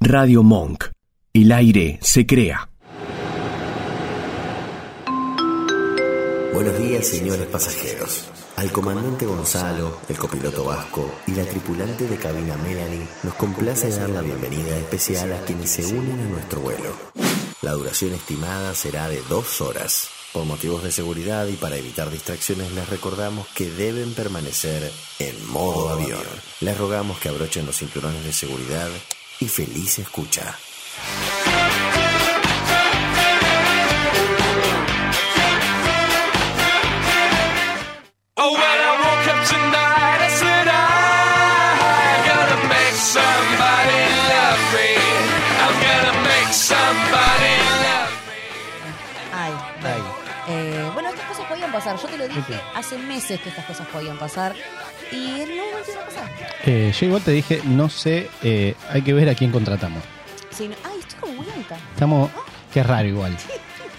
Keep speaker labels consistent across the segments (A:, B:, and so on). A: Radio Monk. El aire se crea.
B: Buenos días, señores pasajeros. Al comandante Gonzalo, el copiloto Vasco y la tripulante de cabina Melanie, nos complace dar la bienvenida especial a quienes se unen a nuestro vuelo. La duración estimada será de dos horas. Por motivos de seguridad y para evitar distracciones les recordamos que deben permanecer en modo avión. Les rogamos que abrochen los cinturones de seguridad y feliz escucha.
C: Oh, when I woke up tonight, I said, I'm gonna make somebody love me. I'm gonna make somebody love me.
D: Ay, bueno. Eh, bueno, estas cosas podían pasar. Yo te lo dije hace meses que estas cosas podían pasar. Y en un momento iba a pasar.
E: Eh, yo igual te dije, no sé, eh, hay que ver a quién contratamos.
D: Si no- ay, estoy como blanca.
E: Estamos. Qué raro igual.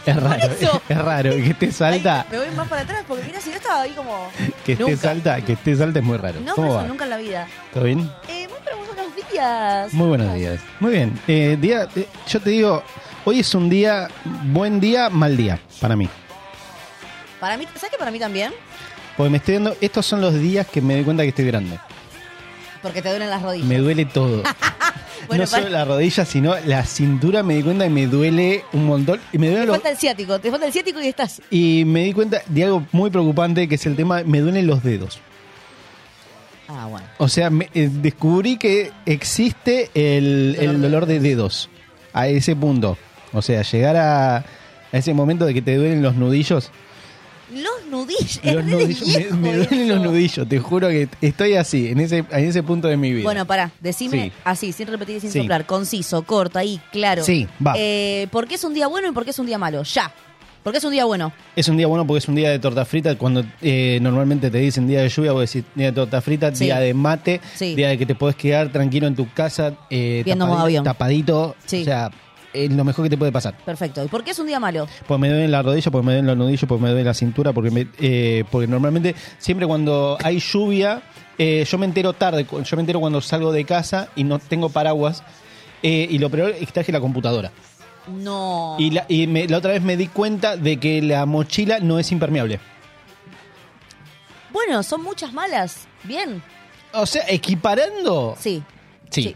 E: Es raro,
D: eso.
E: es raro. Que te salta,
D: Ay, me voy más para atrás porque mira, si yo estaba ahí como.
E: que esté
D: nunca.
E: salta, que esté salta es muy raro.
D: No, por
E: ¿Cómo
D: eso
E: va?
D: nunca en la vida.
E: ¿Todo bien?
D: Eh, muy pero buenos días.
E: Muy buenos días. Muy bien. Eh, día, eh, yo te digo, hoy es un día, buen día, mal día, para mí.
D: Para mí, ¿sabes que para mí también?
E: Porque me estoy dando, estos son los días que me doy cuenta que estoy grande.
D: Porque te duelen las rodillas.
E: Me duele todo.
D: Bueno,
E: no solo
D: para-
E: la rodilla, sino la cintura me di cuenta que me duele un montón. Y me duele
D: Te
E: los,
D: falta el ciático, te falta el ciático y estás.
E: Y me di cuenta de algo muy preocupante que es el tema, me duelen los dedos.
D: Ah, bueno.
E: O sea, me- eh, descubrí que existe el, el dolor de dedos a ese punto. O sea, llegar a, a ese momento de que te duelen los nudillos.
D: Los nudillos. es
E: Los
D: re de
E: nudillos me,
D: viejo
E: me duelen
D: eso.
E: los nudillos, te juro que estoy así, en ese, en ese punto de mi vida.
D: Bueno, pará, decime
E: Sí.
D: así, sin repetir y sin
E: Sí.
D: soplar, conciso, corto, ahí, claro.
E: Sí, va.
D: Eh, ¿Por qué es un día bueno y por qué es un día malo? Ya. ¿Por qué es un día bueno?
E: Es un día bueno porque es un día de torta frita. Cuando eh, normalmente te dicen día de lluvia, vos decís día de torta frita,
D: Sí.
E: día de mate,
D: Sí.
E: día de que te podés quedar tranquilo en tu casa, eh,
D: Viendo modo
E: tapadi-
D: avión.
E: tapadito.
D: Sí.
E: O sea, es lo mejor que te puede pasar.
D: Perfecto. ¿Y por qué es un día malo?
E: Pues me duelen la rodilla, pues me duelen los nudillos, pues me duelen la cintura, porque me- eh, porque normalmente siempre cuando hay lluvia, eh, yo me entero tarde, cu- yo me entero cuando salgo de casa y no tengo paraguas. eh, y lo peor es que traje la computadora.
D: No.
E: Y, la, y me- la otra vez me di cuenta de que la mochila no es impermeable.
D: Bueno, son muchas malas. Bien.
E: O sea, equiparando.
D: Sí.
E: Sí.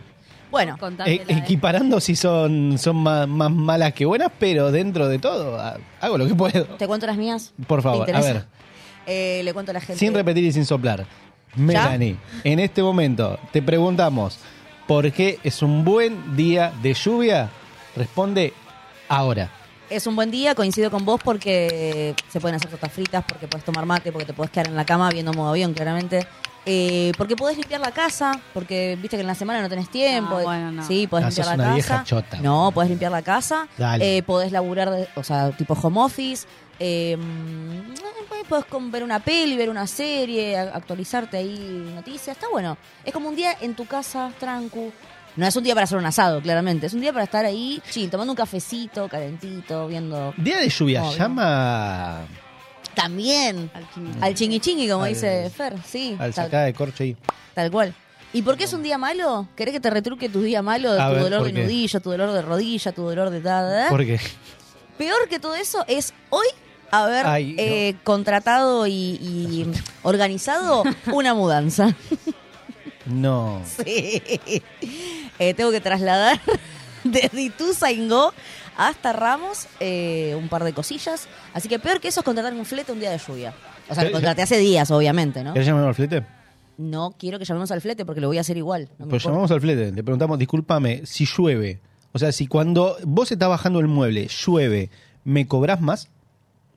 D: Bueno,
E: Eh, equiparando si son, son más, más malas que buenas, pero dentro de todo ah, hago lo que puedo.
D: ¿te cuento las mías?
E: Por favor,
D: ¿Te
E: a
D: interesa?
E: ver,
D: Eh, le cuento a la gente.
E: sin repetir y sin soplar. Melanie, en este momento te preguntamos, ¿por qué es un buen día de lluvia? Responde ahora.
D: Es un buen día, coincido con vos porque se pueden hacer tortas fritas, porque podés tomar mate, porque te podés quedar en la cama viendo modo avión, claramente. Eh, porque podés limpiar la casa, porque viste que en la semana no tenés tiempo.
F: No, Ah, bueno, no.
D: Sí, podés
E: No,
D: limpiar
E: sos
D: la
E: una
D: casa.
E: vieja chota.
D: No, podés limpiar la casa.
E: Dale.
D: Eh, podés laburar, de- o sea, tipo home office. Eh, eh, podés con- ver una peli, ver una serie, a- actualizarte ahí noticias. Está bueno. Es como un día en tu casa, ¿eh? trancu. No es un día para hacer un asado, claramente. Es un día para estar ahí, chill, tomando un cafecito, calentito, viendo.
E: Día de lluvia
D: Obvio.
E: llama
D: También
F: Al quinito.
D: al chingui chingui, como
E: Al-
D: dice Fer. Sí,
E: al
D: tal,
E: sacada de corcho y...
D: tal cual. ¿Y por qué es un día malo? ¿Querés que te retruque tu día malo?
E: A
D: tu
E: ver,
D: dolor
E: ¿por
D: de
E: qué?
D: nudillo, tu dolor de rodilla, tu dolor de tal.
E: Porque
D: Peor que todo eso es hoy haber
E: Ay, no.
D: eh, contratado y, y organizado una mudanza.
E: no.
D: Sí. Eh, tengo que trasladar desde Ituzaingó hasta Ramos eh, un par de cosillas. Así que peor que eso es contratar un flete un día de lluvia. O
E: Eh,
D: sea, lo contraté hace días, obviamente, ¿no?
E: ¿Querés llamar al flete?
D: No quiero que llamemos al flete porque lo voy a hacer igual. no me
E: Pero
D: importa.
E: Pues llamamos al flete, le preguntamos, discúlpame, si llueve, o sea, si cuando vos estás bajando el mueble, llueve, ¿me cobrás más?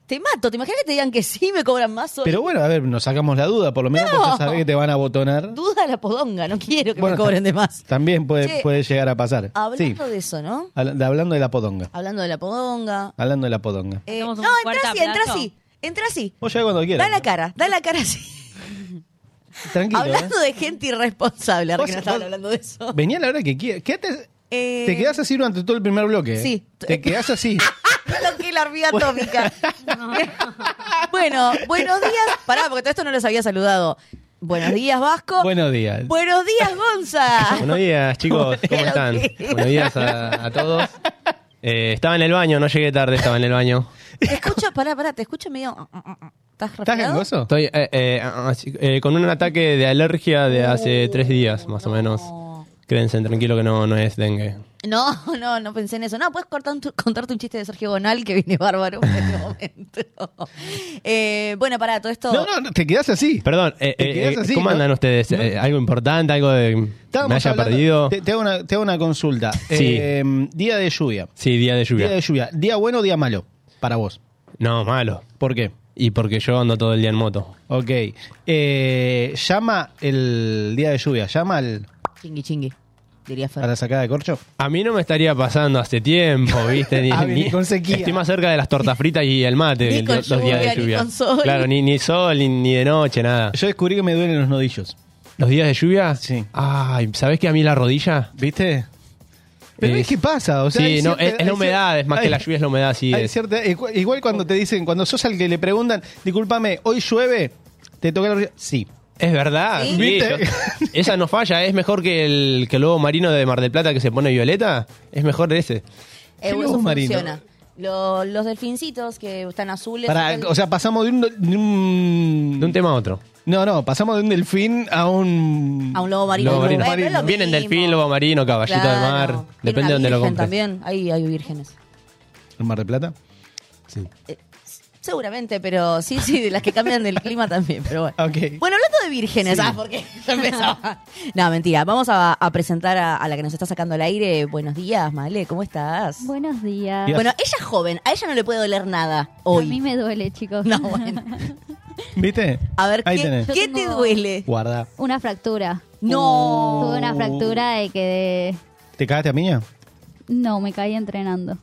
D: Te mato, ¿te imaginas que te digan que sí me cobran más hoy?
E: Pero bueno, a ver, nos sacamos la duda, por lo menos porque ya sabés que te van a botonar.
D: Duda la podonga, no quiero que
E: Bueno,
D: me cobren de más.
E: También puede,
D: Che,
E: puede llegar a pasar. Sí,
D: Hablando de eso, ¿no?
E: Habla- de- hablando de la podonga.
D: Hablando de la podonga.
E: Hablando de la podonga.
D: Eh, no,
F: Hacemos
D: entra
F: un fuerte
D: así, entra
F: aplauso.
D: así, entra así.
E: Vos llegás cuando quieras.
D: Da la cara, da la cara así.
E: Tranquilo. ¿eh?
D: hablando de gente irresponsable, ahora
E: Vos-
D: que no estaban
E: vos-
D: hablando de eso.
E: ¿eh? Vení a la hora que quieras. Quédate-
D: Eh,
E: Te quedás así durante todo el primer bloque. ¿eh?
D: Sí.
E: Te quedás así.
D: Lo que es la hormiga atómica. bueno, buenos días. Pará, porque todo esto no les había saludado. Buenos días, Vasco.
E: Buenos días.
D: Buenos días, Gonza.
F: Buenos días, chicos. ¿Cómo están? Buenos días a, a todos. Eh, estaba en el baño, no llegué tarde, estaba en el baño.
D: Te escucho, pará, pará, te escucho medio. mm, ¿Estás
E: ¿Estás
D: resfriado?
E: gangoso?
F: Estoy eh, eh, así- eh, con un ataque de alergia de hace tres días, más o menos. Créense, tranquilo que no, no es dengue.
D: No, no, no pensé en eso. No, puedes cortar un- contarte un chiste de Sergio Bonal que viene bárbaro en este momento. Eh, bueno, pará, todo esto.
E: No, no, no, te quedás así.
F: Perdón, eh,
E: Te
F: eh,
E: quedás
F: eh,
E: así,
F: ¿cómo
E: ¿no?
F: andan ustedes? Eh, ¿Algo importante? ¿Algo de me haya
E: hablando-
F: perdido?
E: Te, te hago una, te hago una consulta.
F: Sí.
E: Eh, día de lluvia.
F: Sí, día de lluvia.
E: Día de lluvia. ¿Día bueno o día malo? Para vos.
F: No, malo.
E: ¿Por qué?
F: Y porque yo ando todo el día en moto.
E: Ok. Eh, llama el día de lluvia. Llama al,
D: Chingui, chingui. Diría
E: a
D: Fer.
E: la sacada de corcho.
F: A mí no me estaría pasando hace tiempo, ¿viste? Ni,
E: Ah, vení
F: ni-
E: con sequía.
F: Estoy más cerca de las tortas fritas y el mate
D: Ni
F: que
D: con
F: los, los días
D: lluvia,
F: de
D: ni
F: lluvia.
D: con sol.
F: Claro, ni, ni sol, ni, ni de noche, nada.
E: Yo descubrí que me duelen los nodillos.
F: ¿Los días de lluvia?
E: Sí.
F: Ay, ¿sabés que a mí la rodilla?
E: ¿Viste? Pero
F: Eh,
E: es que pasa, o sea,
F: sí,
E: hay
F: no,
E: cierta-
F: es, es
E: hay
F: la
E: cier-
F: humedad, es más
E: hay-
F: que la lluvia, es la humedad, sí.
E: hay
F: es.
E: cierta- igu- igual cuando te dicen, cuando sos al que le preguntan, discúlpame, hoy llueve, te toca la rodilla. Sí.
F: Es verdad.
D: ¿Sí?
E: ¿Viste?
F: yo- esa no falla, es mejor que el que el lobo marino de Mar del Plata que se pone violeta. Es mejor ese.
D: Eh,
E: ¿Qué
D: eso
E: luz marino?
D: funciona. Lo- los delfincitos que están azules.
E: Para,
D: están-
E: o sea, pasamos de un, de un-
F: De un tema a otro.
E: No, no, pasamos de un delfín a un.
D: A un lobo marino.
F: Lobo
D: Bueno,
F: marino.
D: pero es lo
F: Vienen
D: mismo.
F: delfín, lobo marino, caballito de
D: Claro.
F: mar.
D: Tiene
F: Depende de
D: una
F: dónde lo
D: virgen
F: compres.
D: también. Ahí hay vírgenes.
E: ¿El Mar de Plata?
D: Eh, Seguramente, pero sí, sí, de las que cambian del clima también, pero bueno.
E: Ok.
D: Bueno, hablando de vírgenes, ah, porque ya empezaba. no, mentira. Vamos a, a presentar a, a la que nos está sacando el aire. Buenos días, Male, ¿cómo estás? Bueno,
G: Buenos días.
E: Bien.
D: ella es joven, a ella no le puede doler nada
G: A
D: hoy.
G: mí me duele, chicos.
D: No, bueno.
E: ¿Viste?
D: A ver,
E: Ahí
D: ¿qué,
E: tenés.
G: Yo
D: qué te
G: tengo-
D: duele?
E: Guarda.
G: Una fractura.
D: No.
G: Tuve una fractura y quedé...
E: ¿Te cagaste a piña?
G: No, me caí entrenando.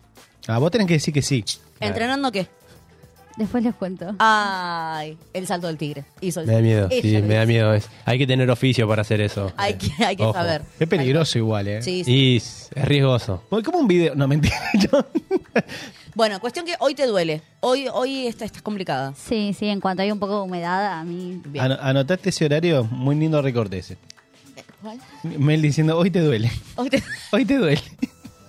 E: Ah, vos tenés que decir que sí.
D: ¿Entrenando qué?
G: Después les cuento.
D: Ay, el salto del tigre. Hizo el-
F: Me da miedo,
D: Ella
F: sí,
D: lo
F: me da
D: hizo.
F: miedo. Es, hay que tener oficio para hacer eso.
D: Hay que, hay que
F: Ojo.
D: saber.
E: Es peligroso igual, ¿eh?
D: Sí, sí.
F: Y es es riesgoso.
E: Bueno, como un video. No, mentira. yo-
D: Bueno, cuestión que hoy te duele. Hoy, hoy esta- estás complicada.
G: Sí, sí, en cuanto hay un poco de humedad, a mí...
D: Bien.
E: Ano- anotaste ese horario, muy lindo recorte ese.
D: ¿Cuál?
E: Mel diciendo, hoy te duele.
D: Hoy te,
E: Hoy te duele.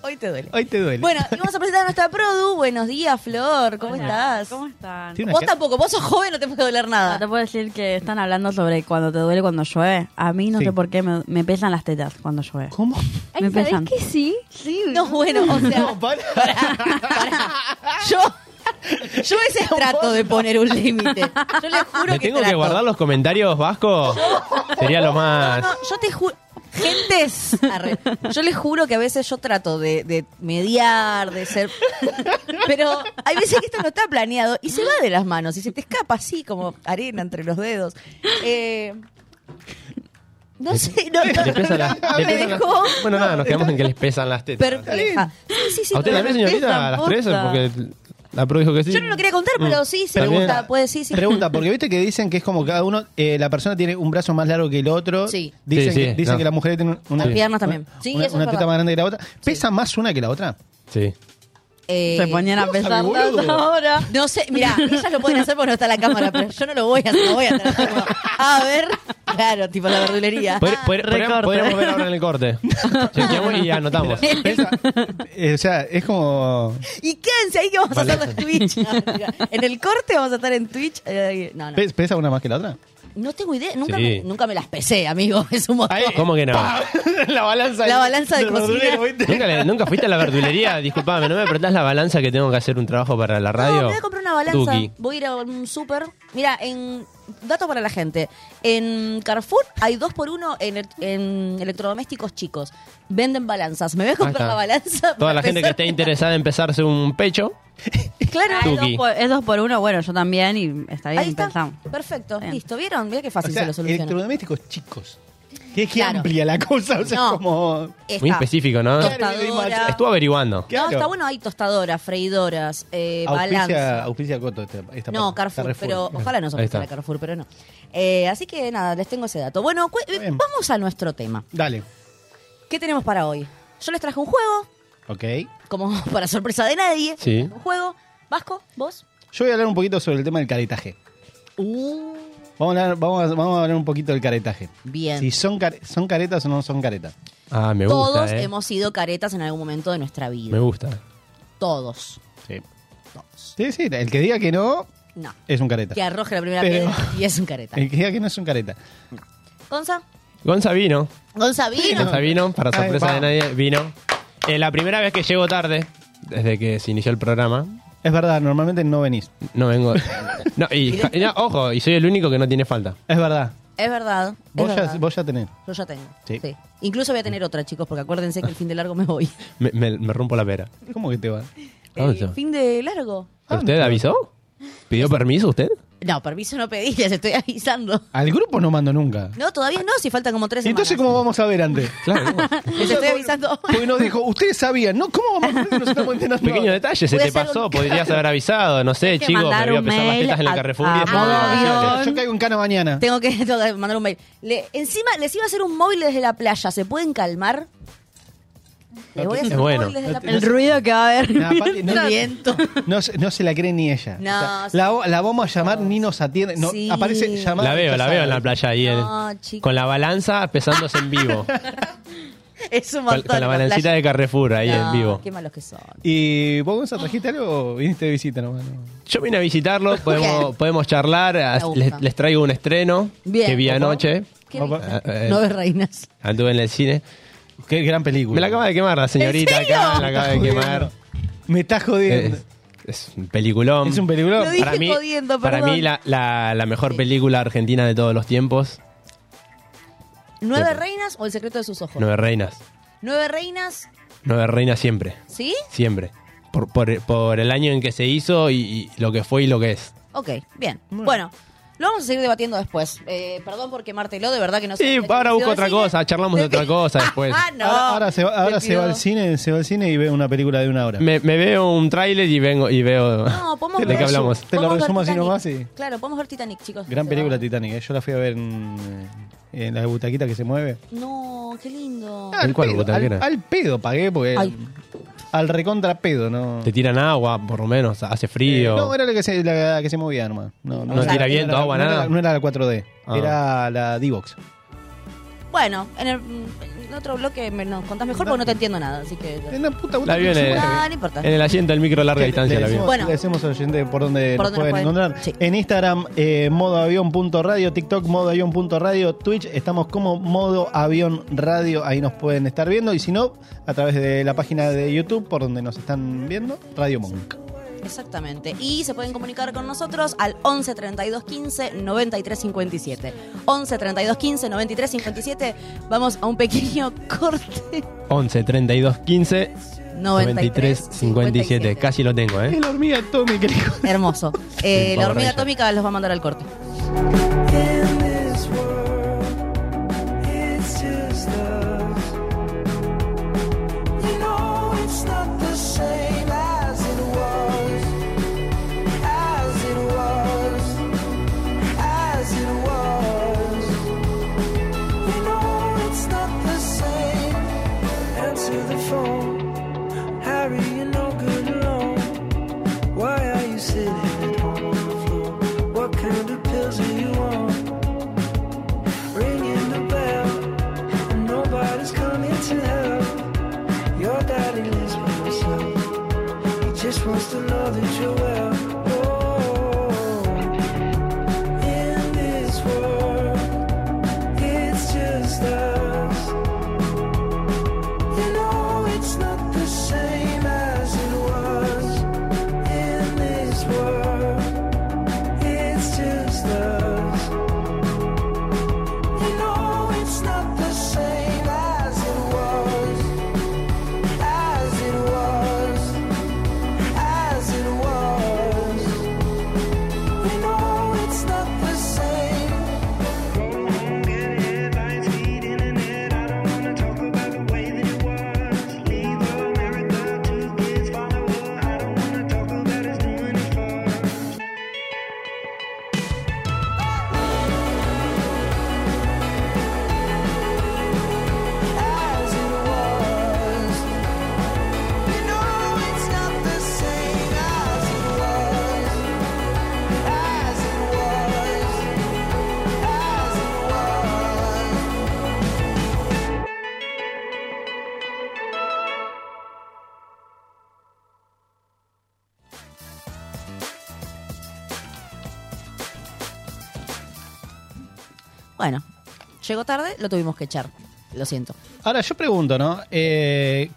D: hoy te duele.
E: Hoy te duele.
D: Bueno, y vamos a presentar a nuestra produ. Buenos días, Flor. ¿Cómo estás?
H: ¿Cómo están?
E: Tiene
D: Vos
E: una cara-
D: tampoco, vos sos joven, no te puede doler
H: Ah,
D: nada.
H: te puedo decir que están hablando sobre cuando te duele cuando llueve. A mí no
E: Sí.
H: sé por qué me, me pesan las tetas cuando llueve.
E: ¿Cómo?
G: Ay,
H: Me
G: ¿sabés
H: pesan.
G: que sí? Sí.
D: No, bueno, o sea,
E: No, para.
D: yo, yo ese trato de poner un límite. Yo le juro
F: ¿Me
D: que
F: tengo que
D: trato.
F: guardar los comentarios, Vasco? Sería lo
D: No,
F: más.
D: no, yo te juro. Gentes, arre, yo les juro que a veces yo trato de, de mediar, de ser. Pero hay veces que esto no está planeado y se va de las manos y se te escapa así como arena entre los dedos. Eh, no sé, no, no,
F: Les pesan las-
D: no,
F: les
D: me
F: pesan las-
D: dejó
F: Bueno, nada, nos quedamos en que les pesan las tetas.
D: perpleja. Sí, sí, sí,
F: ¿A usted
D: no,
F: también,
D: no,
F: señorita? ¿A las tres?
H: posta.
F: Porque la pro dijo que sí.
D: Yo no lo quería contar, pero
F: Mm.
D: sí, sí,
F: También.
D: pregunta, puede sí, sí.
E: Pregunta, porque viste que dicen que es como cada uno, eh, la persona tiene un brazo más largo que el otro.
D: Sí.
E: Dicen,
F: Sí, sí,
E: que, dicen
F: no.
E: que las mujeres tienen una,
D: Las piernas también.
E: una-
D: Sí,
E: una,
D: eso es
E: una
D: verdad.
E: teta más grande que la otra. ¿Pesa más una que la otra?
F: Sí.
D: Eh,
H: Se ponían a pesar
E: sabe,
H: tanto
E: boludo?
H: ahora.
D: No sé, mira, ellas lo pueden hacer porque no está la cámara, pero yo no lo voy a hacer, no voy a hacer. como, a ver, claro, tipo la verdulería.
F: Podr- podr- podríamos-
H: Recorte.
F: Podríamos ver ahora en el corte. Chequeamos y anotamos.
E: Pesa- eh, o sea, es como.
D: Y quédense ahí que vamos a hacerlo en Twitch. No, mentira. en el corte vamos a estar en Twitch. eh, no, no.
E: ¿pes- ¿Pesa una más que la otra?
D: No tengo idea, nunca,
F: Sí.
D: me, nunca me las pesé, amigo, es un montón.
F: ¿Cómo que no?
E: la balanza.
D: La balanza de
E: del
D: cocina.
E: verdulero, ¿viste?
F: ¿Nunca, le- nunca fuiste a la verdulería? Disculpame, ¿no me apretás la balanza que tengo que hacer un trabajo para la
D: No,
F: radio?
D: me voy a comprar una balanza.
F: Tuki.
D: Voy a ir a un súper. Mira, en dato para la gente. En Carrefour hay dos por uno en, el- en electrodomésticos chicos. Venden balanzas. Me voy a comprar
F: está.
D: la balanza.
F: Toda
D: para
F: la gente que
D: pesar-
F: esté interesada en empezarse un pecho,
H: Ah,
D: Claro,
H: es,
F: Tuki.
H: dos por, es dos por uno, bueno, yo también y está bien,
D: ahí está.
H: pensamos.
D: Perfecto,
H: Bien.
D: listo. ¿Vieron? Mira qué
E: O
D: fácil
E: sea,
D: se lo soluciona.
E: electrodomésticos chicos. Qué, qué
D: Claro.
E: amplia la cosa. O sea,
D: No.
E: es como.
D: Está.
F: muy específico, ¿no?
D: Tostadora.
F: Estuve averiguando.
D: No,
E: Claro.
D: está bueno. Hay tostadoras, freidoras, eh,
E: Auspicia,
D: balanza.
E: auspicia Coto esta, esta
D: No,
E: parte,
D: Carrefour, pero ojalá no
F: Ahí
D: sea
F: está.
D: Carrefour, pero no. Eh, así que nada, les tengo ese dato. Bueno, cu- eh,
E: bien.
D: vamos a nuestro tema.
E: Dale.
D: ¿Qué tenemos para hoy? Yo les traje un juego,
E: Ok.
D: como para sorpresa de nadie.
F: Sí.
D: Un juego. Vasco, vos.
E: Yo voy a hablar un poquito sobre el tema del caretaje. Vamos a hablar, vamos a- vamos a hablar un poquito del caretaje.
D: Bien.
E: Si son, care- son caretas o no son caretas.
F: Ah, me gusta.
D: Todos
F: eh.
D: hemos sido caretas en algún momento de nuestra vida.
F: Me gusta.
D: Todos.
E: Sí. Sí, sí, el que diga que no
D: No.
E: es un careta.
D: Que arroje la primera
E: Pero-
D: piedra y es un careta.
E: El que diga que no es un careta.
D: Gonza.
F: Gonza vino.
D: Gonzavino.
F: Gonza vino, para
E: Ay,
F: sorpresa de
E: vamos.
F: nadie, vino. Eh, la primera vez que llego tarde, desde que se inició el programa,
E: Es verdad, normalmente no venís.
F: no vengo. No, y, y no, ojo, y soy el único que no tiene falta.
E: Es verdad.
D: Es verdad. es
E: Vos, ya,
D: verdad.
E: vos ya tenés.
D: Yo ya tengo. Sí.
E: Sí.
D: Incluso voy a tener otra, chicos, porque acuérdense que el fin de largo me voy.
F: Me, me- me rompo la pera.
E: ¿Cómo que te va?
F: Ah,
D: ¿El
F: ya.
D: Eh, fin de largo?
E: Ah,
F: ¿Usted avisó? ¿Pidió permiso usted?
D: No, permiso no pedí, les estoy avisando.
E: Al grupo no mando nunca.
D: No, todavía no, si faltan como tres semanas.
E: Entonces, ¿cómo vamos a ver antes?
F: Claro.
D: Les estoy avisando.
E: Porque nos dijo, ustedes sabían, ¿no? ¿Cómo vamos a ver? Nos estamos enterando
F: Pequeño
E: ahora.
F: detalle, se
D: Voy a
F: te
D: hacer
F: pasó,
D: un-
F: podrías haber avisado, no sé,
H: que
F: chicos, me
H: mandar
F: voy a
H: un
F: pesar las
H: mail
F: tetas en el
H: a-
F: Carrefour.
H: a
F: y después voy
H: modo
F: vacaciones.
H: avión.
E: Yo caigo en cana mañana.
D: Tengo que tengo que mandar un mail. Le- encima les iba a hacer un móvil desde la playa. ¿Se pueden calmar? Les voy a hacer
F: Es
D: un
F: bueno.
D: móvil desde la
H: El
D: playa.
H: ruido que va a haber.
E: No, aparte, no-
D: El viento.
E: No, se- no se la cree ni ella.
D: No, sí.
E: la, la vamos a llamar, ni nos atiende. No,
D: Sí.
E: Aparece llamada.
F: La veo, la veo en la playa ahí. en-
D: No, chicos.
F: con la balanza pesándose en vivo.
D: Es un
F: con,
D: montón.
F: con la balancita de Carrefour ahí
D: No,
F: en vivo.
D: Qué malos que son.
E: ¿Y vos, Gonzalo, trajiste algo o viniste de visita nomás? No.
F: Yo vine a visitarlo, podemos, podemos charlar. as-
D: gusta.
F: Les, les traigo un estreno
D: Bien.
F: que vi
D: Opa.
F: anoche.
D: ¿Qué
E: Opa.
D: dices?
F: Eh, eh,
D: no ves reinas.
F: Anduve en el cine.
E: Qué gran película.
F: Me la acaba de quemar la señorita
D: ¿En serio?
F: acá, me la acaba
E: Está
F: de
E: jodiendo.
F: quemar.
E: Me estás jodiendo.
F: Es, es un peliculón.
E: es un peliculón.
D: Lo dije
F: para mí,
D: jodiendo,
F: para
D: perdón.
F: mí la, la- la mejor película argentina de todos los tiempos,
D: ¿Nueve reinas o el secreto de sus ojos?
F: Nueve Reinas.
D: Nueve reinas,
F: Nueve Reinas siempre,
D: ¿sí?
F: siempre. Por, por- por el año en que se hizo y, y lo que fue y lo que es.
D: Ok, bien. Bueno, lo vamos a seguir debatiendo después. Eh, perdón por quemártelo, de verdad que no sé.
F: Sí, ahora busco otra cosa, charlamos de otra cosa después.
D: ah, no.
E: Ahora, ahora se va, ahora
D: Te
E: se va
D: pido-
E: al cine, se va al cine y ve una película de una hora.
F: Me, me veo un tráiler y vengo y veo
D: No, podemos
F: de
D: ver-
F: qué hablamos.
E: Te lo
D: podemos ver
E: resumo así
D: Titanic.
E: nomás y-
D: Claro, podemos ver Titanic, chicos.
E: Gran
D: Se
E: película
D: va.
E: Titanic, eh. yo la fui a ver en, en la butaquita que se mueve.
D: No, qué lindo.
E: Al
F: cuál
E: pedo,
F: butaquera?
E: Al, al pedo pagué, porque
D: Ay.
E: al recontra pedo, ¿no?
F: Te tiran agua, por lo menos, hace frío.
E: No, era la que se, la que se movía nomás. Eh, No,
F: No
E: era-
F: tira
E: era
F: viento,
E: la-
F: agua,
E: no
F: nada.
E: Era, no era la 4D,
F: Ah.
E: era la D-Box.
D: Bueno, en el, en el otro bloque me nos contás mejor porque no te entiendo nada, así que...
E: Una puta
F: la
E: butaca
F: vi
E: que
F: en
E: se
F: el,
E: mueve.
D: Ah, no importa.
F: en el asiento del micro larga distancia.
E: Le
F: La vi.
E: decimos,
D: Bueno.
E: le decimos al oyente por dónde
D: Por
E: nos
D: dónde
E: pueden
D: nos pueden-
E: encontrar.
D: sí.
E: En Instagram, eh, modoavión.radio, TikTok, modoavión.radio, Twitch, estamos como modo avión radio, ahí nos pueden estar viendo. Y si no, a través de la página de YouTube, por donde nos están viendo, Radio Monk.
D: Exactamente. Y se pueden comunicar con nosotros al 11 32 15 93 57. 11 32 15 93 57. Vamos a un pequeño corte.
F: 11, 32, 15, 93, 57. Casi lo tengo, ¿eh?
E: Es la hormiga Tommy que le dijo.
D: Hermoso. Eh,
F: Sí,
D: la
F: vamos
D: hormiga
F: para allá.
D: atómica los va a mandar al corte.
I: Answer the phone, Harry. You're no good alone. Why are you sitting at home on the floor? What kind of pills are you on? Ringing the bell, and nobody's coming to help. Your daddy lives by himself. He just wants to know that you're well. Oh, in this world, it's just us. You know it's not the same as it was in this world. It's just us. You know it's not the same as it was, as it was, as it was. You know it's not the same. Go home, get headlines feeding in it. I don't wanna talk about the way that it was. Leave America
D: Bueno, llegó tarde, lo tuvimos que echar. Lo siento.
E: Ahora, yo pregunto, ¿no? Eh,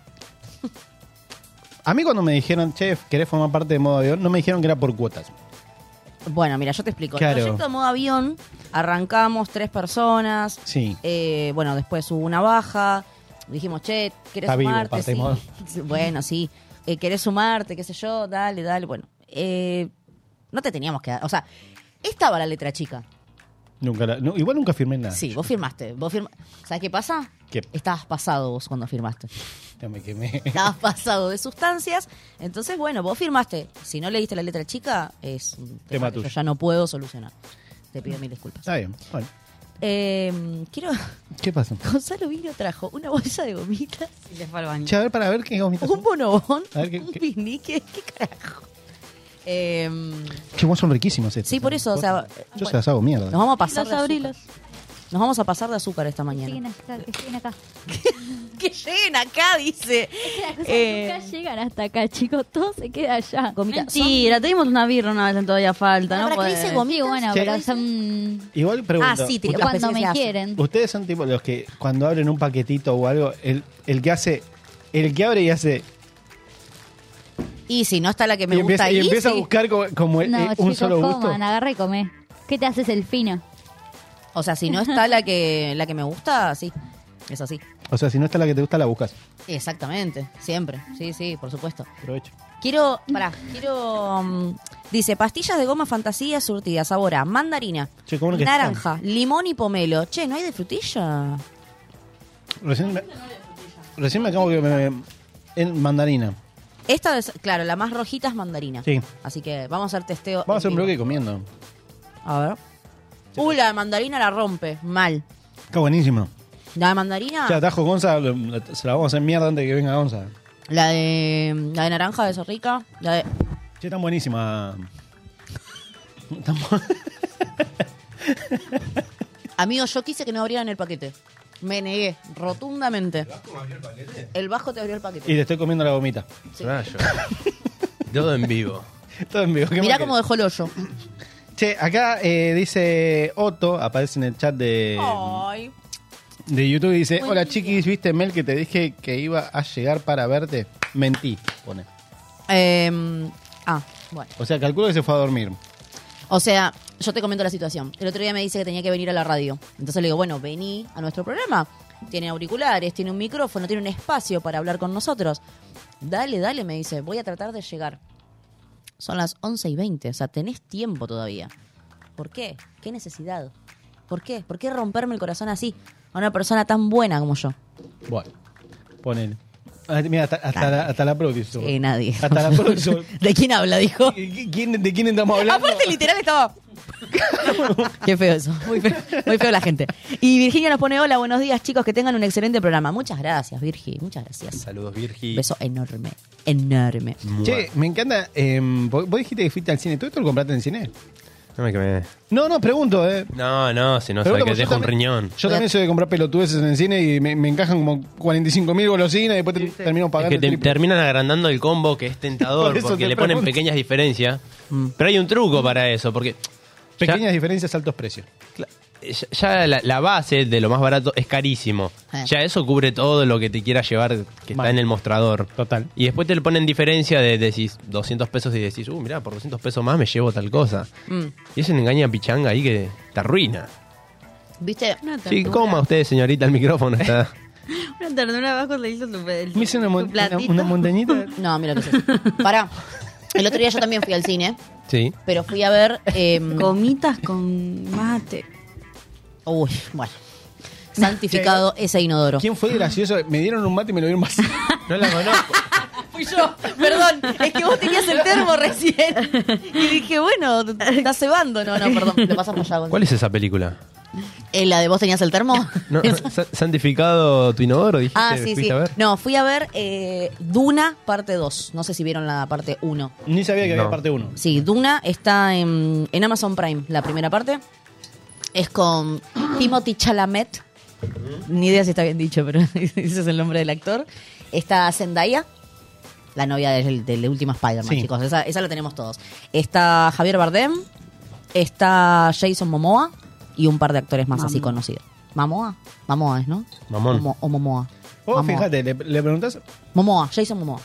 E: a mí cuando me dijeron, che, ¿querés formar parte de modo avión? No me dijeron que era por cuotas.
D: Bueno, mira, yo te explico.
E: Claro.
D: El proyecto de modo avión, arrancamos tres personas.
E: Sí.
D: Eh, bueno, después hubo una baja. Dijimos, che, ¿querés
E: Está vivo,
D: sumarte?
E: aparte,
D: Sí.
E: modo.
D: Bueno, sí. Eh, ¿Querés sumarte? ¿Qué sé yo? Dale, dale. Bueno, eh, no te teníamos que dar. O sea, estaba la letra chica.
E: Nunca la- no, igual nunca firmé nada.
D: Sí, vos firmaste. Vos firma... ¿Sabes qué pasa?
E: ¿Qué?
D: Estabas pasado vos cuando firmaste.
E: Ya me quemé.
D: Estabas pasado de sustancias. Entonces, bueno, vos firmaste. Si no leíste la letra chica, es un
E: Tema
D: tema, que yo
E: tuyo.
D: ya no puedo solucionar. Te pido mil disculpas.
E: Está bien. Bueno,
D: Eh, quiero.
E: ¿qué pasó?
D: Gonzalo Vino trajo una bolsa de gomitas,
H: Y se fue al baño.
E: Che, a ver, para ver qué gomitas
D: un
E: son.
D: bonobón,
E: A ver, ¿qué-
D: un
E: qué?
D: pinique. ¿Qué carajo? Eh,
E: Che, vos son riquísimos estos. ¿eh?
D: sí, por eso, o sea.
E: Yo se
D: bueno,
E: las hago mierda.
D: nos vamos a pasar
G: Los
D: de azúcar.
G: abrilos.
D: Nos vamos a pasar de azúcar esta
G: Que
D: mañana.
G: siguen acá, que siguen acá.
D: Que lleguen acá, dice.
G: Las cosas
D: Eh,
G: nunca llegan hasta acá, chicos. Todo se queda allá.
D: Gomita.
H: Mentira, te dimos una birra una vez en todavía falta,
D: Ah,
H: ¿no?
D: ¿para qué
H: podés.
D: dice gomi-
G: Sí, bueno,
E: Sí.
G: pero son
E: Igual pregunto.
D: Ah, sí, te-
E: ¿ustedes-
D: Ah, pensé que
G: cuando
D: se
G: me
D: hace.
G: quieren.
E: Ustedes son tipo los que cuando abren un paquetito o algo, el, el que hace, el que abre y hace,
D: Y si no está la que me
E: y empieza,
D: gusta
E: y
D: ahí,
E: empieza a
D: sí.
E: buscar como, como, eh,
G: No,
E: un
G: chicos,
E: solo gusto.
G: coman, agarra y come. ¿Qué te haces el fino?
D: O sea, si no está la que la que me gusta, sí. Es así.
E: O sea, si no está la que te gusta, la buscas.
D: Exactamente, siempre. Sí, sí, por supuesto.
E: Aprovecho.
D: Quiero, pará, quiero. mm, dice, pastillas de goma fantasía surtidas, sabor a mandarina,
E: Che, qué bueno que
D: naranja, limón y pomelo. Che, ¿no hay de frutilla?
E: Recién me, recién me acabo que me, en mandarina.
D: Esta es, claro, la más rojita es mandarina.
E: Sí.
D: Así que vamos a hacer testeo.
E: Vamos a
D: en
E: hacer un
D: vivo.
E: bloque comiendo.
D: A ver. Uy, la de mandarina la rompe. Mal.
E: Está buenísimo.
D: La de mandarina,
E: Ya atajo Gonza, lo- lo- se la vamos a hacer mierda antes de que venga Gonza.
D: la de la de naranja es rica. La de.
E: Che, tan buenísima. Tan bu-
D: Amigo, yo quise que no abrieran el paquete. Me negué, rotundamente. ¿El vasco abrió el paquete? El vasco te abrió el paquete.
E: y te estoy comiendo la gomita.
F: Rayo. Todo en vivo.
E: Todo en vivo. ¿qué
D: Mirá
E: más
D: cómo dejó el hoyo.
E: querés? Che, acá eh, dice Otto, aparece en el chat de,
D: Ay.
E: de YouTube y dice, hola chiquis, ¿viste Mel que te dije que iba a llegar para verte? Mentí, pone.
D: Eh, ah, bueno.
E: O sea, calculo que se fue a dormir.
D: O sea, yo te comento la situación. El otro día me dice que tenía que venir a la radio. Entonces le digo, bueno, vení a nuestro programa. Tiene auriculares, tiene un micrófono, tiene un espacio para hablar con nosotros. Dale, dale, me dice, voy a tratar de llegar. Son las 11 y 20, o sea, tenés tiempo todavía. ¿Por qué? ¿Qué necesidad? ¿Por qué? ¿Por qué romperme el corazón así a una persona tan buena como yo?
E: Bueno, ponele. Ah, Mira, hasta, hasta la, hasta la Proc hizo.
D: Eh, nadie.
E: Hasta la Proc hizo.
D: ¿De quién habla? Dijo.
E: ¿Qui- quién- ¿De quién estamos hablando?
D: Aparte, literal estaba. Qué feo eso. Muy feo, muy feo la gente. Y Virginia nos pone: Hola, buenos días, chicos, que tengan un excelente programa. Muchas gracias, Virgi. Muchas gracias.
F: Saludos, Virgi.
D: Beso enorme. Enorme.
E: Che, me encanta. eh, vos vos dijiste que fuiste al cine. ¿Tú esto lo compraste en el cine?
F: No me quemé.
E: No, no, pregunto, eh.
F: No, no, si no
E: Pregunto
F: sabe que
E: porque yo
F: dejo un
E: también-
F: riñón.
E: Yo también soy de comprar pelotudeces en el cine y me, me encajan como 45 mil golosinas y después te- termino
F: Es
E: pagando.
F: que
E: el
F: te-
E: triple.
F: terminan agrandando el combo que es tentador
E: Por eso
F: porque
E: te
F: le ponen
E: pregunto. Mm.
F: pequeñas diferencias. Pero hay un truco para eso, porque
E: Pequeñas diferencias, altos precios.
F: ya, ya la, la base de lo más barato es carísimo.
D: Eh.
F: Ya eso cubre todo lo que te quiera llevar que
E: Vale.
F: está en el mostrador.
E: Total.
F: Y después te le ponen diferencia de decís 200 pesos y decís, uh, mirá, por 200 pesos más me llevo tal cosa. Y es una engaña pichanga ahí que te arruina.
D: ¿Viste?
H: Una
F: Sí,
H: ternura.
F: coma usted, señorita, el micrófono está.
H: Una ternura abajo le hizo su el-
E: Me hice una,
H: su
E: mon- una,
H: platito.
E: una montañita.
D: No, mira lo que es eso. Pará. El otro día yo también fui al cine,
F: Sí.
D: pero fui a ver. eh,
H: Gomitas con mate.
D: uy, bueno. Santificado ese inodoro.
E: ¿Quién fue gracioso? Ah, Me dieron un mate y me lo dieron vacío.
F: No la conozco.
D: Fui yo, perdón, es que vos tenías el termo recién. Y dije, bueno, estás cebando. No, no, perdón, lo pasamos ya. Gonzalo.
F: ¿Cuál es esa película?
D: Eh, ¿La de vos tenías el termo?
F: No, sa- ¿Santificado tu inodoro? Dijiste,
D: Ah, sí,
F: fuiste
D: sí.
F: a ver?
D: No, fui a ver eh, Duna parte 2. No sé si vieron la parte 1.
E: Ni sabía que había
F: No.
E: parte 1.
D: Sí, Duna está en, en Amazon Prime, la primera parte. Es con Timothy Chalamet. Ni idea si está bien dicho, pero ese es el nombre del actor. Está Zendaya, la novia del, del último Spider-Man,
E: Sí.
D: chicos. Esa, esa la tenemos todos. Está Javier Bardem. Está Jason Momoa. y un par de actores más así conocidos. ¿Mamoa? Mamoa es, ¿no?
F: Mamón.
D: O, Mo- o Momoa.
E: Vos
D: Momoa.
E: fíjate, le, le preguntás.
D: Momoa, Jason Momoa.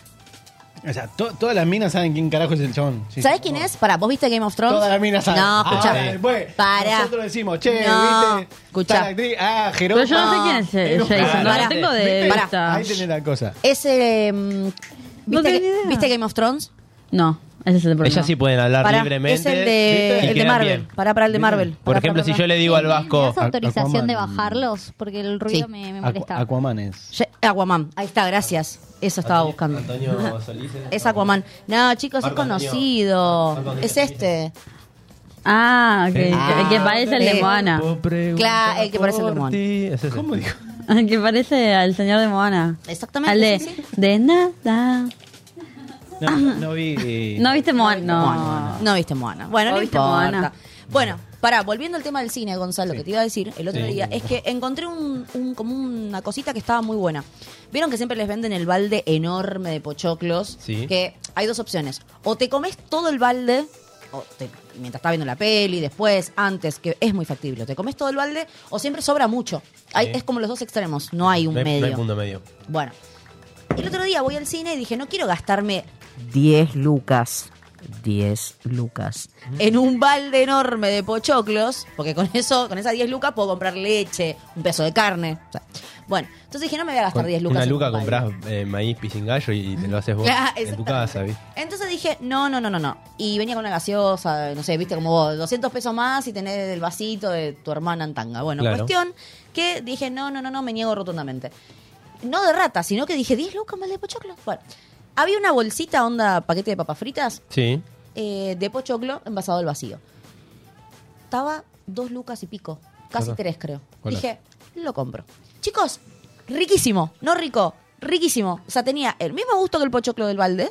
E: O sea, to- todas las minas saben quién carajo es el chabón. Sí.
D: ¿Sabés quién es? Pará, ¿vos viste Game of Thrones?
E: Todas las minas saben.
D: No,
E: Ah,
D: escuchá.
E: después
D: Pará.
E: Nosotros decimos, che,
D: No,
E: ¿viste?
D: escuchá.
E: Tal actriz, ah, Jerónimo.
H: Pero yo no sé quién es eh,
E: Era un-
H: Jason. No
D: Pará.
H: lo tengo de
E: ¿Viste?
H: vista.
E: Ahí tenés la cosa.
D: Es eh, mm,
H: No
D: ¿viste,
H: tengo
D: que-
H: ni idea.
D: ¿Viste Game of Thrones?
H: No, ese es el problema.
F: Ellas sí pueden hablar
D: Pará,
F: libremente.
D: es el de,
F: ¿viste? Y
D: el de
F: quedan
D: Marvel.
F: bien.
D: Pará, pará, el de Marvel.
F: Por
D: Pará,
F: ejemplo,
D: pará,
F: si
D: pará.
F: yo le digo al Vasco.
G: ¿Me das autorización
E: Aquaman.
G: de bajarlos? Porque el ruido
D: Sí.
G: me, me
E: Aqu-
G: molesta.
E: Aquaman es.
D: Ye- Aquaman, ahí está, gracias. Eso estaba buscando.
F: Antonio Solís. ¿eh?
D: Es Aquaman. No, chicos, es
F: Marco Antonio. Marco
D: conocido.
F: Antonio
D: Es
F: Solís.
D: este.
H: Ah, ok.
D: Ah,
H: el que parece el
D: sí.
H: de Moana.
D: Claro, el que parece el de
F: por
D: Moana.
F: ti. Es ese.
E: ¿Cómo dijo?
H: El Ah, que parece al señor de Moana.
D: Exactamente.
H: Al de,
D: sí, sí.
H: de nada.
E: No, no vi.
F: eh,
H: ¿No viste Moana?
D: Moana.
H: No.
D: No viste Moana. Bueno,
H: No
D: no,
H: viste
D: importa.
H: Moana.
D: Bueno, pará, volviendo al tema del cine, Gonzalo, que te iba a decir el otro
F: Sí.
D: día, es que encontré un, un- como una cosita que estaba muy buena. Vieron que siempre les venden el balde enorme de pochoclos,
F: Sí.
D: que hay dos opciones. O te comes todo el balde, o te- mientras estás viendo la peli, después, antes, que es muy factible. O te comes todo el balde, o siempre sobra mucho. Hay-
F: Sí.
D: Es como los dos extremos, no hay un
F: No hay-
D: medio.
F: No hay punto medio.
D: Bueno, el otro día voy al cine y dije, no quiero gastarme 10 lucas. 10 lucas. En un balde enorme de pochoclos, porque con eso, con esas 10 lucas puedo comprar leche, un peso de carne. o sea. bueno, entonces dije, no me voy a gastar
F: Con
D: 10 lucas.
F: Una
D: en
F: luca
D: un balde.
F: compras eh, maíz pisingallo y te lo haces vos
D: Claro,
F: en tu
D: exactamente.
F: casa, ¿viste?
D: Entonces dije, no, no, no, no, no. Y venía con una gaseosa, no sé, viste, como vos, 200 pesos más y tenés el vasito de tu hermana en tanga. Bueno,
F: Claro.
D: cuestión que dije, no, no, no, no, me niego rotundamente. No de rata, sino que dije, 10 lucas más de pochoclo. Bueno, había una bolsita, onda, paquete de papas fritas,
F: Sí.
D: eh, de pochoclo envasado al vacío. Estaba dos lucas y pico, casi
F: Claro.
D: tres creo.
F: Hola.
D: Dije, lo compro. Chicos, riquísimo, no rico, riquísimo. O sea, tenía el mismo gusto que el pochoclo del balde.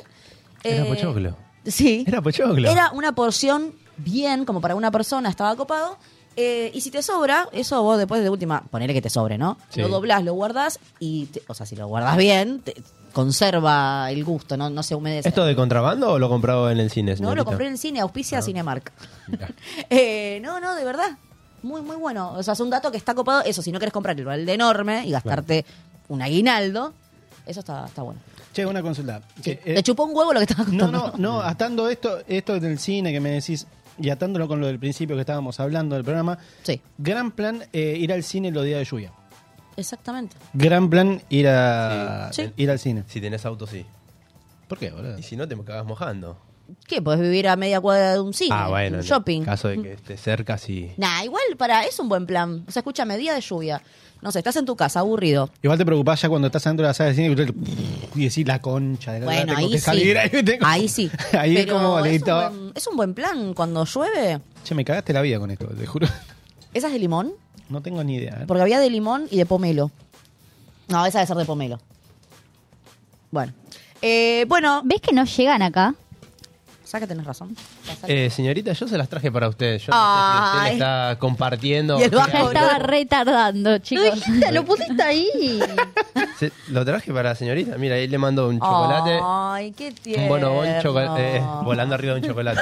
D: Eh,
F: Era pochoclo.
D: Sí.
F: Era pochoclo.
D: Era una porción bien, como para una persona, estaba copado. Eh, y si te sobra, eso vos después de última, ponele que te sobre, ¿no?
F: Sí.
D: Lo doblás, lo guardás y, te- o sea, si lo guardás bien, te- conserva el gusto, no, no se humedece.
F: ¿Esto de contrabando o lo comprado en el cine?
D: No,
F: señorita?
D: lo compré en el cine, auspicia Cinemark.
F: Mirá.
D: Eh, no, no, de verdad. Muy, muy bueno. O sea, es un dato que está copado. Eso, si no querés comprar el balde enorme y gastarte un aguinaldo, eso está, está bueno.
E: Che, una consulta.
D: Sí.
E: Que, eh,
D: Te chupó un huevo lo que estaba
E: No,
D: contando.
E: no, no, atando esto, esto del cine que me decís y atándolo con lo del principio que estábamos hablando del programa.
D: Sí,
E: Gran plan eh, ir al cine los días de lluvia.
D: exactamente.
E: Gran plan ir a
D: Sí. Sí.
E: ir al cine.
F: Si tenés auto, sí.
E: ¿Por qué, boludo?
F: Y si no, te cagás mojando.
D: ¿Qué? Podés vivir a media cuadra de un cine,
F: ah, bueno.
D: un
F: en
D: shopping.
F: caso de que estés cerca, sí.
D: Nah, igual para es un buen plan. O sea, escúchame, día de lluvia. No sé, estás en tu casa, aburrido.
E: Igual te preocupás ya cuando estás dentro de la sala de cine y, y decís la concha de la
D: Bueno,
E: tengo
D: ahí
E: que
D: sí.
E: salir, ahí, tengo-
D: Ahí sí.
E: Ahí es
D: Pero
E: como
D: es, un
E: listo.
D: buen, es un buen plan. Cuando llueve,
E: Che, me cagaste la vida con esto, te juro.
D: ¿esa es de limón?
E: No tengo ni idea. ¿eh?
D: Porque había de limón y de pomelo. No, esa debe ser de pomelo. Bueno. Eh, bueno,
G: ¿Ves que no llegan acá?
D: ya que tenés razón. Ya sé.
F: Eh, señorita, yo se las traje para ustedes. Yo no sé si
D: Ay.
F: usted le está compartiendo.
D: Y el
G: Ya
D: bajo,
G: estaba retardando, chicos.
D: lo pusiste ahí.
F: Se- lo traje para la señorita. Mira, ahí le mando un chocolate.
D: Ay, qué Oh, tierno.
F: un bonobón choco- eh, volando arriba de un chocolate.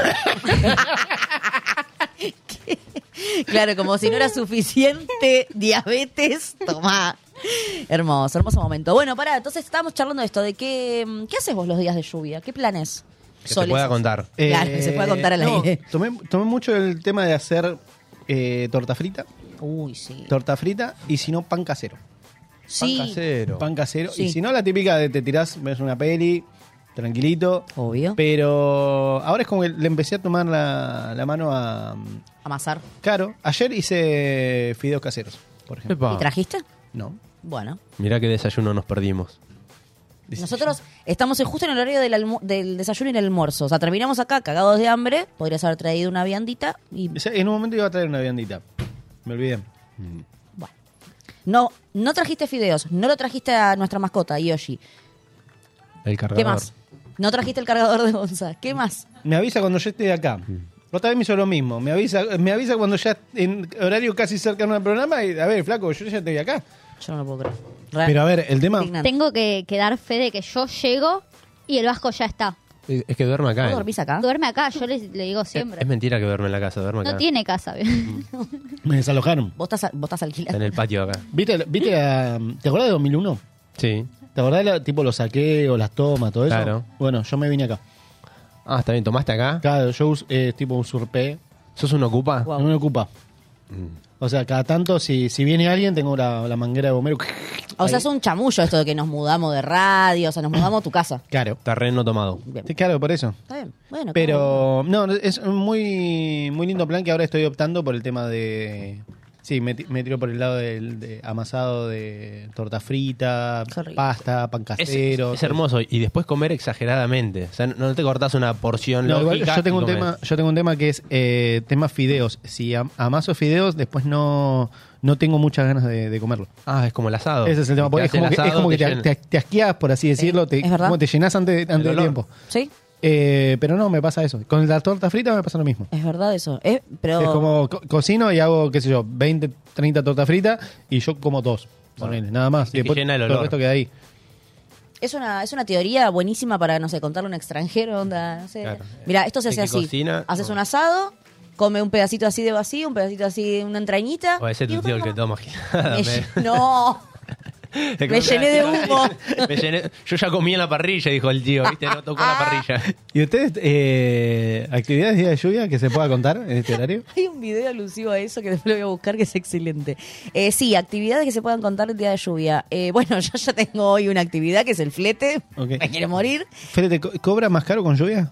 D: Claro, como si no era suficiente diabetes, tomá. Hermoso, hermoso momento. Bueno, pará, entonces estábamos charlando de esto, de qué, mm, ¿qué haces vos los días de lluvia? ¿Qué planes?
F: Que se
D: soles
F: pueda
D: haces?
F: contar.
D: Claro, que se pueda contar al
E: Eh, no,
D: aire.
E: Tomé, tomé mucho el tema de hacer eh, torta frita,
D: Uy, sí.
E: torta frita y si no, pan casero.
D: Sí.
F: Pan casero.
E: Pan casero.
D: Sí.
E: Y si no, la típica de te tirás, ves una peli, tranquilito.
D: Obvio.
E: Pero ahora es como que le empecé a tomar la, la mano a.
D: Amasar.
E: Claro, ayer hice fideos caseros, por ejemplo.
F: Epa.
D: ¿Y trajiste?
E: No.
D: Bueno.
F: Mirá qué desayuno nos perdimos.
E: Dice-
D: Nosotros estamos en- justo en el horario del, almu- del desayuno y el almuerzo. O sea, terminamos acá cagados de hambre. Podrías haber traído una viandita y
E: O sea, En un momento iba a traer una viandita. Me olvidé.
D: no, no trajiste fideos, no lo trajiste a nuestra mascota, Yoshi.
F: El cargador.
D: ¿Qué más? No trajiste el cargador de Gonza. ¿Qué más?
E: Me avisa cuando yo esté acá. Otra vez me hizo lo mismo. Me avisa, me avisa cuando ya en horario casi cercano al programa. Y, a ver, flaco, yo ya estoy acá.
D: Yo no lo puedo creer. Re-
E: Pero a ver, el tema.
D: indignante.
G: Tengo que, que dar fe de que yo llego y el Vasco ya está.
F: Es es que duerme acá.
D: ¿Vos
F: eh.
D: dormís acá?
G: Duerme acá, yo les- le digo
F: Es,
G: siempre.
F: es mentira que duerme en la casa, duerme acá.
G: No tiene casa.
E: Me desalojaron.
D: Vos estás, vos estás
F: Está en
D: alquilando.
F: el patio acá.
E: ¿Viste, viste la- ¿Te acordás de 2001?
F: Sí.
E: ¿Te acordás de la- tipo los saqueos, las tomas, todo eso?
F: Claro.
E: Bueno, yo me vine acá.
F: Ah, está bien, tomaste acá.
E: Claro, yo us- eh, tipo usurpé.
F: ¿Sos un ocupa? Mm.
D: Guau.
E: No me ocupa. O sea, cada tanto, si, si viene alguien, tengo la, la manguera de bombero.
D: O sea, es un chamullo esto de que nos mudamos de radio, o sea, nos mudamos a tu casa.
E: Claro.
F: Terreno tomado.
E: Sí, Claro, por eso.
D: Está bien. Bueno,
E: Pero no, es un muy, muy lindo plan que ahora estoy optando por el tema de... Sí, me, ti- me tiro por el lado del de amasado de torta frita,
D: Qué rico.
E: pasta, pan
F: Es,
E: casero.
F: es hermoso. Y después comer exageradamente. O sea, no- no te cortás una porción
E: No, igual
F: lógica.
E: yo tengo
F: y
E: un
F: comes.
E: tema, yo tengo un tema que es eh, tema fideos. Si am- amaso fideos, después no, no tengo muchas ganas de, de comerlo.
F: Ah, es como el asado.
E: Ese es el tema. porque
F: Te
E: Es
F: hace
E: como, que,
F: el
E: es
F: asado,
E: como que te,
F: llena.
E: te- te asqueás, por así decirlo, te,
D: es verdad.
E: como te llenás antes, antes del
F: olor.
E: tiempo.
D: ¿Sí?
E: Eh, pero no, me pasa eso. Con la torta frita me pasa lo mismo.
D: Es verdad eso. Es, pero
E: Es como co- cocino y hago, qué sé yo, 20, 30 tortas fritas y yo como dos. Ponele, nada más.
F: que
E: Y después
F: llena el
E: todo
F: olor.
E: resto queda ahí.
D: es una, es una teoría buenísima para, no sé, contarle a un extranjero, onda, no sé.
F: Claro.
D: Mira, esto se
F: El
D: hace
F: que
D: así.
F: cocina,
D: Haces
F: no.
D: un asado, come un pedacito así de vacío, un pedacito así, una entrañita.
F: O ese es
D: y
F: tu tío el que
D: después
F: toma.
D: me- No. me llené de humo.
F: Me llené- Yo ya comí en la parrilla, dijo el tío. ¿Viste? No tocó
D: Ah.
F: la parrilla.
E: ¿Y ustedes, eh, actividades de día de lluvia que se pueda contar en este horario?
D: Hay un video alusivo a eso que después lo voy a buscar que es excelente. Eh, sí, actividades que se puedan contar el día de lluvia. Eh, bueno, yo ya tengo hoy una actividad que es el flete.
E: Ok.
D: Me quiero morir.
E: Fede, ¿te co- ¿cobra más caro con lluvia?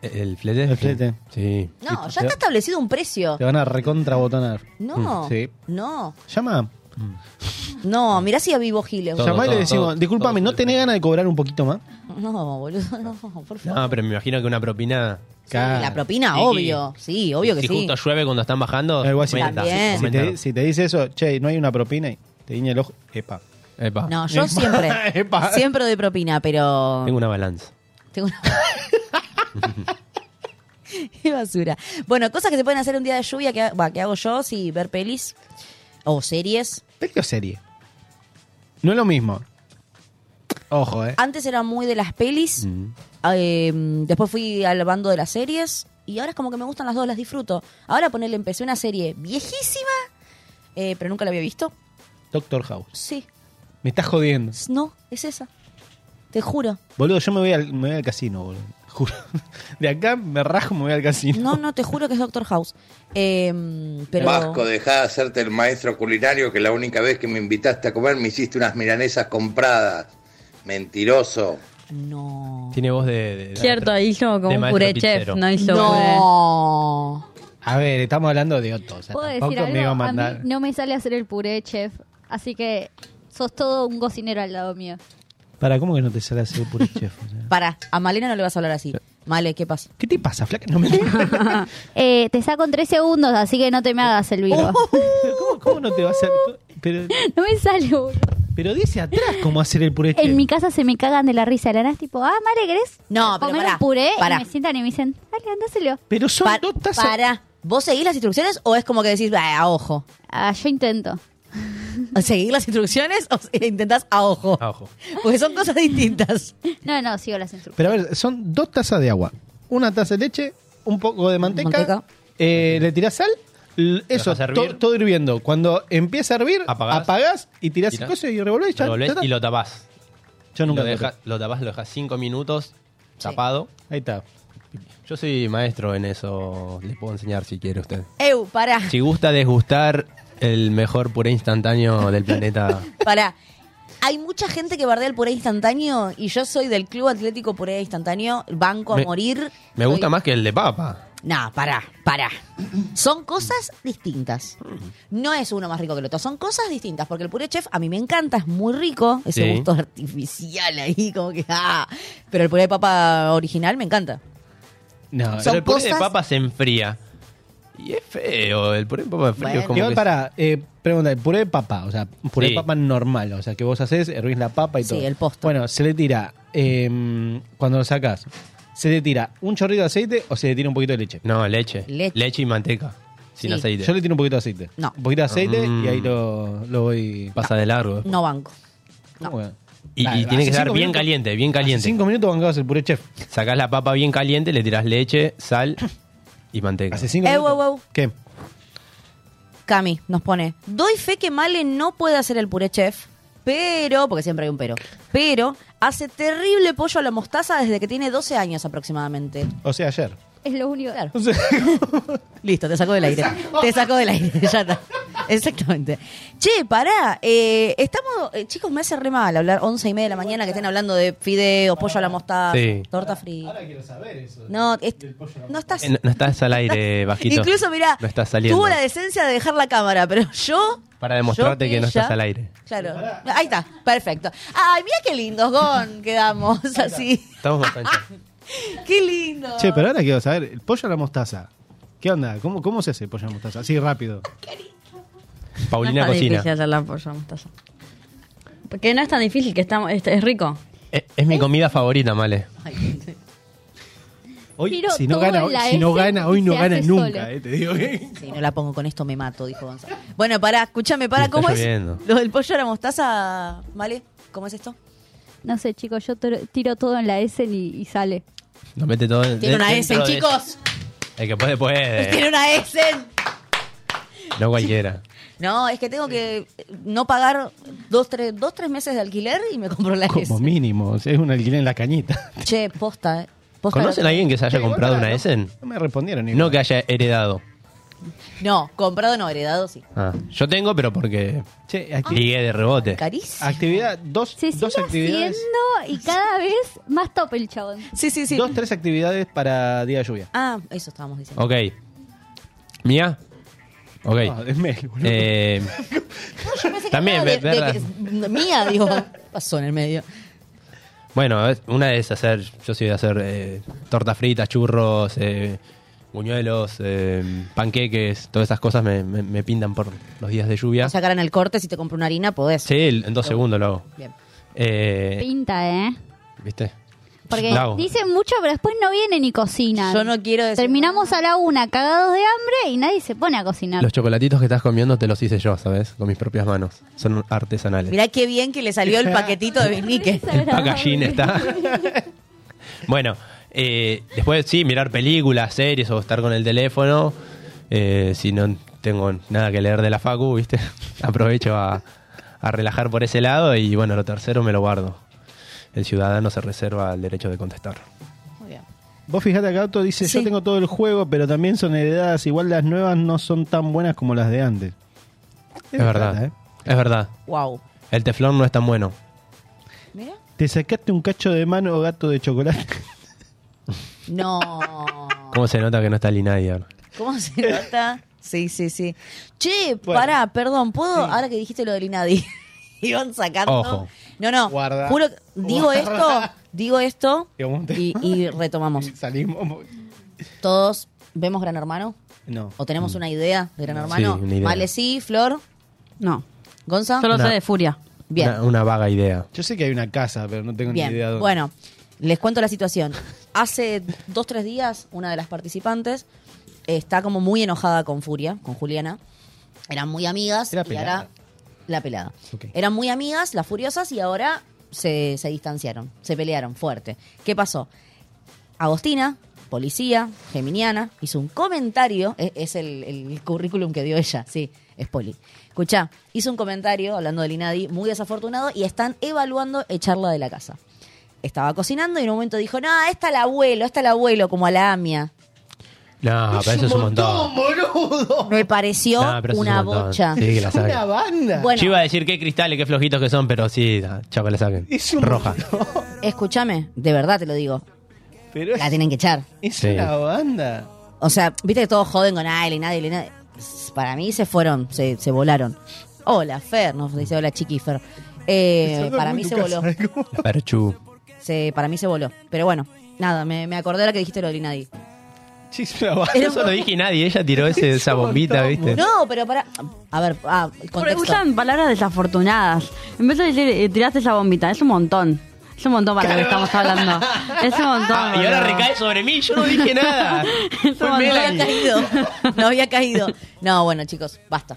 F: ¿El flete?
E: El flete.
F: Sí.
D: No, ya está establecido un precio.
E: Te van a recontrabotonar.
F: Mm,
D: No.
E: Sí.
D: No.
E: Llama.
D: No, mirá si a vivo Giles.
F: Todo,
E: Llamá y le
F: todo,
E: decimos,
F: todo.
E: discúlpame, ¿no tenés ganas de cobrar un poquito más?
D: No, boludo, no, por favor.
F: No, pero me imagino que una propinada.
E: Claro.
D: La propina,
F: Sí.
D: obvio. Sí, obvio que
F: si
D: sí.
F: justo llueve cuando están bajando,
E: Algo así.
F: aumenta,
D: También.
E: Si
F: aumenta.
E: te, si te dice eso, che, no hay una propina y te guiña el ojo, epa.
F: Epa.
D: No, yo siempre.
E: Epa.
D: siempre doy propina, pero.
F: Tengo una balanza.
D: Tengo una- Qué basura. Bueno, cosas que se pueden hacer un día de lluvia que, ha- va, que hago yo, sí, ver pelis o series.
E: ¿Peli o serie? No es lo mismo. Ojo, eh.
D: Antes era muy de las pelis, eh, después fui al bando de las series y ahora es como que me gustan las dos, las disfruto. Ahora ponerle, empecé una serie viejísima, eh, pero nunca la había visto.
E: Doctor House.
D: Sí,
E: Me estás jodiendo.
D: es- no, es esa. Te juro.
E: Boludo, yo me voy al, me voy al casino, boludo. Juro. De acá me rajo y me voy al casino.
D: No, no, te juro que es Doctor House. Eh, pero...
J: Vasco, dejá de hacerte el maestro culinario que la única vez que me invitaste a comer me hiciste unas milanesas compradas. Mentiroso.
D: No.
F: Tiene voz de. de- de
H: Cierto,
F: maestro-
H: hizo como
F: de
H: un
F: maestro
H: puré chef,
F: pizzero.
H: no hizo de-
D: No.
E: A ver, estamos hablando de Otto. O sea,
G: ¿Puedo
E: tampoco
G: decir
E: me iba
G: algo?
E: a
G: A
E: mandar.
G: mí no me sale hacer el puré, chef. Así que sos todo un cocinero al lado mío.
E: Para, ¿cómo que no te sale así el puro chef? O sea,
D: Para, a Malena no le vas a hablar así. Male, ¿qué pasa?
E: ¿Qué te pasa, flaca? No me...
G: Eh, te saco en tres segundos, así que no te me hagas el vivo.
D: Oh.
E: ¿Cómo, cómo no te va a hacer? Pero,
G: No me sale, boludo.
E: pero dice atrás cómo hacer el puré chef.
G: En mi casa se me cagan de la risa. La nana es tipo, ah, madre, ¿querés
D: No, pero
G: comer
D: pará,
G: un puré?
D: pará.
G: Y me sientan y me dicen, dale, andáselo.
E: Pero son
D: Pa-
E: dos tazas.
D: para. ¿Vos seguís las instrucciones o es como que decís, "Bah, a ojo?
G: Ah, yo intento.
D: ¿Seguís las instrucciones o se- intentás a ojo?
F: Ah, ojo.
D: Porque son cosas distintas.
G: No, no, sigo las instrucciones.
E: Pero a ver, son dos tazas de agua, una taza de leche, un poco de manteca,
D: Manteca.
E: eh, le tirás sal, l- eso,
F: dejas
E: to-
F: hervir.
E: todo hirviendo. Cuando empieza a hervir, apagás,
F: Apagás.
E: y tirás
F: Tirás.
E: cosas y revolvés. ya-
F: Lo volvés
E: ya está.
F: y lo tapás.
E: Yo nunca
F: lo,
E: lo
F: deja- lo tapás, lo dejás cinco minutos tapado.
E: Ahí está.
F: Yo soy maestro en eso. Le puedo enseñar si quiere usted.
D: Eu, pará,
F: Si gusta desgustar el mejor puré instantáneo del planeta.
D: pará. Hay mucha gente que bardea el puré instantáneo y yo soy del Club Atlético Puré Instantáneo, banco a
F: Me-
D: morir.
F: Me
D: Soy-
F: gusta más que el de papa.
D: Nah, pará, pará. Son cosas distintas. No es uno más rico que el otro. Son cosas distintas. Porque el puré chef a mí me encanta, es muy rico. Ese
F: Sí.
D: gusto artificial ahí, como que. ah. Pero el puré de papa original me encanta.
E: No,
D: Son
F: Pero el puré de
D: cosas-
F: papa se enfría. Y es feo. El puré de papa es frío.
D: Bueno.
F: es como
E: Igual
F: que-
E: para, eh, pregunta, el puré de papa, o sea, puré
F: Sí.
E: de papa normal, o sea, que vos haces, hervís la papa y
D: Sí,
E: todo.
D: el posto.
E: Bueno, se le tira, eh, cuando lo sacás, ¿se le tira un chorrito de aceite o se le tira un poquito de leche?
F: No, leche.
D: Leche.
F: y manteca. Sin
D: Sí.
F: aceite.
E: Yo le tiro un poquito de aceite.
D: No.
E: Un poquito de aceite
F: Mm.
E: y ahí lo, lo voy...
F: Pasa de largo.
D: No banco.
E: Bueno.
F: Y, y
E: Hace
F: tiene que estar
E: cinco
F: bien
E: minutos-
F: caliente, bien caliente.
E: Hace cinco minutos bancabas el puré chef.
F: Sacás la papa bien caliente, le tirás leche, sal y manteca.
E: Hace cinco
D: Eh,
E: minutos.
D: wow, wow.
E: ¿Qué?
D: Cami nos pone, doy fe que Male no puede hacer el puré chef, pero, porque siempre hay un pero, pero hace terrible pollo a la mostaza desde que tiene 12 años aproximadamente.
E: O sea, ayer.
G: Es lo único.
D: Listo, te sacó del aire. Te sacó del aire, ya está. Exactamente. Che, pará. eh, estamos, eh, chicos, me hace re mal hablar 11 y media de la mañana que estén hablando de fideos, pollo a la mostaza,
F: Sí.
D: torta frita. Ahora quiero saber eso. No, es- no estás.
F: Eh, No, no estás al aire, bajito.
D: Incluso, mirá,
F: No estás saliendo.
D: tuvo la decencia de dejar la cámara, pero yo
F: Para demostrarte
D: Yo
F: que no
D: ya-
F: estás al aire.
D: Claro. Ahí está, perfecto. Ay, mira qué lindos, Gon, quedamos así.
F: Estamos más anchos.
D: Qué lindo.
E: Che, pero ahora quiero saber, el pollo a la mostaza. ¿Qué onda? ¿Cómo, cómo se hace el pollo a la mostaza? Así rápido.
F: Paulina
H: no es tan
F: cocina.
H: difícil hacer la pollo mostaza. Porque no es tan difícil, que está, es, es rico.
F: Es, Eh, es
D: ¿Eh?
F: mi comida favorita, Male.
E: Hoy,
G: Tiro
E: si no
G: todo
E: gana,
G: en
E: hoy-
G: la
E: si no
G: S
E: gana, hoy
G: y
E: no
G: se
E: gana
G: hace
E: nunca,
G: sola.
E: eh, te digo que.
D: Si no la pongo con esto, me mato, dijo Gonzalo. Bueno, pará, escúchame, pará,
F: Está
D: ¿cómo es?
F: lloviendo.
D: Lo del pollo a la mostaza, ¿vale? ¿Cómo es esto?
G: No sé, chicos, yo tiro- tiro todo en la Essen y, y sale.
F: Nos mete todo en-
D: Tiene una
F: dentro
D: S,
F: de-
D: chicos.
F: El que puede, puede.
D: Tiene una S.
F: No cualquiera.
D: No, es que tengo que eh, no pagar dos, tres, dos, tres meses de alquiler y me compro la S.
E: Como mínimo, o sea, es un alquiler en la cañita.
D: Che, posta, eh. Posta
F: ¿Conocen a alguien que se haya
E: Igual
F: comprado
E: para,
F: una
E: ¿no?
F: Essen?
E: No me respondieron. igual.
F: No que haya heredado.
D: No, comprado no, heredado sí.
F: Ah, yo tengo, pero porque
E: Che, este
G: Ah.
E: acti-
F: ligué de rebote.
D: Ah. Carísimo.
E: actividad, dos,
G: Se sigue
E: dos actividades.
G: haciendo y cada vez más top el chabón.
D: Sí, sí, sí.
E: Dos, tres actividades para día de lluvia.
D: Ah, eso estábamos diciendo.
F: Ok. ¿Mía? Ok.
E: No, es Mel, boludo.
F: Eh, también,
D: de, de-
F: ¿verdad?
D: de- mía, digo, pasó en el medio.
F: Bueno, es- una es hacer, yo soy de hacer eh, tortas fritas, churros, eh, buñuelos, eh, panqueques, todas esas cosas me, me- me pintan por los días de lluvia.
D: O sea, en el corte, si te compro una harina, podés.
F: sí, en dos segundos lo hago.
E: Oh.
D: Bien.
F: Eh,
G: Pinta, ¿eh?
F: ¿Viste?
G: Porque
F: Lo hago.
G: dicen mucho, pero después no vienen y cocinan.
D: Yo no quiero decir.
G: Terminamos a la una cagados de hambre y nadie se pone a cocinar.
F: Los chocolatitos que estás comiendo te los hice yo, ¿sabes? Con mis propias manos. Son artesanales.
D: Mirá qué bien que le salió el paquetito de Vinique.
F: El packaging está. bueno, eh, después sí, mirar películas, series o estar con el teléfono. Eh, si no tengo nada que leer de la Facu, ¿viste? Aprovecho a, a relajar por ese lado y bueno, lo tercero me lo guardo. El ciudadano se reserva el derecho de contestar.
D: Muy bien.
E: Vos fijate acá, Otto dice, yo
D: Sí.
E: tengo todo el juego, pero también son heredadas. Igual las nuevas no son tan buenas como las de antes.
F: Es verdad.
E: ¿eh?
F: Es verdad.
D: Wow.
F: El teflón no es tan bueno.
D: Mira.
E: Te sacaste un cacho de mano gato de chocolate.
D: No.
F: ¿Cómo se nota que no está Linadia? ahora?
D: ¿Cómo se nota? Sí, sí, sí. Che,
E: Bueno.
D: pará, perdón, ¿puedo? Ahora que dijiste lo del Inadi, iban sacando.
F: Ojo.
D: No, no.
E: Guarda.
D: Juro, digo
E: Guarda.
D: esto, digo esto
E: Digo, un tema.
D: y, y retomamos.
E: Salimos.
D: Todos vemos Gran Hermano
E: No.
D: o tenemos una idea de Gran Hermano.
F: Sí, una idea.
D: Vale, sí, Flor,
H: No.
D: Gonza.
H: Solo
F: Una-
H: sé de furia.
D: Bien.
F: Una, una vaga idea.
E: Yo sé que hay una casa, pero no tengo
D: Bien,
E: ni idea dónde.
D: bueno, les cuento la situación. Hace dos, tres días, una de las participantes está como muy enojada con Furia, con Juliana. Eran muy amigas
E: Era
D: y
E: pelada.
D: ahora... La pelada.
E: Ok.
D: Eran muy amigas, las furiosas, y ahora se, se distanciaron, se pelearon fuerte. ¿Qué pasó? Agostina, policía, geminiana, hizo un comentario, e- es, el, el currículum que dio ella, sí, es poli. Escuchá, hizo un comentario hablando del INADI muy desafortunado y están evaluando echarla de la casa. Estaba cocinando y en un momento dijo, no, está el abuelo, está el abuelo, como a la AMIA.
F: No, pero eso es un montón.
E: boludo!
D: Me pareció
F: No, pero eso es
D: una
F: montón.
D: bocha.
F: Sí, que la saque.
E: ¡Una banda!
D: Bueno,
F: Yo iba a decir qué cristales, qué flojitos que son, pero sí, da, chao que la saquen.
E: Es un
F: Roja.
D: escúchame, de verdad te lo digo,
E: Pero es,
D: la tienen que echar.
E: es
F: Sí.
E: una banda.
D: O sea, viste que todos joden con nadie, nadie, nadie. Para mí se fueron, se, se volaron. Hola, Fer, nos dice hola, Chiqui Fer. Eh,
E: Eso no
D: para
E: es
D: mí
E: muy
D: se
E: tu
D: voló.
E: casa, ¿eh? ¿Cómo?
F: La perchu.
D: Se, para mí se voló. Pero bueno, nada, me, me acordé ahora que dijiste lo de nadie.
E: Sí, es una banda.
D: Era
F: Eso lo
D: un-
F: dije nadie, ella tiró ese, esa bombita, ¿viste?
D: No, pero para. A ver, ah, el
H: Porque
D: contexto.
H: usan palabras desafortunadas. En vez de decir, eh, tiraste esa bombita, es un montón. Es un montón para lo que estamos hablando. Es un montón.
F: Ah, y ahora
H: boludo.
F: recae sobre mí, yo no dije nada.
H: Es un
F: Fue
D: No
H: montón.
F: Melanie.
D: había caído. No había caído. No, bueno, chicos, basta.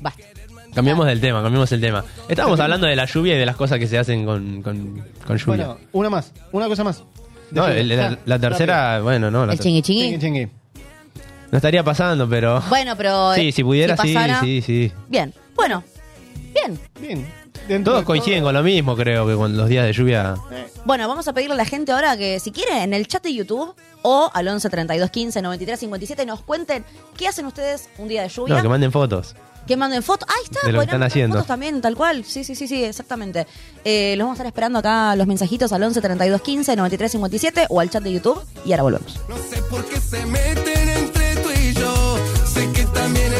D: Basta.
F: Cambiamos del tema, cambiamos el tema. Estábamos hablando de la lluvia y de las cosas que se hacen con, con, con lluvia.
E: Bueno, una más, una cosa más.
F: no, el- la, la tercera, bueno, no. La
D: El
F: ter-
D: chingui
E: Chingui,
D: chingui.
E: chingui.
F: no estaría pasando, pero.
D: Bueno, pero. eh,
F: sí, si pudiera, sí,
D: pasara,
F: sí, sí.
D: Bien. Bueno. Bien.
E: Bien. Dentro
F: Todos
E: de
F: coinciden con lo mismo, creo, que con los días de lluvia.
D: Bueno, vamos a pedirle a la gente ahora que, si quiere, en el chat de YouTube o al 11 32 15 93 57 nos cuenten qué hacen ustedes un día de lluvia.
F: No, que manden fotos.
D: Que manden fotos. Ahí está,
F: De lo
D: podrían
F: que están
D: mandar
F: haciendo.
D: fotos también, tal cual. Sí, sí, sí, sí, exactamente. Eh, los vamos a estar esperando acá los mensajitos al 11 32 15 93 57 o al chat de YouTube y ahora volvemos.
K: No sé por qué se meten entre tú y yo. Sé que también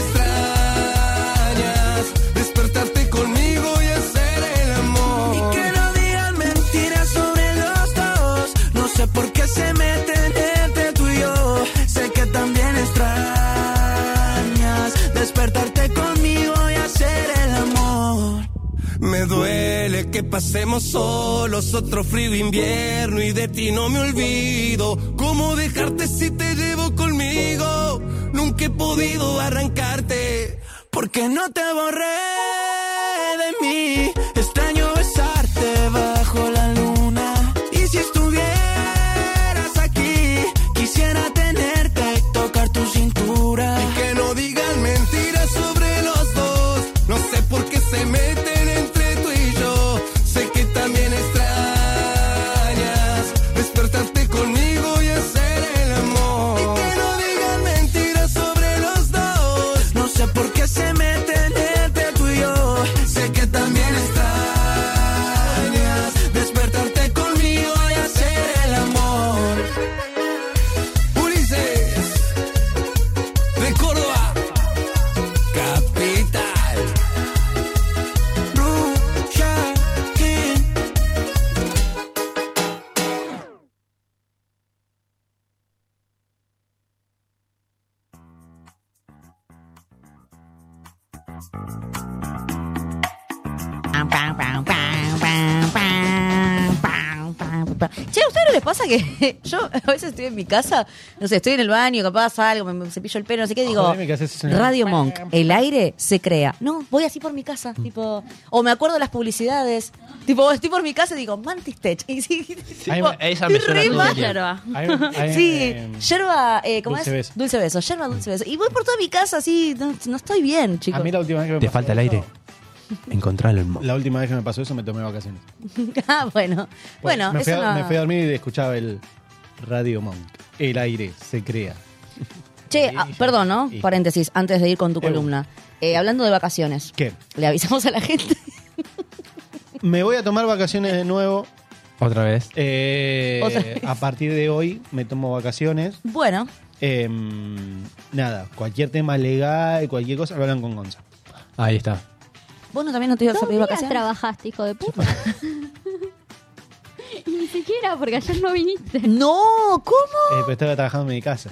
K: extrañas despertarte conmigo y hacer el amor. Y que no digan mentiras sobre los dos. No sé por qué se meten entre tú y yo. Sé que también extrañas despertarte conmigo y hacer el amor. Me duele que pasemos solos otro frío invierno y de ti no me olvido. ¿Cómo dejarte si te llevo conmigo? Nunca he podido arrancarte porque no te borré de mí. Extraño besarte bajo la luna y si estuvieras aquí quisiera tenerte y tocar tu cintura. Y que no digan mentiras sobre los dos. No sé por qué se meten entre tú y yo. Sé que también extrañas despertarte conmigo y hacer el amor. Y que no digan mentiras sobre los dos. No sé por qué se meten entre tú y yo. Sé que también extrañas despertarte conmigo y hacer el amor. Ulises de Córdoba, capital. Lucha, ¿quién?
D: Che, ¿a ustedes no les pasa que yo a veces estoy en mi casa, no sé, estoy en el baño, capaz algo, me- me cepillo el pelo, no sé qué, digo,
E: Jodeme que haces eso.
D: Radio Monk, el aire se crea. No, voy así por mi casa, tipo, o me acuerdo de las publicidades, tipo, estoy por mi casa y digo, Mantis Tech. Y sí,
F: Ahí
D: tipo,
F: me- esa me suena
D: re
F: todo
D: mal.
F: bien.
H: Yerba.
E: Ahí- ahí,
D: Sí,
E: eh,
D: yerba, eh, ¿cómo
E: Dulce
D: es?
E: beso.
D: Dulce beso, yerba, dulce beso. Y voy por toda mi casa así, no, no estoy bien,
E: a
D: chicos.
E: mí la última vez que me
F: Te
E: pasó
F: falta el
E: eso-
F: aire. Encontralo en Mo-
E: La última vez que me pasó eso me tomé vacaciones.
D: ah, bueno.
E: Pues,
D: Bueno,
E: me fui,
D: eso
E: a,
D: no-
E: me fui a dormir y escuchaba el Radio Monk. El aire se crea.
D: Che, ah, perdón, ¿no?
E: Y-
D: Paréntesis, antes de ir con tu
E: Eh,
D: columna. Eh, hablando de vacaciones.
E: ¿Qué?
D: Le avisamos a la gente.
E: Me voy a tomar vacaciones de nuevo.
F: Otra vez.
E: Eh,
D: Otra vez.
E: a partir de hoy me tomo vacaciones.
D: Bueno,
E: Eh, nada, cualquier tema legal, cualquier cosa, lo hablan con Gonza.
F: Ahí está.
D: vos no también no te ibas a
G: Dos
D: pedir
G: días
D: vacaciones.
G: trabajaste, hijo de puta. y ni siquiera, porque ayer no viniste.
D: No, ¿cómo?
E: Eh, pero estaba trabajando en mi casa.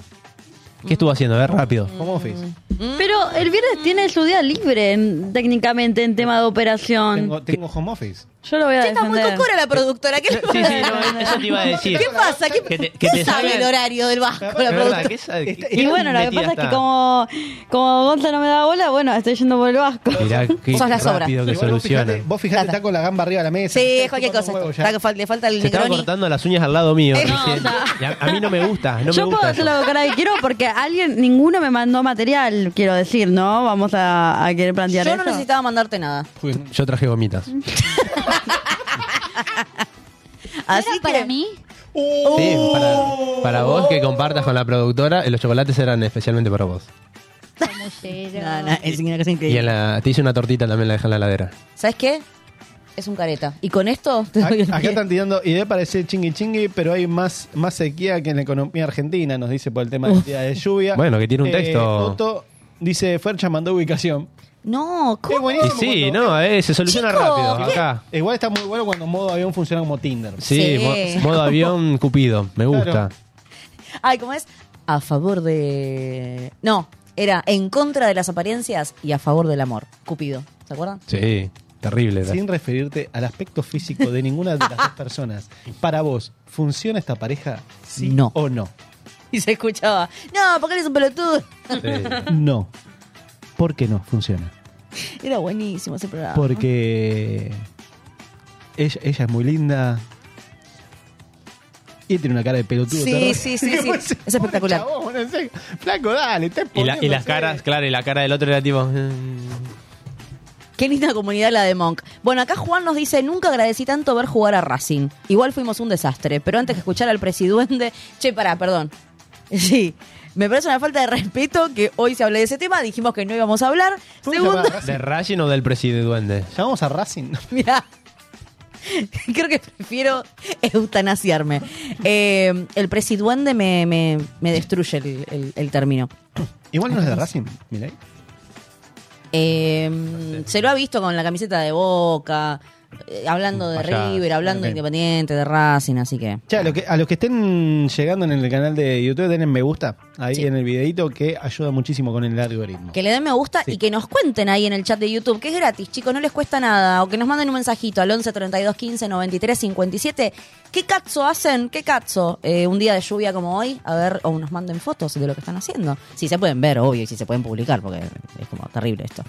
F: ¿Qué estuvo haciendo? A ver, rápido.
E: Home
D: Mm.
E: office.
F: Mm.
H: Pero el viernes tiene su día libre, en- técnicamente, en tema de operación.
E: Tengo, tengo home office.
H: Yo lo voy a
D: Che, está muy
H: defender.
D: cocora la productora. ¿Qué le
F: Sí, sí, no, eso te iba a decir.
D: ¿Qué pasa? ¿Qué,
F: Que te- que
D: qué
F: te
D: sabe
F: salgan-
D: el horario del Vasco, la
F: Es verdad,
D: productora?
F: ¿qué sabe? ¿Qué-
H: Y bueno, lo que
F: metida
H: pasa es que
F: está?
H: como, como Gonza no me da bola, bueno, estoy yendo por el Vasco.
F: Mirá qué
D: Sos la sobra.
F: rápido que
E: Igual vos
F: soluciona.
E: fijate, vos fijate,
D: Plata.
E: está con la gamba arriba de la mesa.
D: Sí,
E: Está
D: cualquier
E: chupando
D: cosa.
E: un huevo ya.
D: Está que fal- le falta el
F: Se estaba
D: Negroni.
F: cortando las uñas al lado mío.
D: Eh, no,
F: recién. Y a, a mí no me gusta. No
H: Yo puedo
F: me gusta
H: hacer
F: eso.
H: la cara que quiero porque alguien, ninguno me mandó material, quiero decir, ¿no? Vamos a, a querer plantear
D: Yo
H: eso.
D: no necesitaba mandarte nada.
F: Yo traje gomitas.
D: Así que. Oh.
G: ¿Era para mí?
F: Sí, para, para vos que compartas con la productora, eh, los chocolates eran especialmente para vos.
G: Como cero.
D: No, no, Ah, es una cosa
F: Y en
D: increíble.
F: la, te hice una tortita también, la dejé en la ladera.
D: ¿Sabes qué? Es un careta. Y con esto te doy el
E: Acá
D: pie.
E: están tirando idea para decir chingui chingui, pero hay más, más sequía que en la economía argentina, nos dice por el tema del día de lluvia. Eh,
F: Bueno, que tiene un texto.
E: Otto dice, Fercha mandó ubicación.
D: No,
E: Es
D: ¿cómo?
F: Y
E: buenísimo
F: sí,
E: cuando-
F: no, eh, se soluciona
D: Chicos,
F: rápido.
D: ¿qué?
F: Acá.
E: Igual está muy bueno cuando modo avión funciona como Tinder.
F: Sí,
D: Sí.
F: mo- modo avión Cupido, me gusta.
E: Claro.
D: Ay, ¿cómo es? A favor de. No, era en contra de las apariencias y a favor del amor. Cupido, ¿se acuerdan?
F: Sí, terrible.
E: Sin referirte al aspecto físico de ninguna de las dos personas. Para vos, ¿funciona esta pareja? Sí
D: No.
E: o no.
D: Y se escuchaba, no, porque eres un pelotudo.
F: Sí.
E: No. ¿Por qué no funciona?
D: Era buenísimo ese programa.
E: Porque ella, ella es muy linda. Y él tiene una cara de pelotudo.
D: Sí,
E: terrible.
D: sí, sí, sí.
E: Digo, "Ese
D: Es espectacular.
E: chabón, en serio, Flaco, dale, te
F: Y, la- y las caras, claro, y la cara del otro era tipo. mm.
D: Qué linda comunidad la de Monk. Bueno, acá Juan nos dice, nunca agradecí tanto ver jugar a Racing. Igual fuimos un desastre, pero antes que escuchar al presiduende... Che, pará, perdón. Sí, me parece una falta de respeto que hoy se hable de ese tema, dijimos que no íbamos a hablar. Segundo,
F: ¿De Racing o del presidente duende?
E: Llamamos a Racing.
D: Mirá. Creo que prefiero eutanasiarme. Eh, el presiduende me, me, me destruye el, el- el término.
E: Igual no es de Racing, Milei.
D: Eh, se lo ha visto con la camiseta de Boca, eh, hablando de
F: Allá,
D: River, hablando de
E: ok.
D: Independiente, de Racing, así que...
E: Che, a, lo que, a los que estén llegando en el canal de YouTube, denle me gusta ahí
D: Sí.
E: en el videito que ayuda muchísimo con el algoritmo.
D: Que le den me gusta y que nos cuenten ahí en el chat de YouTube, que es gratis, chicos, no les cuesta nada. O que nos manden un mensajito al 11 32 15 93 57. ¿Qué cazzo hacen? ¿Qué cazzo? Eh, un día de lluvia como hoy, a ver, o nos manden fotos de lo que están haciendo. Si se pueden ver, obvio, y si se pueden publicar, porque es como terrible esto.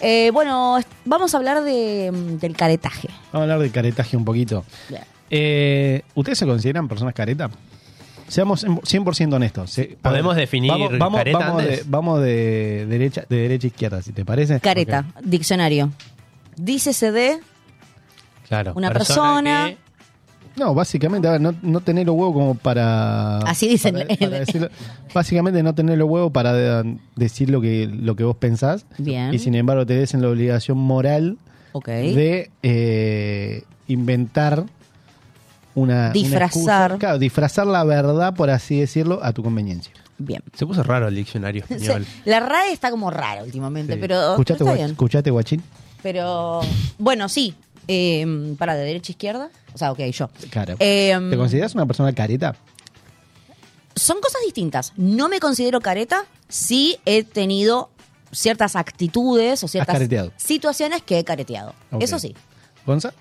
D: Eh, bueno, est- vamos a hablar de, mm, del caretaje.
E: Vamos a hablar de caretaje un poquito.
D: Bien.
E: Eh, ¿Ustedes se consideran personas careta? Seamos en- 100% honestos. Se- a
F: ¿Podemos definir careta
E: vamos
F: antes?
E: De, vamos de derecha, de derecha a izquierda, si te parece.
D: Careta,
E: Ok.
D: diccionario. Dícese de
F: Claro.
D: Una persona-
F: que-
E: No, básicamente, a ver, no, no tener los huevos como para...
D: Así dicen.
E: para- para decirlo. Básicamente no tener los huevos para de- decir lo que, lo que vos pensás.
D: Bien.
E: Y sin embargo te ves en la obligación moral
D: Ok.
E: de eh, inventar una... una
D: Disfrazar.
E: excusa. claro, disfrazar la verdad, por así decirlo, a tu conveniencia.
D: Bien.
F: Se puso raro el diccionario español.
D: Sí, La RAE está como rara últimamente,
F: Sí.
D: pero
E: escuchate,
D: Oh, está
E: guach-
D: bien.
E: escuchate, guachín.
D: Pero bueno, sí. Eh, para, de derecha a izquierda. O sea, ok, yo.
E: Claro.
D: Eh,
E: ¿Te consideras una persona careta?
D: Son cosas distintas. No me considero careta. Sí he tenido ciertas actitudes o ciertas
E: careteado.
D: situaciones que he careteado.
E: Ok.
D: Eso sí.
E: ¿Gonza?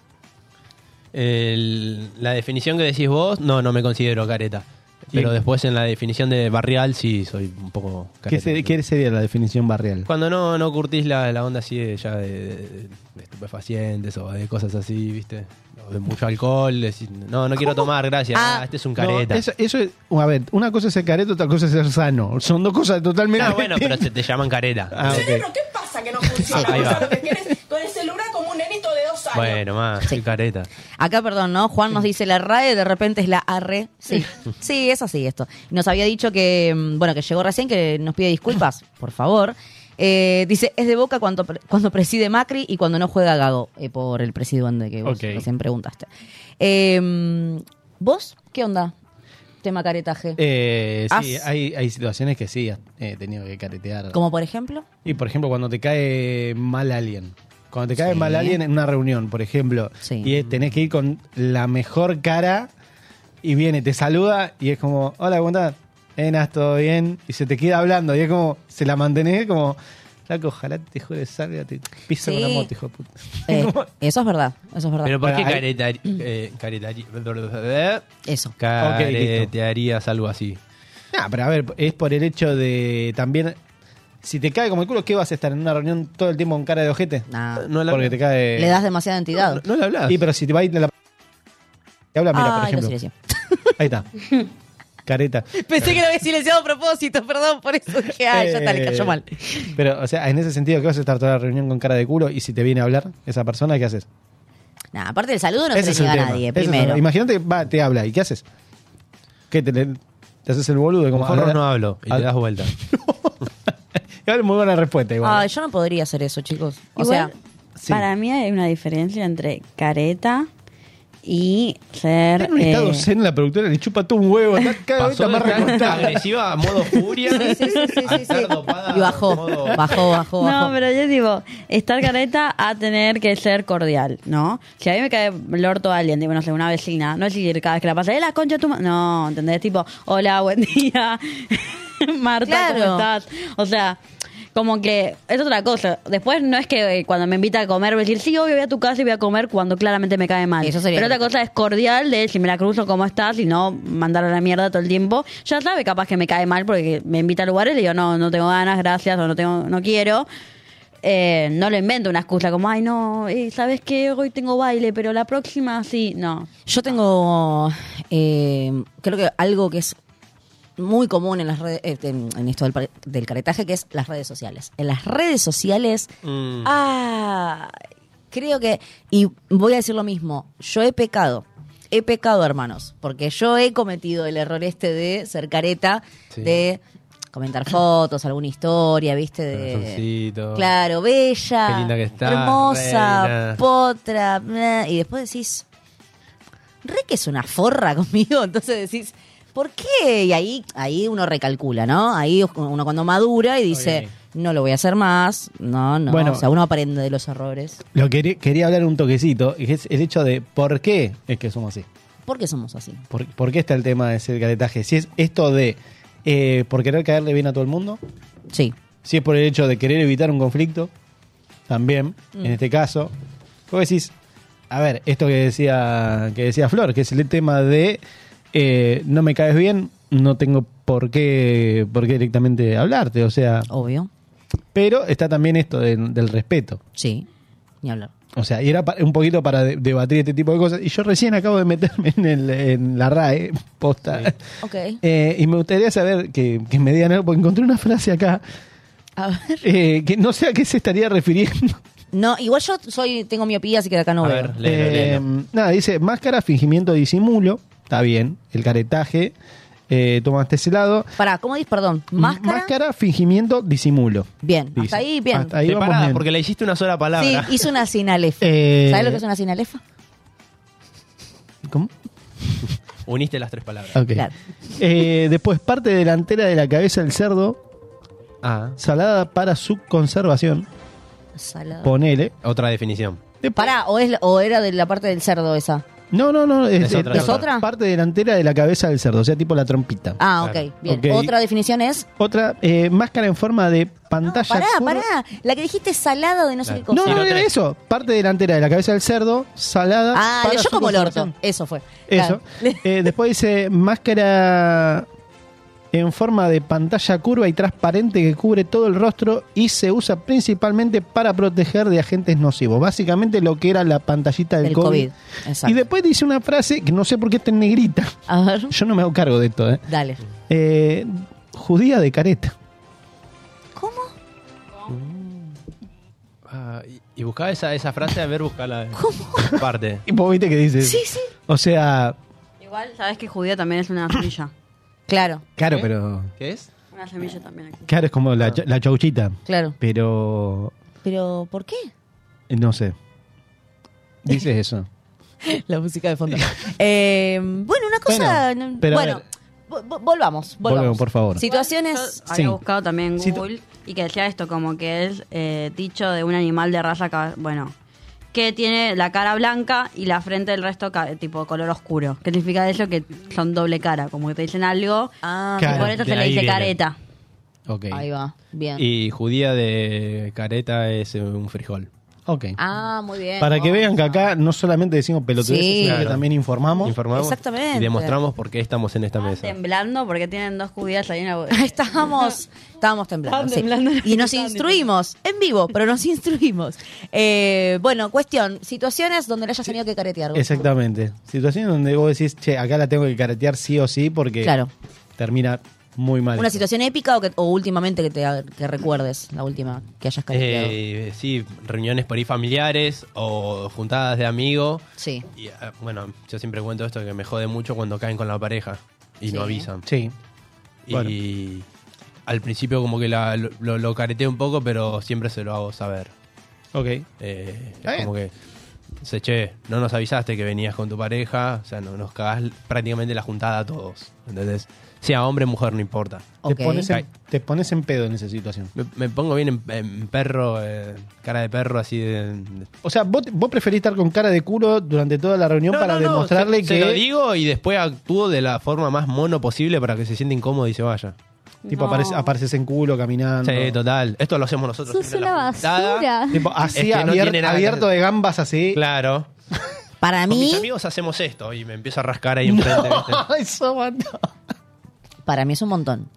F: El- la definición que decís vos, no, no me considero careta. Pero
E: ¿Y-
F: después en la definición de barrial sí soy un poco careta.
E: ¿Qué, se- qué sería la definición barrial?
F: Cuando no, no curtís la, la onda así de, ya de, de- de estupefacientes o de cosas así, ¿viste? O de mucho alcohol, decís, no, no quiero tomar, gracias.
D: Ah.
F: Ah, este es un careta.
E: No, eso, eso es, a ver, una cosa es ser careta, otra cosa es ser sano. Son dos cosas totalmente
F: Ah, bueno, pero
E: distintas.
F: se te llaman careta.
E: Ah, ok.
L: ¿Qué pasa que no funciona?
F: Ahí va.
L: Lo que quieres con el celular como un nenito de dos años.
F: Bueno, más, soy careta.
D: Acá, perdón, ¿no? Juan nos dice la RAE, de repente es la ARRE. Sí, sí, es así esto. Nos había dicho que, mm, bueno, que llegó recién, que nos pide disculpas, por favor. Eh, dice, es de boca cuando, pre- cuando preside Macri y cuando no juega Gago, eh, por el presidente que vos
E: Ok.
D: recién preguntaste. Eh, mm, ¿Vos qué onda? Tema caretaje.
E: Eh, sí,
D: As-
E: hay, hay situaciones que sí has eh, tenido que caretear.
D: Como por ejemplo.
E: Y por ejemplo, cuando te cae mal alguien. Cuando te cae
D: Sí.
E: mal alguien en una reunión, por ejemplo,
D: Sí.
E: y es- tenés que ir con la mejor cara y viene, te saluda y es como, hola, ¿cómo estás? Eh, Nas, ¿todo bien? Y se te queda hablando y es como, se la mantenés como, flaco, ojalá te jures salga, te piso con la
D: Sí.
E: moto, hijo de puta.
D: Eh,
E: Como-
D: eso es verdad, eso es verdad.
F: Pero ¿por qué
E: Ahí-
F: careta, eh, careta-
D: eso.
F: caretearías algo así?
E: Ah, pero a ver, es por el hecho de también. Si te cae como el culo, ¿qué vas a estar en una reunión todo el tiempo con cara de ojete?
D: Nah,
F: No la-
E: Porque te cae.
D: le das demasiada entidad.
F: No le hablas.
E: Y pero si te va a ir de la. Te habla, mira, por
D: Ay, lo
E: ejemplo.
D: silencio.
E: Ahí está. Careta.
D: Pensé que lo había silenciado a propósito, perdón, por eso que ay, ya está, le cayó
E: Eh,
D: mal.
E: Pero, o sea, en ese sentido, ¿qué vas a estar toda la reunión con cara de culo? Y si te viene a hablar esa persona, ¿qué haces?
D: Nah, aparte del saludo no
E: Ese
D: se le niega a
E: tema.
D: nadie,
E: Ese es el
D: primero.
E: tema. Imagínate que va, te habla, ¿y qué haces? ¿Qué te, le- te haces el boludo? Como
F: Mejor
E: hablar-
F: no hablo y
E: Ah.
F: te das vuelta.
E: Igual Muy buena respuesta, igual.
D: Ay, Ah, yo no podría hacer eso, chicos. O sea,
H: Igual,
E: sí.
H: para mí hay una diferencia entre careta y ser...
E: Está en un
H: eh,
E: estado zen la productora, le chupa todo un huevo. Está cada vez
F: Pasó
E: está más
F: de estar
E: recortada.
F: agresiva a modo furia.
D: sí, sí, sí,
F: a
D: sí,
F: estar
D: sí.
F: dopada
D: Y
F: a
D: bajó,
F: modo-
D: bajó, bajó,
H: No,
D: bajó.
H: pero yo digo, estar careta a tener que ser cordial, ¿no? Si a mí me cae el orto a alguien, digo, no sé, una vecina, no es decir cada vez que la pasa, ¡eh, la concha de tu ma-". No, ¿entendés? Tipo, hola, buen día, Marta, ¿cómo
D: Claro.
H: estás? O sea, como que es otra cosa. Después no es que eh, cuando me invita a comer voy a decir, sí, obvio, voy a tu casa y voy a comer cuando claramente me cae mal.
D: Eso sería
H: pero otra
D: correcto.
H: cosa es cordial de si me la cruzo, ¿cómo estás? Y no mandar a la mierda todo el tiempo. Ya sabe capaz que me cae mal porque me invita a lugares y le digo, no, no tengo ganas, gracias, o no, tengo, no quiero. eh, no lo invento una excusa como, ay, no, eh, ¿sabes qué? Hoy tengo baile, pero la próxima sí, no.
D: Yo tengo, eh, creo que algo que es muy común en las redes, eh, en, en esto del, par- del caretaje, que es las redes sociales. En las redes sociales, ah, creo que, y voy a decir lo mismo, yo he pecado, he pecado, hermanos, porque yo he cometido el error este de ser careta,
F: Sí.
D: de comentar fotos, alguna historia, viste, de...
F: Corazoncito.
D: Eh, Claro, bella,
F: Qué linda que estás,
D: hermosa,
F: reina.
D: potra, meh, y después decís, re que es una forra conmigo, entonces decís, ¿por qué? Y ahí, ahí uno recalcula, ¿no? Ahí uno cuando madura y dice, no lo voy a hacer más, no, no,
E: Bueno.
D: o sea, uno aprende de los errores.
E: Lo que quería- quería hablar un toquecito, y es el hecho de por qué es que somos así.
D: ¿Por qué somos así?
E: ¿Por, por qué está el tema de ese caretaje? Si es esto de eh, por querer caerle bien a todo el mundo,
D: Sí.
E: si es por el hecho de querer evitar un conflicto, también,
D: Mm.
E: en este caso, vos decís, a ver, esto que decía, que decía Flor, que es el tema de eh, no me caes bien, no tengo por qué, por qué directamente hablarte, o sea,
D: Obvio,
E: pero está también esto del- del respeto.
D: sí, ni hablar.
E: O sea, y era pa- un poquito para de- debatir este tipo de cosas. Y yo recién acabo de meterme en, el- en la RAE, posta.
D: Ok,
E: Eh, y me gustaría saber que, que me digan algo, porque encontré una frase acá
D: a ver.
E: eh, que no sé a qué se estaría refiriendo.
D: No, igual yo soy, tengo miopía, así que de acá no
F: A
D: veo.
F: ver, léelo, léelo.
E: Eh, Nada, dice máscara, fingimiento, disimulo. Está bien, el caretaje. Eh, tomaste ese lado.
D: Pará, ¿cómo dices? Perdón, ¿máscara?
E: fingimiento, disimulo.
D: Bien, hasta
E: Dice.
D: ahí bien.
E: Hasta ahí vamos
F: Separada,
E: bien.
F: porque le hiciste una sola
D: Sí,
F: palabra.
D: hizo una sinalefa.
E: Eh,
D: ¿Sabes lo que es una sinalefa?
E: ¿Cómo?
F: Uniste las tres palabras.
E: Ok.
D: Claro.
E: Eh, después, parte delantera de la cabeza del cerdo,
F: Ah,
E: salada para su conservación.
D: Salado.
E: Ponele.
F: otra definición.
E: Después-
D: Pará, o, es, o era de la parte del cerdo esa.
E: No, no, no. eh, Es,
F: Es otra,
E: es
F: es
D: otra.
E: Parte delantera de la cabeza del cerdo, o sea, tipo la trompita.
D: Ah,
F: Claro.
D: ok, bien.
E: Ok.
D: Otra definición es.
E: Otra eh, máscara en forma de pantalla.
D: Pará,
E: curva-
D: pará. La que dijiste salado de no sé qué cosa.
E: No, no,
F: Y
E: no
F: la
E: era
F: otra.
E: eso. Parte delantera de la cabeza del cerdo, salada.
D: Ah,
E: para
D: yo
E: su
D: como el orto.
E: conservación.
D: Eso fue.
E: Eso.
D: Claro.
E: Eh, después dice máscara en forma de pantalla curva y transparente que cubre todo el rostro y se usa principalmente para proteger de agentes nocivos. Básicamente lo que era la pantallita del
D: Del COVID. Exacto.
E: Y después dice una frase que no sé por qué está en negrita.
D: A ver,
E: Yo no me hago cargo de esto, ¿eh?
D: dale.
E: Eh, judía de careta.
D: ¿Cómo?
F: Ah, y, y buscaba esa, esa frase, a ver, buscala. Parte.
E: Y vos viste que dice. Sí, sí. O sea,
H: Igual, sabes que judía también es una semilla.
D: Claro,
E: claro,
F: ¿Eh?
E: pero.
F: ¿Qué es?
H: una semilla también aquí.
E: Claro, es como la, cha- la chauchita.
D: Ah. claro.
E: Pero. eh,
D: Pero, ¿por qué?
E: No sé. Dice eso.
D: La música de fondo. Eh, bueno, una cosa.
E: Bueno,
D: no-
E: pero a
D: bueno,
E: ver.
D: vo- vo- volvamos, volvamos.
E: Volvemos, por favor.
D: Situaciones.
H: Yo había
E: Sí.
H: buscado también en
E: Situ-
H: Google y que decía esto, como que es eh, dicho de un animal de raza, caba- bueno, que tiene la cara blanca y la frente del resto ca- tipo color oscuro. ¿Qué significa eso? Que son doble cara, como que te dicen algo
D: Ah,
H: y
E: Claro.
H: por eso
F: de
H: se le
F: ahí
H: dice
F: viene.
H: careta.
E: Ok.
D: ahí va. Bien.
F: Y judía de careta es eh, un frijol.
E: Ok.
D: Ah, muy bien.
E: Para que
D: Oh,
E: vean que acá no solamente decimos pelotudeces,
D: Sí.
E: sino que
F: Claro.
E: también informamos.
F: Informamos
D: Exactamente. Ah,
F: y demostramos por qué estamos en esta mesa.
H: Temblando porque tienen dos judías ahí en la
D: Estábamos, estábamos temblando.
H: Estaban
D: sí.
H: temblando.
D: Y nos
H: Estaban
D: instruimos, en vivo, pero nos instruimos. Eh, bueno, cuestión, situaciones donde le hayas tenido que caretear.
E: Exactamente. Situación donde vos decís, che, acá la tengo que caretear sí o sí porque
D: Claro.
E: termina muy mal.
D: Una
E: esto.
D: situación épica o, que, o últimamente que te que recuerdes, la última que hayas careteado.
F: Eh, sí, reuniones por ahí familiares o juntadas de amigos.
D: sí.
F: Y, ah, bueno, yo siempre cuento esto que me jode mucho cuando caen con la pareja y
D: Sí.
F: no avisan.
E: Sí. Bueno.
F: Y al principio como que la- lo, lo, lo careteo un poco, pero siempre se lo hago saber.
E: Ok.
F: Eh,
E: Está bien.
F: como que, se che, no nos avisaste que venías con tu pareja, o sea, no nos cagás prácticamente la juntada a todos. ¿Entendés? Sea hombre o mujer, no importa.
D: Ok.
E: Te, pones en,
F: Ok.
E: te pones en pedo en esa situación.
F: Me, me pongo bien en, en perro, eh, cara de perro, así de... de-
E: O sea, vos, vos preferís estar con cara de culo durante toda la reunión
F: No,
E: para
F: no, no,
E: demostrarle
F: se-
E: que.
F: Se lo digo y después actúo de la forma más mono posible para que se sienta incómodo y se vaya.
E: Tipo,
H: No.
E: aparece- apareces en culo caminando.
F: Sí, total. Esto lo hacemos nosotros.
G: Sos
F: siempre en
G: una
F: la juntada.
G: basura.
E: Tipo, así
F: Es que no
E: abier-
F: tiene nada que
E: abierto
F: hacer.
E: de gambas así.
F: Claro.
D: Para
F: Con
D: mí,
F: mis amigos hacemos esto y me empiezo a rascar ahí enfrente. ¿viste?
E: Eso, man, no.
D: para mí es un montón.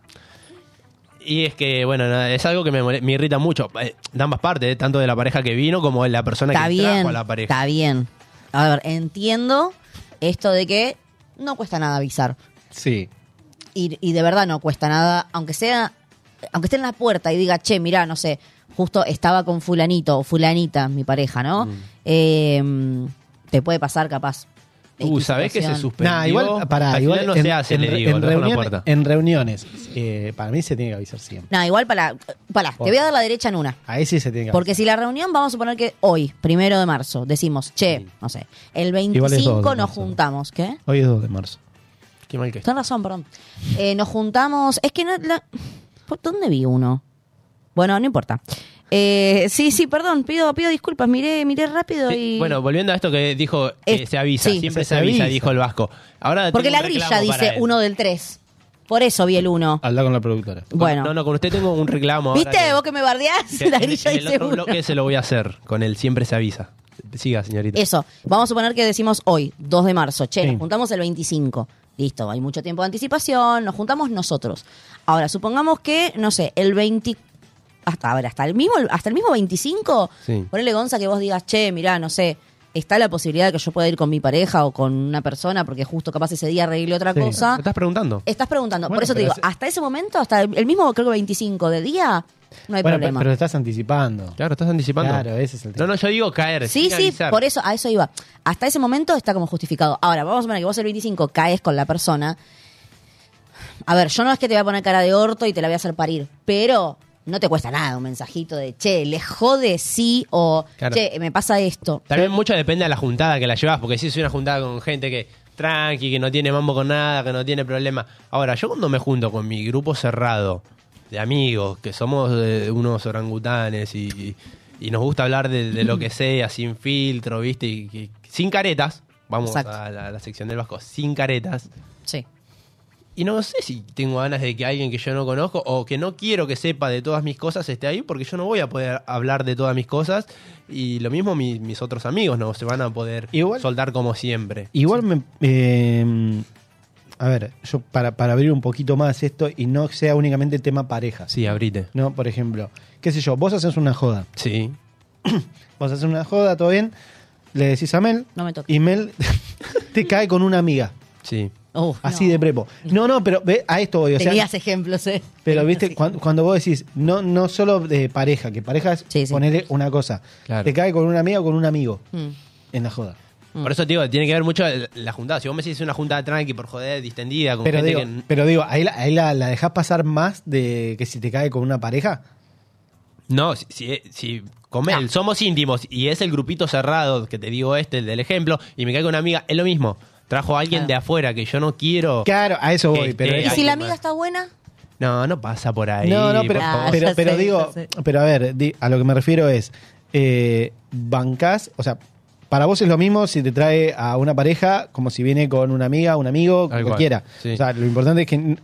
F: Y es que, bueno, nada, es algo que me, mole- me irrita mucho. eh, De ambas partes, eh, tanto de la pareja que vino como de la persona
D: Está
F: que
D: bien,
F: trajo a la pareja.
D: está bien. A ver, entiendo esto de que no cuesta nada avisar.
E: Sí.
D: Y, y de verdad no cuesta nada, aunque sea, aunque esté en la puerta y diga, che, mirá, no sé, justo estaba con fulanito o fulanita, mi pareja, ¿no?
F: Mm.
D: Eh, te puede pasar capaz.
F: Uh,
D: X
F: ¿sabés que se
D: situación.
F: suspendió?
E: Nah, igual, pará,
F: Al
E: igual
F: final no
E: en-
F: se hace,
E: en
F: le
E: re-
F: digo,
E: en
F: lo dejo en la
E: reunión-
F: puerta.
E: en reuniones, eh, para mí se tiene que avisar siempre.
D: No, igual para... Para, te voy a dar la derecha en una.
E: Ahí sí se tiene que avisar.
D: Porque si la reunión, vamos a suponer que hoy, primero de marzo, decimos, che, no sé, el
E: Igual es dos de
D: 25 nos
E: marzo.
D: juntamos, ¿qué?
E: Hoy es 2 de marzo.
F: Qué mal que está.
D: Tienes razón, perdón. Eh, nos juntamos. Es que no. la- ¿Por dónde vi uno? Bueno, no importa. Eh, sí, sí, perdón, pido, pido disculpas. Miré, miré rápido
F: Sí,
D: y.
F: Bueno, volviendo a esto que dijo que
D: Eh,
F: se avisa,
D: sí.
F: siempre
E: Que
F: se
E: se avisa.
F: avisa, dijo el vasco. Ahora
D: Porque
F: tengo
D: la
F: un
D: grilla
F: reclamo para
D: dice
F: él.
D: uno del 3. Por eso vi el 1.
E: Habla con la productora.
F: Con-
D: Bueno.
F: No, no, con usted tengo un reclamo. ahora
D: ¿Viste?
F: que-
D: Vos que me bardeás,
F: que
D: la
F: en-
D: grilla
F: en el
D: dice
F: otro
D: 1.
F: bloque se lo voy a hacer con él, siempre se avisa. Siga, señorita.
D: Eso. Vamos a suponer que decimos hoy, 2 de marzo. Che,
E: Sí.
D: nos juntamos el 25. Listo, hay mucho tiempo de anticipación, nos juntamos nosotros. Ahora, supongamos que, no sé, el 20 hasta ahora, hasta el mismo hasta el mismo 25,
F: Sí.
D: ponele Gonza que vos digas, "Che, mirá, no sé, está la posibilidad de que yo pueda ir con mi pareja o con una persona porque justo capaz ese día arregle otra
E: Sí.
D: cosa."
F: ¿Me estás preguntando?
D: Estás preguntando, por
E: Bueno,
D: eso te
E: pero
D: digo,
E: es-
D: hasta ese momento, hasta el el mismo creo que 25 de día, no hay
E: bueno, pero-
D: problema.
E: pero estás anticipando.
F: Claro, estás anticipando.
E: Claro, ese es el tema.
F: No, no, yo digo caer.
D: Sí,
F: sin
D: sí,
F: avisar.
D: por eso, a eso iba. Hasta ese momento está como justificado. Ahora, vamos a ver que vos el 25 caes con la persona. A ver, yo no es que te voy a poner cara de orto y te la voy a hacer parir, pero no te cuesta nada un mensajito de, che, le jode sí o,
F: Claro.
D: che, me pasa esto.
F: También mucho depende de la juntada que la llevas, porque si es una juntada con gente que tranqui, que no tiene mambo con nada, que no tiene problema. Ahora, yo cuando me junto con mi grupo cerrado de amigos, que somos eh, unos orangutanes y, y nos gusta hablar de, de
E: Mm.
F: lo que sea, sin filtro, ¿viste? Y, y- sin caretas, vamos
D: Exacto.
F: a la, la sección del Vasco, sin caretas.
D: Sí.
F: Y no sé si tengo ganas de que alguien que yo no conozco o que no quiero que sepa de todas mis cosas esté ahí, porque yo no voy a poder hablar de todas mis cosas. Y lo mismo mi- mis otros amigos no se van a poder
E: Igual-
F: soltar como siempre.
E: Igual me. eh, a ver, yo para, para abrir un poquito más esto y no sea únicamente tema pareja.
F: Sí, abrite.
E: No, por ejemplo, qué sé yo, vos haces una joda.
F: Sí.
E: Vos haces una joda, todo bien. Le decís a Mel.
D: No me toques.
E: Y Mel te cae con una amiga.
F: Sí.
D: Uh,
E: Así
D: no.
E: de prepo. No, no, pero ve, a esto voy. O sea,
D: Tenías ejemplos, ¿eh?
E: Pero
D: Tenías
E: viste,
D: ejemplos.
E: cuan- cuando vos decís, no, no solo de pareja, que pareja es
D: Sí, sí.
E: ponerle una cosa.
F: Claro.
E: Te cae con una amiga o con un amigo
D: Mm.
E: en la joda.
F: Por eso te digo, tiene que ver mucho el- la juntada. Si vos me decís una juntada tranqui, por joder, distendida, con
E: Pero
F: gente
E: digo,
F: que-
E: pero digo, ahí, la, ahí la, la dejás pasar más de que si te cae con una pareja.
F: No, si, si, si con él somos íntimos y es el grupito cerrado que te digo este, el del ejemplo, y me cae con una amiga, es lo mismo. Trajo a alguien
D: Claro.
F: de afuera que yo no quiero.
E: Claro, a eso voy.
F: Este,
E: pero
D: ¿Y
F: ahí-
D: si la
F: más.
D: amiga está buena?
F: No, no pasa por ahí.
E: no, no, pero,
F: por favor.
E: pero,
D: Ah, ya
E: pero
D: sé,
E: digo,
D: ya sé.
E: pero a ver, di- a lo que me refiero es, eh, bancás, o sea, para vos es lo mismo si te trae a una pareja como si viene con una amiga, un amigo,
F: Tal cual,
E: cualquiera.
F: sí.
E: O sea, lo importante es que n-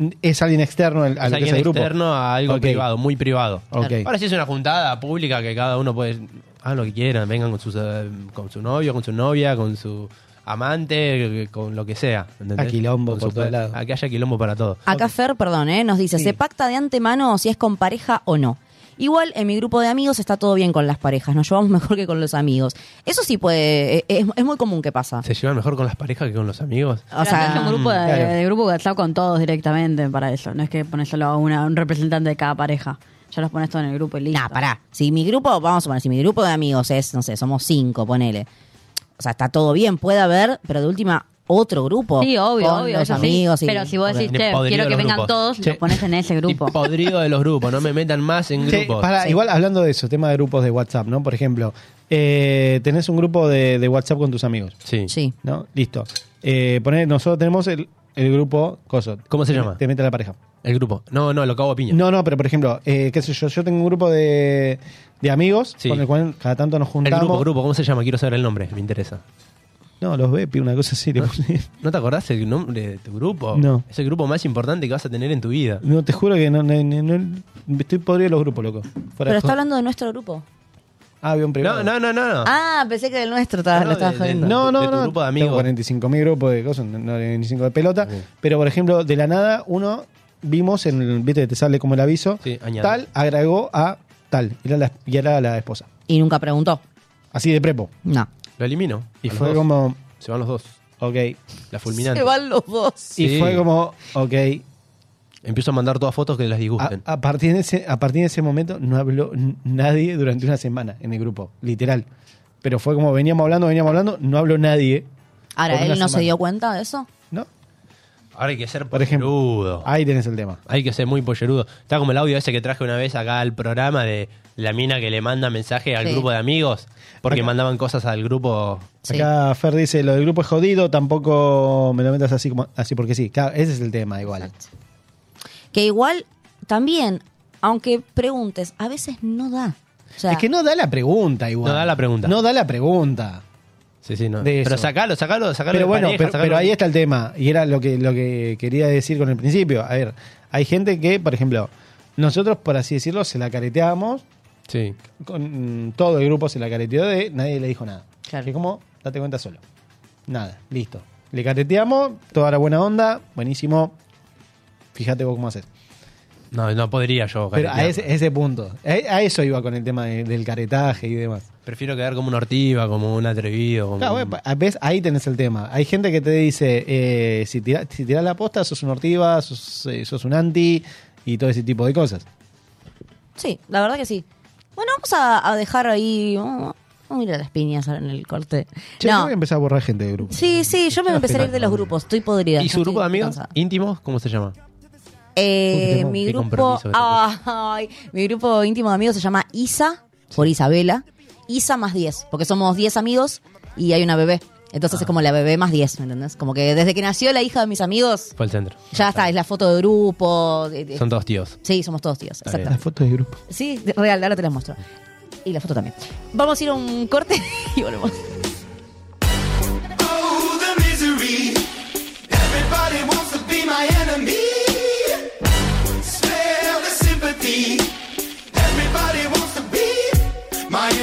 E: n- es alguien externo al- a
F: Es
E: lo que es
F: alguien
E: el grupo.
F: externo a algo
E: Ok.
F: privado, muy privado.
E: Ok.
F: Ahora sí es una juntada pública que cada uno puede hagan lo que quieran, vengan con, sus, eh, con su novio, con su novia, con su amante, eh, con lo que sea.
E: A
F: ¿entendés?
E: quilombo
F: Con
E: por
F: su-
E: todos lados.
F: A que haya quilombo para todo.
D: Acá Fer, perdón, ¿eh? nos dice,
E: Sí.
D: se pacta de antemano si es con pareja o no. Igual en mi grupo de amigos está todo bien con las parejas, nos llevamos mejor que con los amigos. Eso sí puede, eh, es, es muy común que pasa.
F: ¿Se llevan mejor con las parejas que con los amigos? Mm,
D: O
H: es un
D: sea,
H: grupo de,
E: mm, claro.
H: de grupo WhatsApp con todos directamente para eso. No es que pones solo a una- un representante de cada pareja. Ya los pones todos en el grupo y listo.
D: nah, pará. Si mi grupo, vamos a poner, si mi grupo de amigos es, no sé, somos cinco, ponele. O sea, está todo bien, puede haber, pero de última, otro grupo.
H: Sí, obvio,
D: con
H: obvio.
D: Los
H: eso sí.
D: amigos y-
H: Pero si vos decís,
F: Ni
H: che,
F: podrido
H: quiero que
F: los
H: vengan
F: grupos.
H: todos,
F: Che.
H: lo pones en ese grupo.
F: Y podrido de los grupos, no me metan más en
E: Che,
F: grupos.
E: pará, Igual hablando de eso, tema de grupos de WhatsApp, ¿no? Por ejemplo, eh, tenés un grupo de, de WhatsApp con tus amigos,
F: Sí.
D: Sí.
E: ¿no? Listo. Eh, poné- nosotros tenemos el, el grupo Coso.
F: ¿Cómo se
E: Te-
F: llama?
E: Te mete la pareja.
F: El grupo. No, no, lo cago a piña.
E: No, no, pero por ejemplo, eh, qué sé yo, yo tengo un grupo de, de amigos
F: Sí.
E: con el cual cada tanto nos
F: el
E: juntamos.
F: grupo, grupo, ¿cómo se llama? Quiero saber el nombre, me interesa.
E: No, los Bepi, una cosa así. le
F: Ah.
E: puse.
F: ¿No te acordás el nombre de tu grupo?
E: No.
F: Es el grupo más importante que vas a tener en tu vida.
E: No, te juro que no, no- no- no- estoy podrido de los grupos, loco. Fuera
D: Pero
E: de
D: está
E: joda.
D: hablando de nuestro grupo.
E: Ah, había un privado.
F: No, no, no, no. no.
D: Ah, pensé que del nuestro estaba-
F: No, no,
D: lo estabas
F: de- de-
D: jodiendo.
E: No,
F: de
E: no,
F: tu
E: no.
F: grupo de
E: Tengo
F: amigos.
E: 45.000 grupos de cosas, no, no, 45 de pelota. Pero, por ejemplo, de la nada, uno vimos, en el, viste, te sale como el aviso,
F: Sí, añade.
E: tal agregó a tal. Y era, la, y era la esposa.
D: Y nunca preguntó.
E: Así de prepo.
D: No.
F: Lo elimino.
E: Y
F: A los
E: fue
F: dos.
E: como,
F: Se van los dos.
E: ok.
F: La fulminante.
D: Se van los dos.
E: Y
F: Sí.
E: fue como, ok.
F: Empiezo a mandar todas fotos que las
E: A,
F: disgusten.
E: a partir de ese, a partir de ese momento no habló n- nadie durante una semana en el grupo, literal. Pero fue como veníamos hablando, veníamos hablando, no habló nadie.
D: Ahora,
E: Por
D: ¿él
E: una
D: no se
E: semana.
D: dio cuenta de eso?
E: ¿No?
F: Ahora hay que ser
E: Por ejemplo.
F: pollerudo.
E: Ahí tenés el tema.
F: Hay que ser muy pollerudo. Está como el audio ese que traje una vez acá al programa de la mina que le manda mensaje al
D: Sí.
F: grupo de amigos porque mandaban cosas al grupo.
D: Sí.
E: Acá Fer dice, lo del grupo es jodido, tampoco me lo metas así como así porque sí. Claro, ese es el tema igual.
D: Que igual, también, aunque preguntes, a veces no da. O sea,
E: Es que no da la pregunta igual.
F: No da la pregunta.
E: No da la pregunta.
F: Sí, sí, no.
E: De
F: Pero
E: eso.
F: sacalo, sacalo, sacalo.
E: Pero
F: de
E: bueno,
F: pareja,
E: pero,
F: sacalo-
E: pero ahí está el tema. Y era lo que, lo que quería decir con el principio. A ver, hay gente que, por ejemplo, nosotros, por así decirlo, se la careteamos,
F: Sí.
E: con mm, todo el grupo se la careteó de, nadie le dijo nada.
D: Claro.
E: Que como, date cuenta solo. Nada, listo. Le careteamos, toda la buena onda, buenísimo. Fíjate vos cómo haces.
F: No, no podría yo.
E: Pero a
F: caretear.
E: ese, ese punto. A, a eso iba con el tema de- del caretaje y demás.
F: Prefiero quedar como un ortiva, como un atrevido. Como
E: Claro,
F: un-
E: bueno, pa- ves, ahí tenés el tema. Hay gente que te dice, eh, si tirás si tirás la posta, sos un ortiva, sos, eh, sos un anti y todo ese tipo de cosas.
D: Sí, la verdad que sí. Bueno, vamos a, a dejar ahí. Vamos a mirar las piñas ahora en el corte.
E: Che, yo
D: no.
E: voy a empezar a borrar gente de grupo.
D: Sí, sí, yo me empecé a ir de los grupos. Estoy podrida.
F: ¿Y
D: ya
F: su
D: estoy-
F: grupo de
D: estoy
F: amigos
D: cansada.
F: íntimos? ¿Cómo se llama?
D: Eh,
F: Uy, qué
D: mi grupo.
F: compromiso que
D: ay, mi grupo íntimo de amigos se llama Isa, por Isabela. Isa más 10, porque somos 10 amigos y hay una bebé. Entonces
F: Ah.
D: es como la bebé más 10, ¿me entendés? Como que desde que nació la hija de mis amigos,
F: Fue al centro.
D: ya está, es la foto de grupo. de- de-
F: Son todos tíos.
D: Sí, somos todos tíos,
F: bien.
D: exactamente.
E: Las fotos de grupo.
D: Sí, de- real, ahora te las muestro. Y la foto también. Vamos a ir a un corte y volvemos.
L: Oh, the misery. Everybody wants to be my enemy. Spare the sympathy. Everybody wants to be my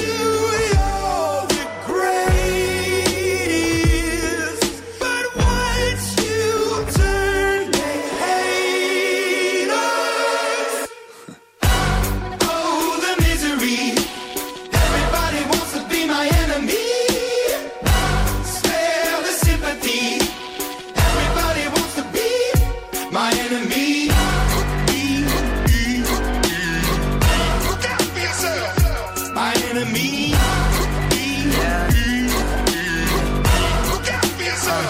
L: you you're the greatest. But once you turn the haters Oh, the misery. Everybody wants to be my enemy. Spare the sympathy. Everybody wants to be my enemy. Look out for yourself. My enemy. Look out for yourself.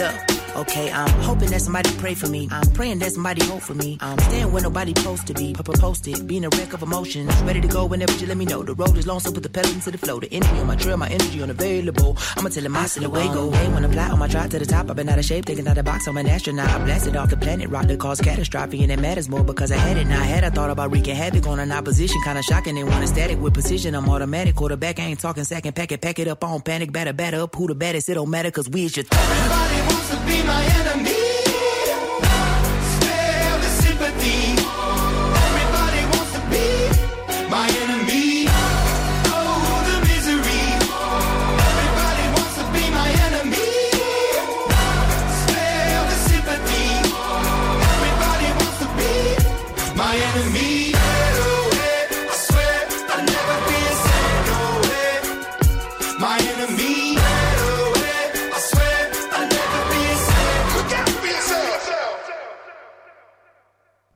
M: Look, okay, I'm hoping that somebody pray for me. I'm praying that somebody hope for me. I'm staying where nobody supposed to be. Papa posted, being a wreck of emotions. Ready to go whenever you let me know. The road is long, so put the pedal into the flow. The energy on my trail, my energy unavailable. I'ma tell him I still away go. Hey, when I fly on my drive to the top, I've been out of shape, taking out the box. I'm an astronaut. I blasted off the planet, rock that caused catastrophe, and it matters more because I had it. Now I had I thought about wreaking havoc on an opposition. Kinda shocking, they want a static with precision. I'm automatic. Quarterback, I ain't talking second pack it, pack it up on panic, batter, batter up. Who the baddest? It don't matter, cause we is your
L: Everybody wants to be my enemy. Spare the sympathy. Everybody wants to be my enemy. Oh, the misery. Everybody wants to be my enemy. Spare the sympathy. Everybody wants to be my enemy. Get away. I swear I'll never be a saint. No way my enemy. Get away. I swear I'll never be a saint. Look out for yourself.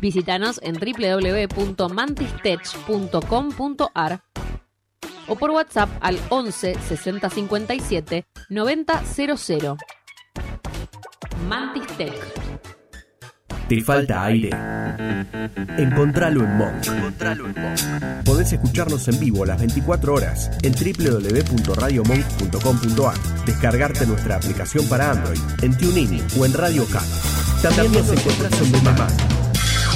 N: Visítanos en www.mantistech.com.ar o por WhatsApp al 11 60 57 90 00. Mantis Tech.
O: Te falta aire. Encontralo en Monk. Podés escucharnos en vivo las 24 horas en www.radiomonk.com.ar. Descargarte nuestra aplicación para Android en TuneIn o en Radio K. También nos encontrás en Mamá,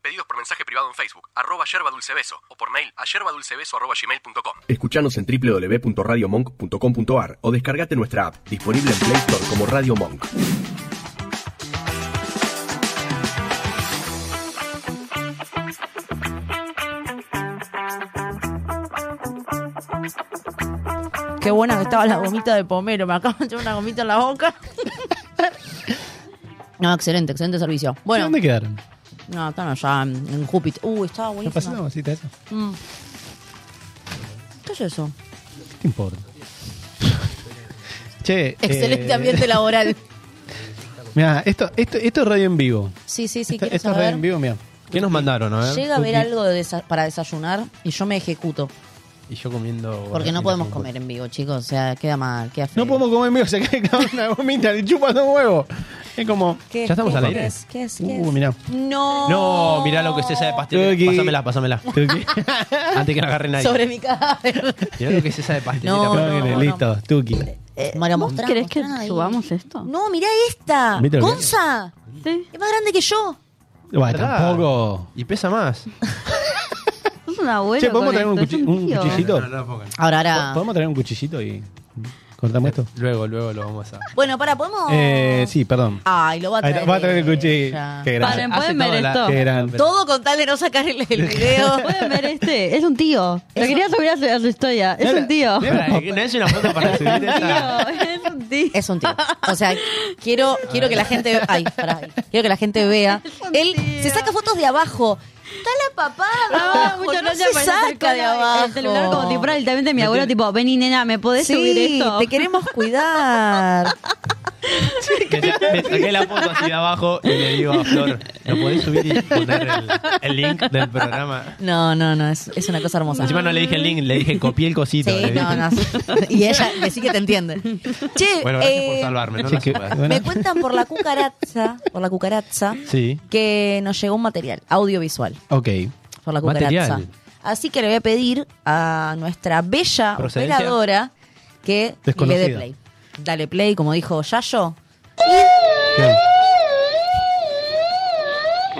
B: Pedidos por mensaje privado en Facebook, arroba yerba dulce beso, o por mail a yerbadulcebeso arroba gmail.com.
O: Escuchanos en www.radiomonk.com.ar o descargate nuestra app, disponible en Play Store como Radio Monk.
D: Qué buena que estaba la gomita de pomero. Me acabo de echar una gomita en la boca. No, excelente, excelente servicio. Bueno.
E: ¿Dónde quedaron?
D: No, están allá en, en Júpiter. Uh, estaba
E: ¿No
D: buenísimo.
E: pasa nada? Sí, te- ¿Qué
D: Mm. ¿Qué es eso?
E: te importa? che.
D: Excelente
E: eh,
D: ambiente laboral.
E: Mirá, esto, esto, esto es radio en vivo.
D: Sí, sí, sí.
E: Esto,
D: quiero
E: esto es radio
D: saber.
E: en vivo, mira. ¿Qué nos mandaron?
D: Llega a ver algo de desa- para desayunar y yo me ejecuto.
F: Y yo
E: Oh,
F: comiendo.
D: Porque no podemos comer en vivo, chicos. O sea, queda mal, queda feo.
E: No podemos comer en vivo, se cae una gomita, le chupan un huevo. Es como.
D: ¿Qué-
E: ¿Ya estamos
D: qué
E: al
D: es?
E: aire?
D: ¿Qué es? ¿Qué es? ¿Qué
E: Uh,
D: es?
E: mirá.
D: No.
F: No, mirá lo que es esa de pastel. Pásamela, pásamela. Antes que la agarren ahí.
D: Sobre mi cadáver.
F: Mirá lo que es esa de pastelita.
D: No,
F: pero-
D: no,
E: Listo, Tuki.
D: Mara,
H: ¿Vos
D: mostrá,
H: querés que
D: mostrá ahí.
H: subamos esto?
D: No, mirá esta.
E: ¿Viste lo que
D: Gonza. Es más grande que yo.
E: Bueno,
F: ¿Verdad?
E: tampoco.
F: Y pesa más.
H: Es una buena.
E: Che, ¿podemos traer un, cuchi- un
H: tío.
E: cuchillito?
F: No, no, pongan.
D: Ahora, ahora.
E: ¿Podemos traer un cuchillito y cortamos esto?
F: Eh, Luego, luego lo vamos a.
D: Bueno, para, podemos.
E: Eh, sí, perdón.
D: Ay, lo va a
E: Ahí
D: traer.
E: está, Va a traer el cuchillo.
D: ella.
E: Qué grande.
H: Paren, ¿pueden ver esto?
E: Qué grande.
D: Todo con tal de no sacar el, el video.
H: ¿Pueden ver este? Es un tío. Lo quería subir a su, a su historia. Es un tío.
F: Pará, ¿No es una foto para subir esa?
H: Es un tío.
D: Es un tío. O sea, quiero, quiero que la gente ay, pará, ay. quiero que la gente vea. Él se saca fotos de abajo. Está la papá de
H: Ah,
D: abajo,
H: muchas
D: no
H: gracias
D: se
H: por hacer
D: saca
H: cola.
D: de abajo.
H: El celular como si fuera el también de mi abuelo, tipo, vení nena, ¿me podés subir
D: Sí,
H: esto?
D: te queremos cuidar.
F: Me sa- me saqué la foto así de abajo y le digo a Flor, ¿lo podés subir y poner el, el link del programa?
D: No, no, no, es, es una cosa hermosa.
F: Encima no le dije el link, le dije copié el cosito.
D: Sí,
F: le dije.
D: no, no. Y ella que sí que te entiende. Che,
F: Bueno, gracias
D: eh,
F: por salvarme, no
E: Sí,
F: la
E: que-
F: subas.
E: bueno.
D: me cuentan por la cucaracha, por la cucaracha,
E: Sí.
D: que nos llegó un material audiovisual.
E: Ok.
D: por la cucaracha.
E: Material.
D: Así que le voy a pedir a nuestra bella
E: Procedencia.
D: operadora que le
E: Desconocida.
D: dé play. Dale play, como dijo Yayo.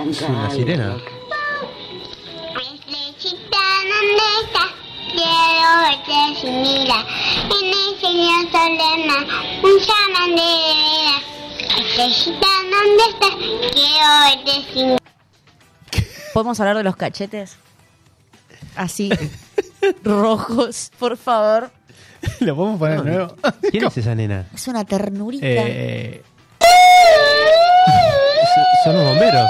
F: Es una sirena.
P: Neta, quiero verte sin mira. En el señor Solena, un Este, chamán de vera. Necesita dónde estás, quiero verte sin
D: ¿Podemos hablar de los cachetes? Así, rojos, por favor.
E: ¿Lo podemos poner de nuevo?
F: ¿Quién es esa nena?
D: Es una ternurita.
E: Eh,
F: Son los bomberos.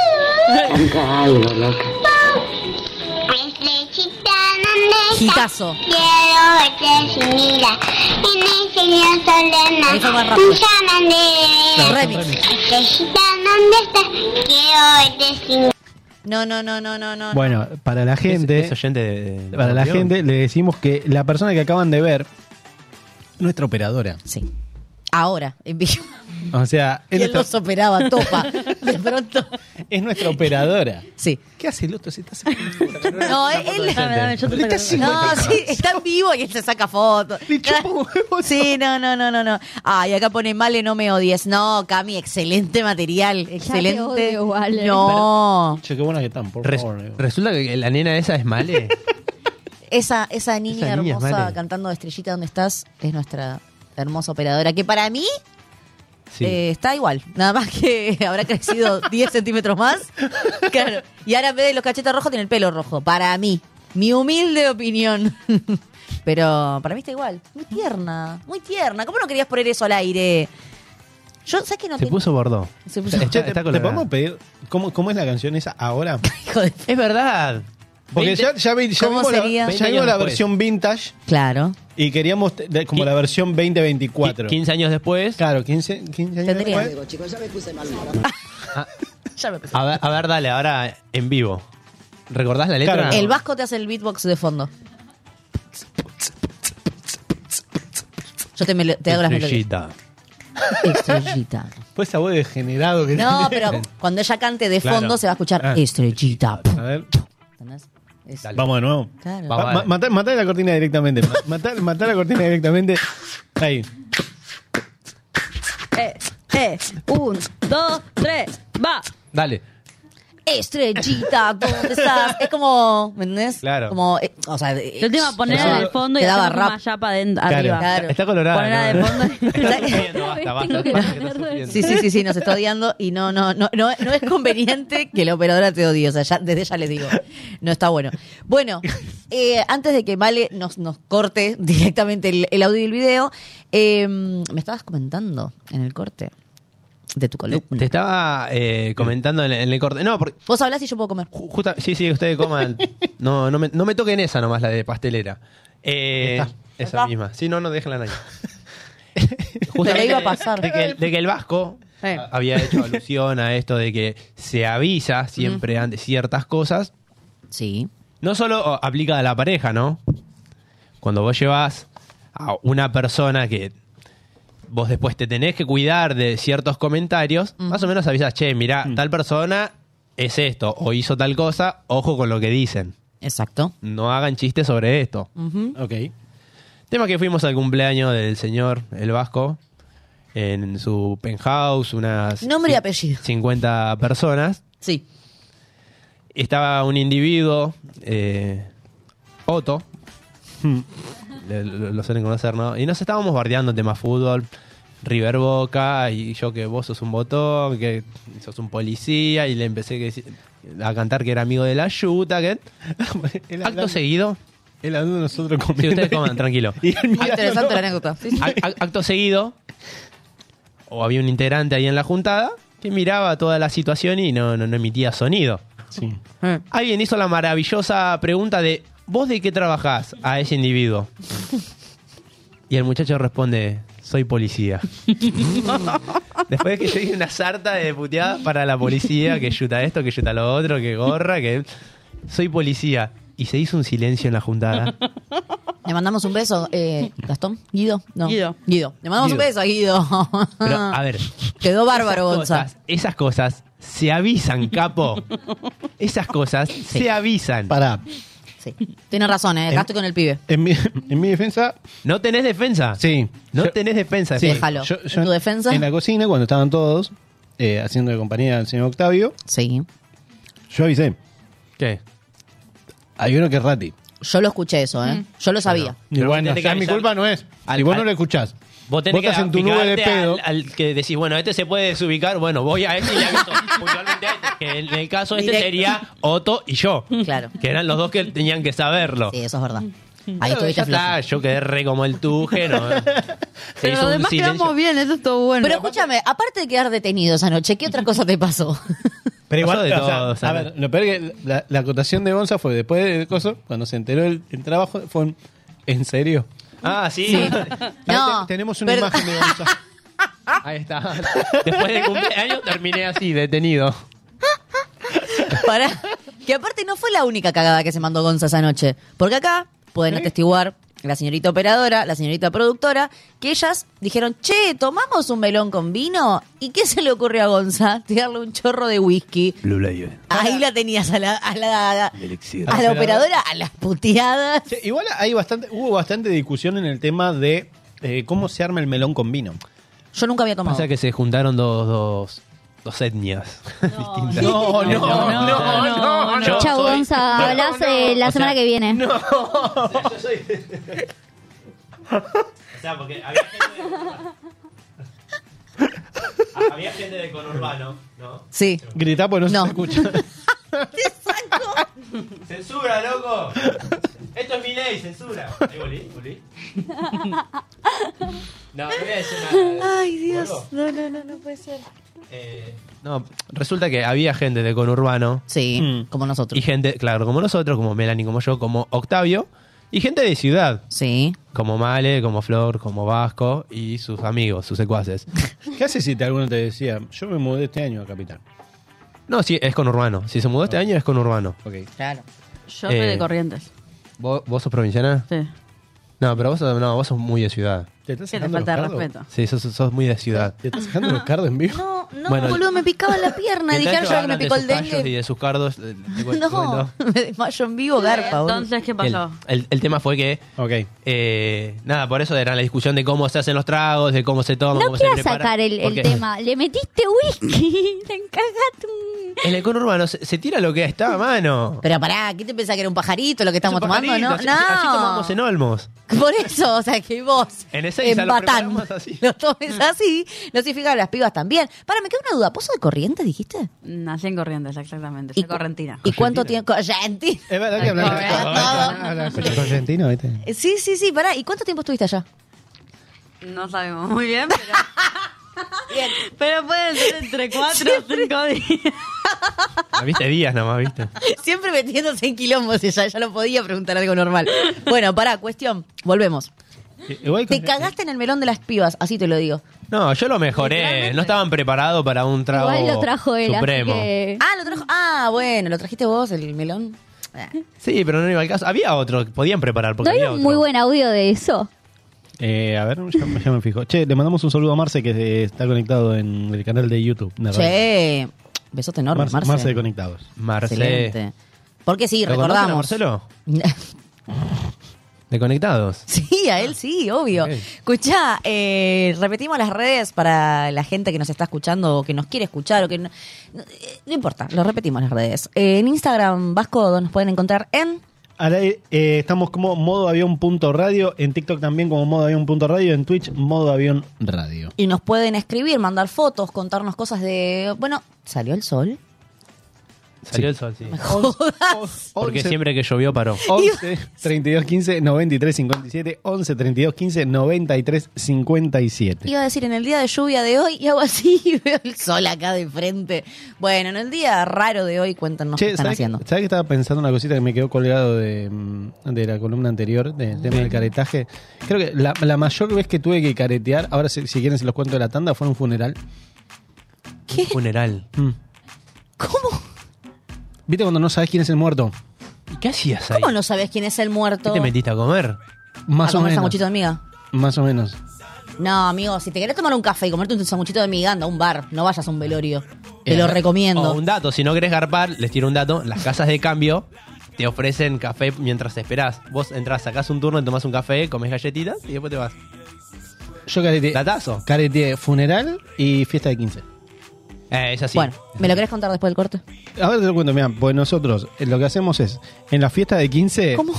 D: Gitazo.
P: Quiero verte sin mira. En el señor Solena,
D: Ahí fue más rápido.
P: un Este, chamán de vera.
D: Remix.
P: Necesita dónde estás, quiero verte sin
D: No, no, no, no, no, no.
E: Bueno, para la gente,
F: Es oyente de, de-
E: para la
F: Dios.
E: gente le decimos que la persona que acaban de ver, nuestra operadora.
D: Sí. Ahora, en vivo.
E: O sea, es
D: Y él
E: nuestra,
D: los operaba, topa. De pronto.
E: es nuestra operadora.
D: Sí.
E: ¿Qué hace el otro? Se está
D: No, él- él.
H: Dame, dame, yo te
E: Le está
H: saco.
E: haciendo-
D: No, sí, está en vivo y él se saca fotos. Sí, no, no, no, no, no. Ay, acá pone Male, no me odies. No, Cami, excelente material. Excelente.
H: odio,
D: eh.
H: Vale.
D: No.
E: Che, qué buena que están, por
F: Res-
E: favor. amigo.
F: Resulta que la nena esa es male.
D: Esa, esa niña
F: Esa niña es
D: hermosa
F: Male.
D: cantando Estrellita donde estás es nuestra hermosa operadora, que para mí
F: Sí.
D: eh, está igual. Nada más que habrá crecido 10 centímetros más. Claro. Y ahora en vez de los cachetes rojos tiene el pelo rojo. Para mí. Mi humilde opinión. Pero para mí está igual. Muy tierna, muy tierna. ¿Cómo no querías poner eso al aire? Yo, ¿sabes que no
F: Se
D: tengo-
F: puso bordó.
D: Ah, Se puso-
E: Che,
F: Está-
E: ¿te-
F: está
E: ¿Te
F: colorada.
E: podemos pedir cómo, cómo es la canción esa ahora?
F: Es verdad.
E: Porque
F: Veinte-
E: ya, ya, vi- ya
F: ¿Cómo
E: vimos la,
F: sería?
E: ya
F: Veinte
E: vimos
F: años
E: la
F: después.
E: versión vintage.
D: Claro.
E: Y queríamos te- de- como la versión 2024.
F: 15 años después.
E: Claro, 15, 15 años
D: Tendría.
E: después.
F: Ah.
D: Ya me puse.
F: A ver, a ver, dale, ahora en vivo. ¿Recordás la letra?
D: El vasco te hace el beatbox de fondo. Yo te, me- te hago las melodías.
F: Estrellita.
D: Estrellita.
E: Pues esa voz degenerado que
D: No,
E: tenés.
D: pero cuando ella cante de
E: Claro.
D: fondo se va a escuchar
E: Ah.
D: estrellita.
E: A ver.
D: ¿Entendés?
E: Vamos de nuevo.
D: Claro.
E: Ma- ma- matá- matá la cortina directamente. Ma- matá, matá la cortina directamente. Ahí.
H: Eh, eh, un, dos, tres, va.
F: Dale.
D: Estrellita, ¿dónde estás? Es como, ¿me entendés?
F: Claro.
D: Como, eh, o sea, eh,
H: Yo te iba a poner en el fondo y
D: quedaba
H: hacer como
D: rap.
H: una chapa de arriba.
F: Está colorada.
H: Ponerla
F: ¿no?
H: de fondo.
F: Sufriendo, basta, basta, basta que estás sufriendo.
D: Sí, sí, sí, sí, nos está odiando y no, no, no, no, no es conveniente que la operadora te odie. O sea, ya- desde ya les digo, no está bueno. Bueno, eh, antes de que Male nos, nos corte directamente el, el audio y el video, eh, me estabas comentando en el corte de tu columna.
F: Te estaba eh, comentando en, en el corte. No, porque
D: Vos hablás y yo puedo comer.
F: justa- sí, sí, ustedes coman. No, no me, no me toquen esa nomás, la de pastelera. Eh, esa misma. Sí, no, no, déjenla ahí. Justamente
D: iba a pasar.
F: De que, el- de que el Vasco
D: Eh.
F: había hecho alusión a esto de que se avisa siempre ante ciertas cosas.
D: Sí.
F: No solo oh, aplica a la pareja, ¿no? Cuando vos llevas a una persona que vos después te tenés que cuidar de ciertos comentarios, más o menos avisas, che, mirá, tal persona es esto o hizo tal cosa, ojo con lo que dicen.
D: Exacto.
F: No hagan chistes sobre esto.
E: Ok.
F: Tema que fuimos al cumpleaños del señor El Vasco en su penthouse, unas
D: Nombre y apellido.
F: 50 personas.
D: Sí.
F: Estaba un individuo, eh, Otto, Hmm. le- lo, lo suelen conocer, ¿no? Y nos estábamos bardeando tema fútbol, River Boca, y yo que vos sos un botón, que sos un policía, y le empecé que decir- a cantar que era amigo de la yuta, que... Acto seguido.
E: El hablando de nosotros comiendo.
F: Sí, ustedes coman, tranquilo.
D: Muy interesante la anécdota. Sí, sí.
F: Ac- ac- acto seguido, o había un integrante ahí en la juntada que miraba toda la situación y no, no, no emitía sonido. Alguien hizo la maravillosa pregunta de, ¿vos de qué trabajás a ese individuo? Y el muchacho responde, soy policía. Después de que yo hice una sarta de puteada para la policía, que yuta esto, que yuta lo otro, que gorra, que... Soy policía. Y se hizo un silencio en la juntada.
D: Le mandamos un beso, eh, Gastón, Guido, no. Guido. Guido. Le mandamos
F: Guido.
D: un beso a Guido.
F: Pero,
E: ah,
F: a ver.
D: Quedó bárbaro,
F: esas
D: Gonza.
F: cosas, esas cosas se avisan, capo. Esas cosas se avisan.
E: Pará.
D: Sí. Tienes razón, eh. Acá estoy con el pibe.
E: En mi, en mi defensa.
F: ¿No tenés defensa?
E: Sí.
F: No tenés defensa.
E: Sí.
F: después.
D: Déjalo. ¿En tu defensa?
E: En la cocina, cuando estaban todos eh, haciendo de compañía al señor Octavio.
D: Sí.
E: Yo avisé.
F: ¿Qué?
E: Hay uno que es Rati.
D: Yo lo escuché eso, eh. Yo lo sabía.
E: Y bueno,
F: tenés
E: ya
F: que
E: mi
F: avisar-
E: culpa no es.
F: Al-
E: si vos
F: al-
E: no lo escuchás.
F: Vos
E: Vos
F: tenés que
E: estás en tu nube de
F: aplicarte
E: pedo.
F: Al, al que decís, bueno, este se puede desubicar, bueno, voy a este y aviso puntualmente a este. Que en el caso este
D: Directo.
F: sería Otto y yo.
D: Claro.
F: Que eran los dos que tenían que saberlo.
D: Sí, eso es verdad. Ahí
F: Pero
D: estuviste
F: ya
D: flojo.
F: está, yo quedé re como el tuje, ¿no? Se
H: Pero
F: hizo
H: los
F: un
H: demás
F: silencio.
H: quedamos bien, eso estuvo bueno.
D: Pero escúchame, aparte de quedar detenido esa noche, ¿qué otra cosa te pasó?
E: Pero igual,
F: Pasó de
E: o sea,
F: todo, o sea,
E: a ver, lo peor que la, la acotación de Gonza fue después del coso, cuando se enteró el, el trabajo, fue un, ¿en serio?
F: Ah, sí.
E: Ahí
D: No,
E: te- tenemos una
D: pero-
E: imagen de Gonza.
F: Ahí está. Después de cumpleaños terminé así, detenido.
D: Pará. Que aparte no fue la única cagada que se mandó Gonza esa noche. Porque acá pueden atestiguar la señorita operadora, la señorita productora, que ellas dijeron, che, tomamos un melón con vino. ¿Y qué se le ocurre a Gonza? Tirarle un chorro de whisky.
F: Blue Label.
D: Ahí la tenías a la, a la, a
F: elixir.
D: la operadora, a las puteadas.
E: Sí, igual hay bastante, hubo bastante discusión en el tema de eh, cómo se arma el melón con vino.
D: Yo nunca había tomado.
F: Pasa que se juntaron dos, dos, dos etnias distintas.
E: No, no, no,
F: no, no.
I: Chau, Gonza. Hablas eh, la
F: O
I: semana
F: sea,
I: que viene.
F: O sea, porque había gente de, había gente de conurbano, ¿no?
D: Sí.
E: Gritá porque no,
D: No.
E: se te escucha.
F: ¡Censura, loco! Esto es mi ley, censura. ¿Eh, volví? ¿Volví? No, no voy a decir nada.
Q: Ay, Dios.
F: ¿Vuelvo?
Q: No, no, no, no puede ser.
F: Eh, No, resulta que había gente de conurbano.
D: Sí,
E: Mm.
D: como nosotros.
F: Y gente, claro, como nosotros, como Melanie, como yo, como Octavio. Y gente de ciudad.
D: Sí.
F: Como Male, como Flor, como Vasco y sus amigos, sus secuaces.
E: ¿Qué haces si te, alguno te decía, yo me mudé este año a Capital?
F: No, sí, es conurbano. Si se mudó este año es conurbano.
H: Claro. Yo
F: Eh,
H: soy de Corrientes.
F: ¿Vos, vos sos provinciana?
H: Sí.
F: No, pero vos, sos- no, vos sos muy de ciudad.
E: ¿Te estás
H: ¿Qué te falta de respeto?
F: Sí, sos, sos muy de ciudad.
E: ¿Te estás dejando los cardos en vivo?
R: No, no,
F: Bueno,
R: boludo, me picaba la pierna. Dije, "Ay,
F: Mientras ellos
R: ya que me
F: hablan de
R: picó el
F: sus callos
R: dengue.
F: Y de sus cardos. eh, te cuento- te
R: No,
F: cuento.
D: me desmayo en vivo, garpa. boludo.
H: Entonces, ¿qué
F: El,
H: pasó?
F: el- el tema fue que. eh, nada, por eso era la discusión de cómo se hacen los tragos, de cómo se toma,
G: No
F: cómo se
G: quiero
F: prepara.
G: sacar el, el
F: Porque
G: tema. Le metiste whisky. Te encagaste un...
F: En el conurbano se, se tira lo que está a mano.
D: Pero pará, ¿qué te pensás que era un pajarito lo que estamos tomando? No,
F: Así- Así
D: no.
F: tomamos en Olmos.
D: Por eso, o sea, que vos
F: En ese
D: en
F: lo
D: Batán
F: preparamos así.
D: lo tomes así, no significa que las pibas también. Para, me queda una duda. ¿Vos sos de Corrientes, dijiste?
H: Nací en Corrientes, exactamente. Soy
D: cu-
H: correntina.
D: ¿Y cuánto tiempo? Corrientes.
E: Es verdad que hablamos de todo, ¿viste? argentino, ¿viste?
D: Eh, Sí, sí, sí, pará. ¿Y cuánto tiempo estuviste allá?
H: No sabemos muy bien, pero... Pero pueden ser entre cuatro o cinco días.
F: Ah, Viste días nomás, viste.
D: Siempre metiéndose en quilombos ella, ya no podía preguntar algo normal. Bueno, pará, cuestión. Volvemos. Te cagaste en el melón de las pibas, así te lo digo.
F: No, yo lo mejoré. No estaban preparados para un trago supremo.
D: Ah, lo trajo. Ah, bueno, lo trajiste vos, el melón.
F: Sí, pero no iba al caso. Había otro que podían preparar. Porque
G: Doy
F: había
G: un
F: otro.
G: muy buen audio de eso.
E: Eh, a ver, ya, ya me fijo. Che, le mandamos un saludo a Marce que eh, está conectado en el canal de YouTube. de Radio.
D: Che, besote enorme,
E: Marce,
D: Marce.
E: Marce de Conectados.
F: Marce.
D: Excelente. Porque sí,
F: ¿Lo conocen a
D: recordamos.
F: Marcelo? ¿De Conectados?
D: Sí, a él sí, obvio. Escuchá, eh, repetimos las redes para la gente que nos está escuchando o que nos quiere escuchar o que no, no, eh, no importa, lo repetimos las redes. Eh, en Instagram, Vasco, nos pueden encontrar en...
E: Al aire, eh, estamos como modo avión punto radio, en TikTok también como modo avión punto radio, en Twitch modo avión radio.
D: Y nos pueden escribir, mandar fotos, contarnos cosas de... Bueno, ¿salió el sol?
F: Salió el sol, sí.
D: Jodas.
F: Porque siempre que llovió paró.
E: 11 32 15 93 57 11 32 15 93 57
D: Iba a decir, en el día de lluvia de hoy, y hago así y veo el sol acá de frente. Bueno, en el día raro de hoy, cuéntanos qué están
E: ¿sabes,
D: haciendo.
E: sabes que estaba pensando una cosita que me quedó colgado de, mm, de la columna anterior, del tema del caretaje? Creo que la, la mayor vez que tuve que caretear, ahora si, si quieren se los cuento de la tanda, fue en un funeral. Mm.
D: ¿Qué?
F: Funeral.
E: ¿Viste cuando no sabes quién es el muerto?
F: ¿Qué hacías ahí?
D: ¿Cómo no sabes quién es el muerto?
F: ¿Qué te metiste a comer?
D: a
E: Más o
D: comer
E: menos.
D: sanguchito de miga.
E: Más o menos.
D: No, amigo, si te querés tomar un café y comerte un sanguchito de miga, anda a un bar, no vayas a un velorio. Te lo recomiendo.
F: Eh, O un dato, si no querés garpar, les tiro un dato. Las casas de cambio te ofrecen café mientras esperás. Vos entras, sacás un turno, tomás un café, comes galletitas y después te vas.
E: Yo careteé.
F: ¿Datazo?
E: Careteé funeral y fiesta de 15.
F: Eh, es así.
D: Bueno, ¿me lo querés contar después del corte?
E: Ahora te lo cuento, mira, pues nosotros eh, lo que hacemos es, en la fiesta de 15...
D: ¿Cómo?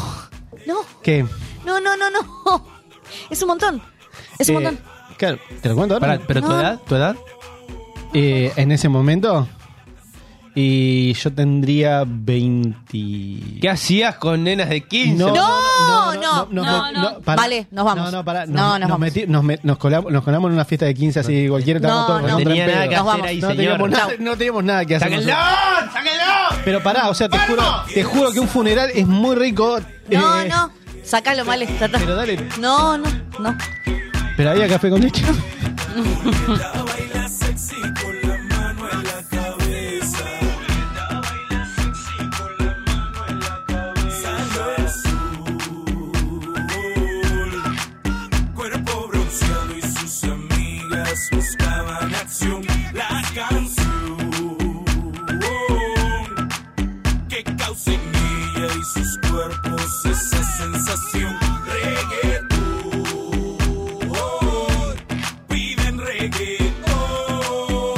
D: No,
E: ¿Qué?
D: no, no, no, no. Es un montón. Es un
E: Eh,
D: montón. Ah.
E: Claro, ¿te lo cuento ahora?
F: ¿Pero tu
D: No.
F: edad? ¿Tu edad?
E: Eh, en ese momento... Y yo tendría 20...
F: ¿Qué hacías con nenas de 15?
E: No,
D: No, no,
E: no, no, no, no, pará.
D: Vale, nos vamos.
E: No, no,
D: pará.
E: pará.
D: No, nos,
E: nos,
D: vamos.
E: meti- nos me- nos colamos, nos colamos en una fiesta de 15 así, cualquiera estábamos
D: No,
E: todos
D: no.
E: recontra en
F: Tenía nada
E: pedo.
F: que
D: Nos
F: hacer
D: vamos.
F: ahí,
E: no,
F: señor.
E: teníamos nada, no teníamos nada que hacer.
F: ¡Sáquenlo!
E: nosotros.
F: ¡Sáquenlo!
E: Pero pará, o sea, te juro, te juro que un funeral es muy rico.
D: No,
E: eh,
D: no. Sacalo mal. está- está-
E: Pero dale.
D: No, no, no.
E: Pero había café con leche.
Q: Cuerpo bronceado y sus amigas buscaban acción. La canción que causa en ella y sus cuerpos esa sensación. Reggaetón, viven reggaetón. Oh.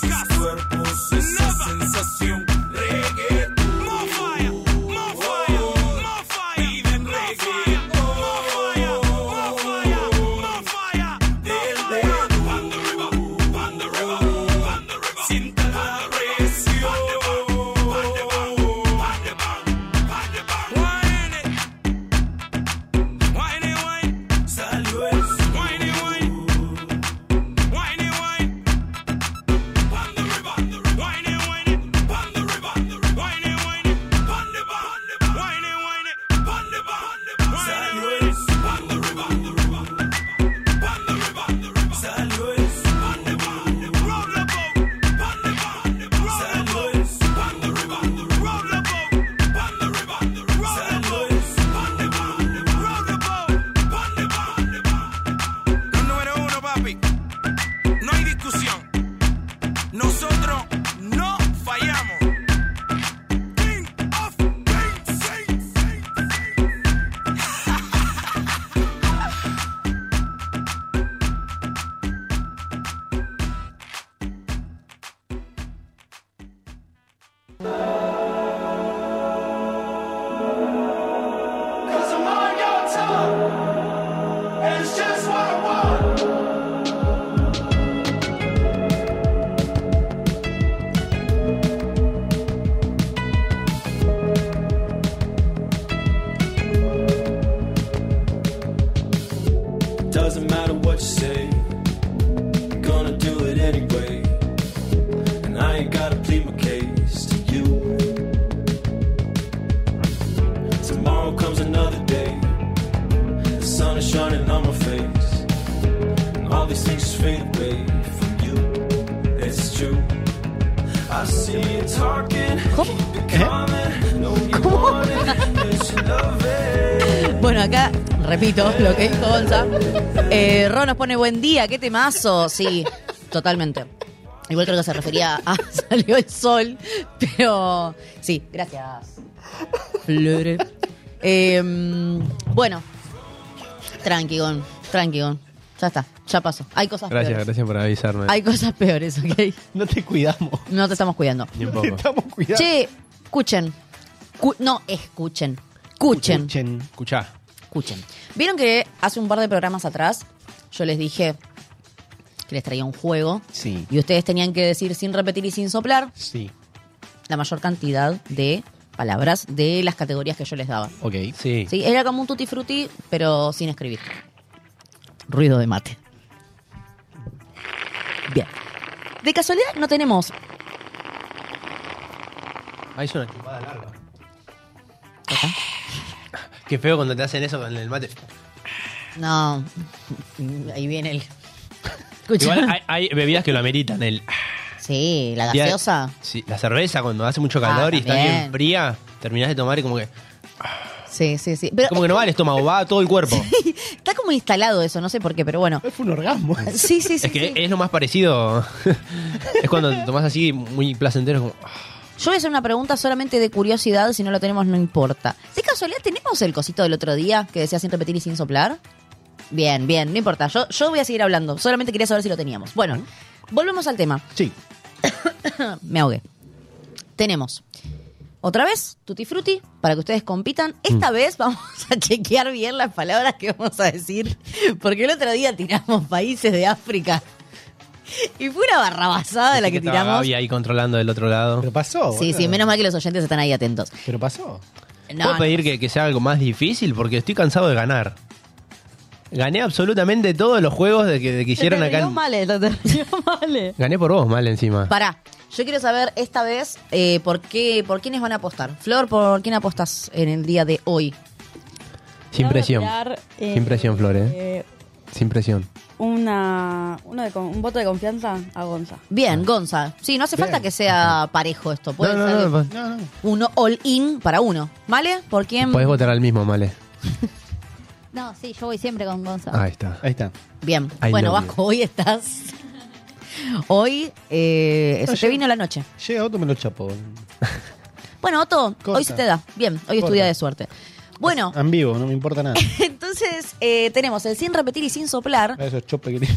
Q: sus cuerpos esa sensación. Reggae, more fire, more fire, more fire. Piden reggae, more fire, more fire, more fire. Del dedo. Pan the river, pan the river, pan the river. Sienta la presión. Pan the pan, pan the pan, pan the pan. Wine it, wine it, wine. Salió el wine it, wine. Número uno, papi. No hay discusión. Nosotros no fallamos. King of Kings. Cause I'm on your tongue. And it's just what I want.
S: Doesn't matter what you say, I'm gonna do it anyway. And I ain't gotta plead my case to you. Tomorrow comes another day, the sun is shining on my face, and all these things just fade away from you. It's true. I see you talking, keep it coming, know you want it, that you love it.
D: Bueno, acá repito lo que dijo Gonza. Eh, Ro nos pone buen día, qué temazo. Sí, totalmente. Igual creo que se refería a salió el sol, pero sí, gracias. Flore. Eh, bueno, tranqui, Gon, tranqui, Gon. Ya está, ya pasó. Hay cosas
F: Gracias,
D: peores.
F: gracias por avisarme.
D: Hay cosas peores, ¿ok?
E: No te cuidamos.
D: No te estamos cuidando.
F: Ni un poco.
D: Che, escuchen. Cu- no, escuchen. Escuchen.
E: Escuchen. Escuchá.
D: Escuchen. Vieron que hace un par de programas atrás yo les dije que les traía un juego
E: Sí.
D: y ustedes tenían que decir sin repetir y sin soplar
E: Sí.
D: la mayor cantidad de palabras de las categorías que yo les daba.
E: Ok.
D: Sí, era como un tutti frutti, pero sin escribir.
E: Ruido de mate.
D: Bien. De casualidad no tenemos.
F: Ahí es una chupada larga. Qué feo cuando te hacen eso con el mate.
D: No. Ahí viene el.
F: Igual hay, hay bebidas que lo ameritan. El,
D: Sí, la
F: Día-
D: gaseosa.
F: sí, la cerveza cuando hace mucho
D: Ah,
F: calor y está bien
D: también.
F: fría, terminás de tomar y como que.
D: Sí, sí, sí. Pero
F: como que no va el estómago, va a todo el cuerpo.
D: está como instalado eso, no sé por qué, pero bueno.
E: Fue un orgasmo.
D: Sí, sí, sí.
F: es que es lo más parecido. es cuando te tomás así muy placentero. Como, ah,
D: Yo voy a hacer una pregunta solamente de curiosidad, si no lo tenemos no importa. ¿De casualidad tenemos el cosito del otro día que decía sin repetir y sin soplar? Bien, bien, no importa. Yo, yo voy a seguir hablando, solamente quería saber si lo teníamos. Bueno, volvemos al tema.
E: Sí.
D: Me ahogué. Tenemos. Otra vez, tutti frutti, para que ustedes compitan. Esta vez vamos a chequear bien las palabras que vamos a decir, porque el otro día tiramos países de África. Y fue una barrabasada Ah, la
F: pensé
D: que
F: estaba
D: tiramos.
F: Gaby ahí controlando del otro lado. Pero
E: pasó.
D: Sí, sí, menos mal que los oyentes están ahí atentos.
E: Pero pasó.
D: No,
F: ¿Puedo
D: no.
F: pedir que, que sea algo más difícil? Porque estoy cansado de ganar. Gané absolutamente todos los juegos de que, de que hicieron acá. en- Gané por vos, mal encima.
D: Pará, yo quiero saber esta vez eh, por qué, por quiénes van a apostar. Flor, ¿por quién apostas en el día de hoy?
F: Sin presión.
H: tirar, eh,
F: Sin presión, Flores.
H: eh,
F: Sin presión.
H: una, uno de con- un voto de confianza a Gonza.
E: Ah.
D: Bien, Gonza. Sí, no hace
H: Bien.
D: falta que sea parejo esto. Puede
H: No, no,
D: ser
F: no,
D: uno all-in para uno. ¿Vale? ¿Por quién?
F: Podés votar al mismo, Male.
G: No, sí, yo voy siempre con Gonza.
F: Ahí está.
E: Ahí está.
D: Bien.
F: I
D: bueno,
F: love you.
D: Vasco, hoy estás... Hoy eh,
E: No,
D: se te
E: yo-
D: vino la noche. Oh.
E: Llega otro, me lo chapo.
D: Bueno, Otto,
E: Corta.
D: hoy se te da. Bien, hoy es tu
E: Corta. Ah.
D: día de suerte. Bueno,
E: En vivo, no me importa nada.
D: entonces eh, tenemos el sin repetir y sin soplar.
E: Esos chopes que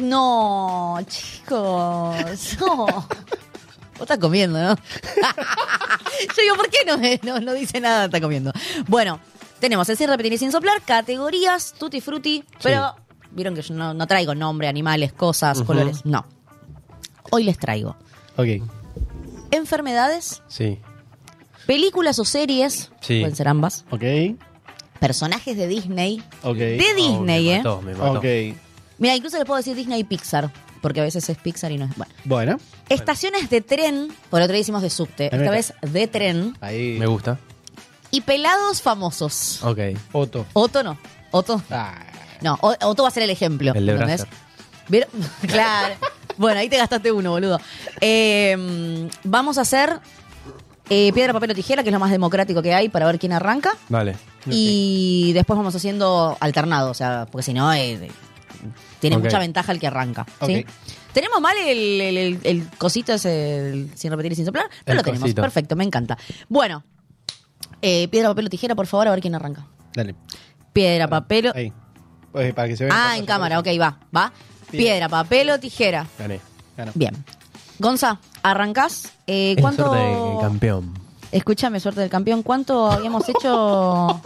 T: No, chicos. No.
D: Vos estás comiendo, ¿no? Yo digo, ¿por qué no, me- no, no dice nada? Está comiendo. Bueno, tenemos el sin repetir y sin soplar, categorías, tutti frutti, pero vieron que yo no, no traigo nombre, animales, cosas,
F: Ujú.
D: colores. No. Hoy les traigo
F: Ok,
D: enfermedades,
F: sí.
D: películas o series,
F: Sí.
D: pueden ser ambas,
E: Ok.
D: personajes de Disney.
E: Ok.
D: De Disney,
F: Oh, me
D: ¿eh?
F: mató, me mató.
E: Ok.
D: Mira, incluso les puedo decir Disney y Pixar, porque a veces es Pixar y no es. Bueno.
E: Bueno.
D: Estaciones de tren, por otro día hicimos de subte, esta
E: Ahí me
D: vez de tren.
E: Ahí.
F: Me gusta.
D: Y pelados famosos.
F: Ok.
E: Otto.
D: Otto no. Otto. No, O- Otto va a ser el ejemplo.
F: El de
D: ¿entendés?
F: Brasser.
D: ¿Vieron? claro. bueno, ahí te gastaste uno, boludo. Eh, vamos a hacer eh, piedra, papel o tijera, que es lo más democrático que hay, para ver quién arranca.
F: Vale.
D: Y después vamos haciendo alternado, o sea, porque si no, eh, de- tiene
F: Ok.
D: mucha ventaja el que arranca. ¿sí?
F: Ok.
D: ¿Tenemos mal el, el- el- el cosito ese, el sin repetir y sin soplar? No
F: El
D: lo tenemos.
F: cosito.
D: Perfecto, me encanta. Bueno, eh, piedra, papel o tijera, por favor, a ver quién arranca.
E: Dale.
D: Piedra, papel o...
E: Ahí. Pues, para que se vea.
D: Ah, en cámara, ok, va, va. Piedra, papel o tijera.
E: Gané. Ganó.
D: Bien. Gonza, arrancás. Eh,
F: Es la
D: ¿Cuánto...?
F: suerte del campeón.
D: Escúchame, suerte del campeón. ¿Cuánto habíamos hecho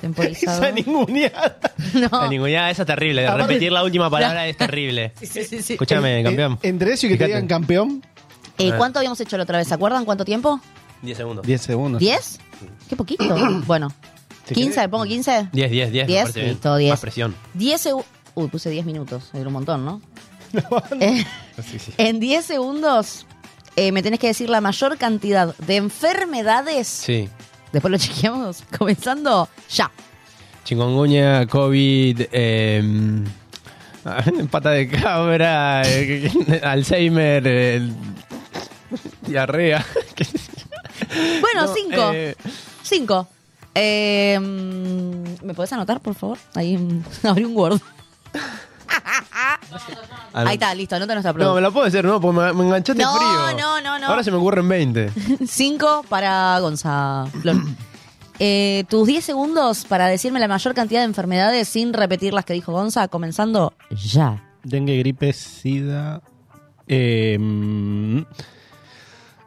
D: temporizado?
E: Esa ninguneada.
F: La ninguneada esa es terrible. De
E: Aparte-
F: repetir la última palabra es terrible. Escúchame,
E: Eh,
F: campeón.
E: Entre eso y que te digan campeón.
D: Eh, ¿Cuánto habíamos hecho la otra vez? ¿Se acuerdan cuánto tiempo?
F: 10 segundos.
E: 10 segundos.
D: ¿10? Qué poquito. bueno.
F: Si
D: ¿15? ¿Le pongo 15?
F: 10, 10, 10. me
D: Diez,
F: parece bien.
D: listo, diez.
F: Más presión.
D: 10 segundos. Uy, puse 10 minutos. Era un montón, ¿no? Eh, en 10 segundos eh, me tenés que decir la mayor cantidad de enfermedades.
F: Sí.
D: Después lo chequeamos. Comenzando ya.
F: Chingonguña, COVID, em, pata de cabra, eh, Alzheimer, eh, diarrea.
D: Bueno,
F: No,
D: 5.
F: eh.
D: 5. mm, ¿Me podés anotar, por favor? Ahí mm, abrí un Word. Ahí está, listo. Anota nuestra
F: No, me
D: pregunta.
F: la puedo hacer, no, porque me, me enganchaste
D: No,
F: frío.
D: no, no, no.
F: Ahora se me ocurren 20.
D: 5 para Gonzalo. Eh, tus 10 segundos para decirme la mayor cantidad de enfermedades sin repetir las que dijo Gonza, comenzando ya.
E: Dengue, gripe, sida. Eh, mm,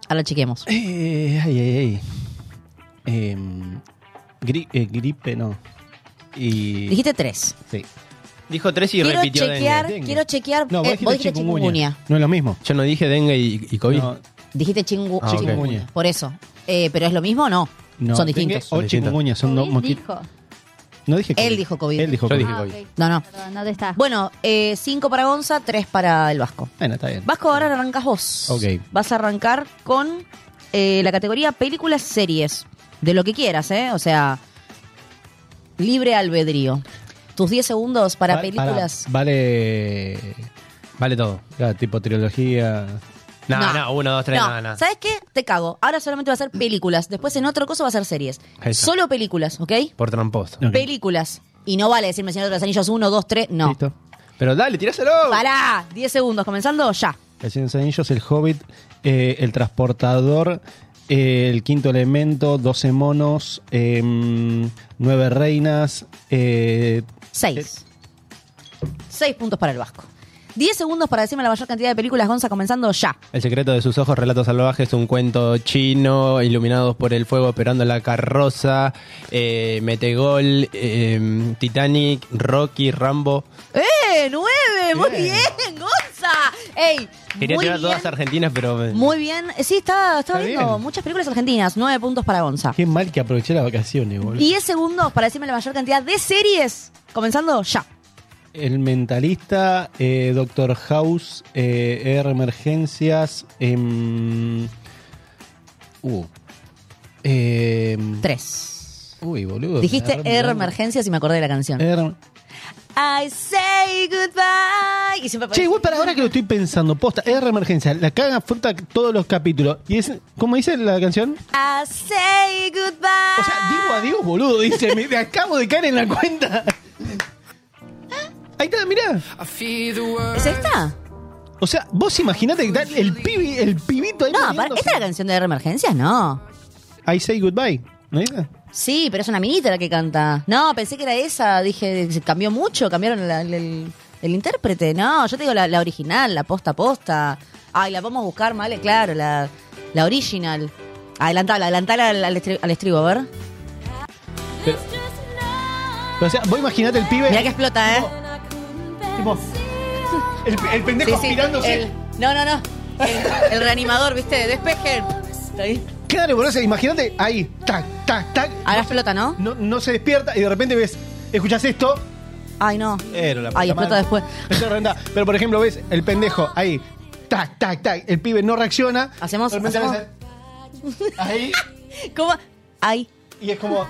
D: Ahora chequeemos.
E: eh, ay, ay, ay. Eh, gri- eh, gripe, no. Y...
D: Dijiste tres.
E: Sí.
F: Dijo 3 y
D: Quiero
F: repitió
D: chequear,
F: dengue.
D: quiero chequear.
E: No,
D: eh,
E: vos dijiste chikungunya. No es lo mismo.
F: Yo no dije dengue y, y COVID.
E: No,
D: Dijiste chingu-
F: Ah, ok.
D: chikungunya. Por eso. Eh, ¿Pero es lo mismo o no?
E: no,
D: Son
E: dengue
D: distintos.
E: O chikungunya, son dos moqui- No dije
D: Él dijo COVID.
E: Él dijo
D: Yo
E: COVID.
D: dije No, no. Bueno, eh, cinco para Gonza, tres para el Vasco.
E: Bueno, está bien.
D: Vasco, ahora arrancas vos.
E: Ok.
D: Vas a arrancar con eh, la categoría películas, series. De lo que quieras, ¿eh? O sea, libre albedrío. Tus 10 segundos para
E: Va-
D: películas.
E: vale.
F: Vale todo.
E: Claro, tipo trilogía.
F: No, no, 1, 2, 3,
D: no,
F: no, no.
D: ¿sabes qué? Te cago. Ahora solamente va a ser películas. Después en otro coso va a ser series.
F: Ahí está.
D: Solo películas, ¿ok?
F: Por tramposo.
D: Películas. Y no vale decirme Señor de los Anillos 1, 2, 3. No.
F: Pero dale, tiráselo.
D: Pará. 10 segundos. Comenzando ya.
E: El Señor de los Anillos, El Hobbit, eh, El Transportador, eh, El Quinto Elemento, 12 Monos, eh, Nueve Reinas. Eh,
D: 6. 6 puntos para el Vasco. 10 segundos para decirme la mayor cantidad de películas, Gonza, comenzando ya.
F: El secreto de sus ojos, relatos salvajes, un cuento chino, iluminados por el fuego, esperando la carroza, eh, Metegol, eh, Titanic, Rocky, Rambo.
D: ¡Eh! ¡Nueve! ¡Muy bien, Gonza! ¡Ey!
F: Quería
D: muy
F: tirar
D: bien,
F: todas argentinas, pero me-
D: muy bien. Sí, estaba, estaba
E: Está
D: viendo
E: bien.
D: muchas películas argentinas. 9 puntos para Gonza.
E: qué mal que aproveché las vacaciones, boludo.
D: 10 segundos para decirme la mayor cantidad de series, comenzando ya.
E: El Mentalista, eh, Doctor House, eh, R Emergencias. em, uh, em,
D: 3.
E: Uy, boludo.
D: Dijiste E
E: me agarró Erm.
D: R
E: mirando.
D: emergencias y me acordé de la canción.
E: R-
D: I say goodbye. Y siempre
E: Che,
D: aparece-
E: igual para ahora que lo estoy pensando, posta, R emergencia, la caga fruta todos los capítulos. Y es, ¿cómo dice la canción?
D: I say goodbye.
E: O sea, digo adiós, boludo, dice, me acabo de caer en la cuenta. Ahí está, mirá.
D: ¿Es esta?
E: O sea, vos imaginate que está el pibi, el pibito ahí.
D: No, para, ¿esta es la canción de R Emergencias? No.
E: I say goodbye, ¿no dice?
D: Sí, pero es una minita la que canta. No, pensé que era esa. Dije, se cambió mucho, cambiaron la- la- el, El intérprete, no, yo te digo la, la original, la posta a posta. Ay, la vamos a buscar,
E: Mm.
D: ¿vale? Claro, la, la original. Adelantala, adelantala al, al estri- al estribo, a ver.
E: Pero, pero, o sea, vos imaginate el pibe.
D: Mirá que explota, ¿eh?
E: Tipo, el, el pendejo
D: Sí, sí,
E: aspirándose.
D: el- no, no, no. El, el reanimador, ¿viste? Despejen. Ahí.
E: Claro, boludo, imagínate ahí, tac, tac, tac. Ahora
D: explota, ¿no?
E: ¿no? No se despierta y de repente ves, escuchas esto.
D: Ay, no.
E: Era la
D: Ay,
E: puta
D: explota
E: madre. Eso es verdad. Pero por ejemplo, ves el pendejo ahí, tac, tac, tac. El pibe no reacciona.
D: Hacemos.
E: De repente
D: hacemos-
E: Ahí.
D: ¿Cómo? Ahí.
E: Y es como.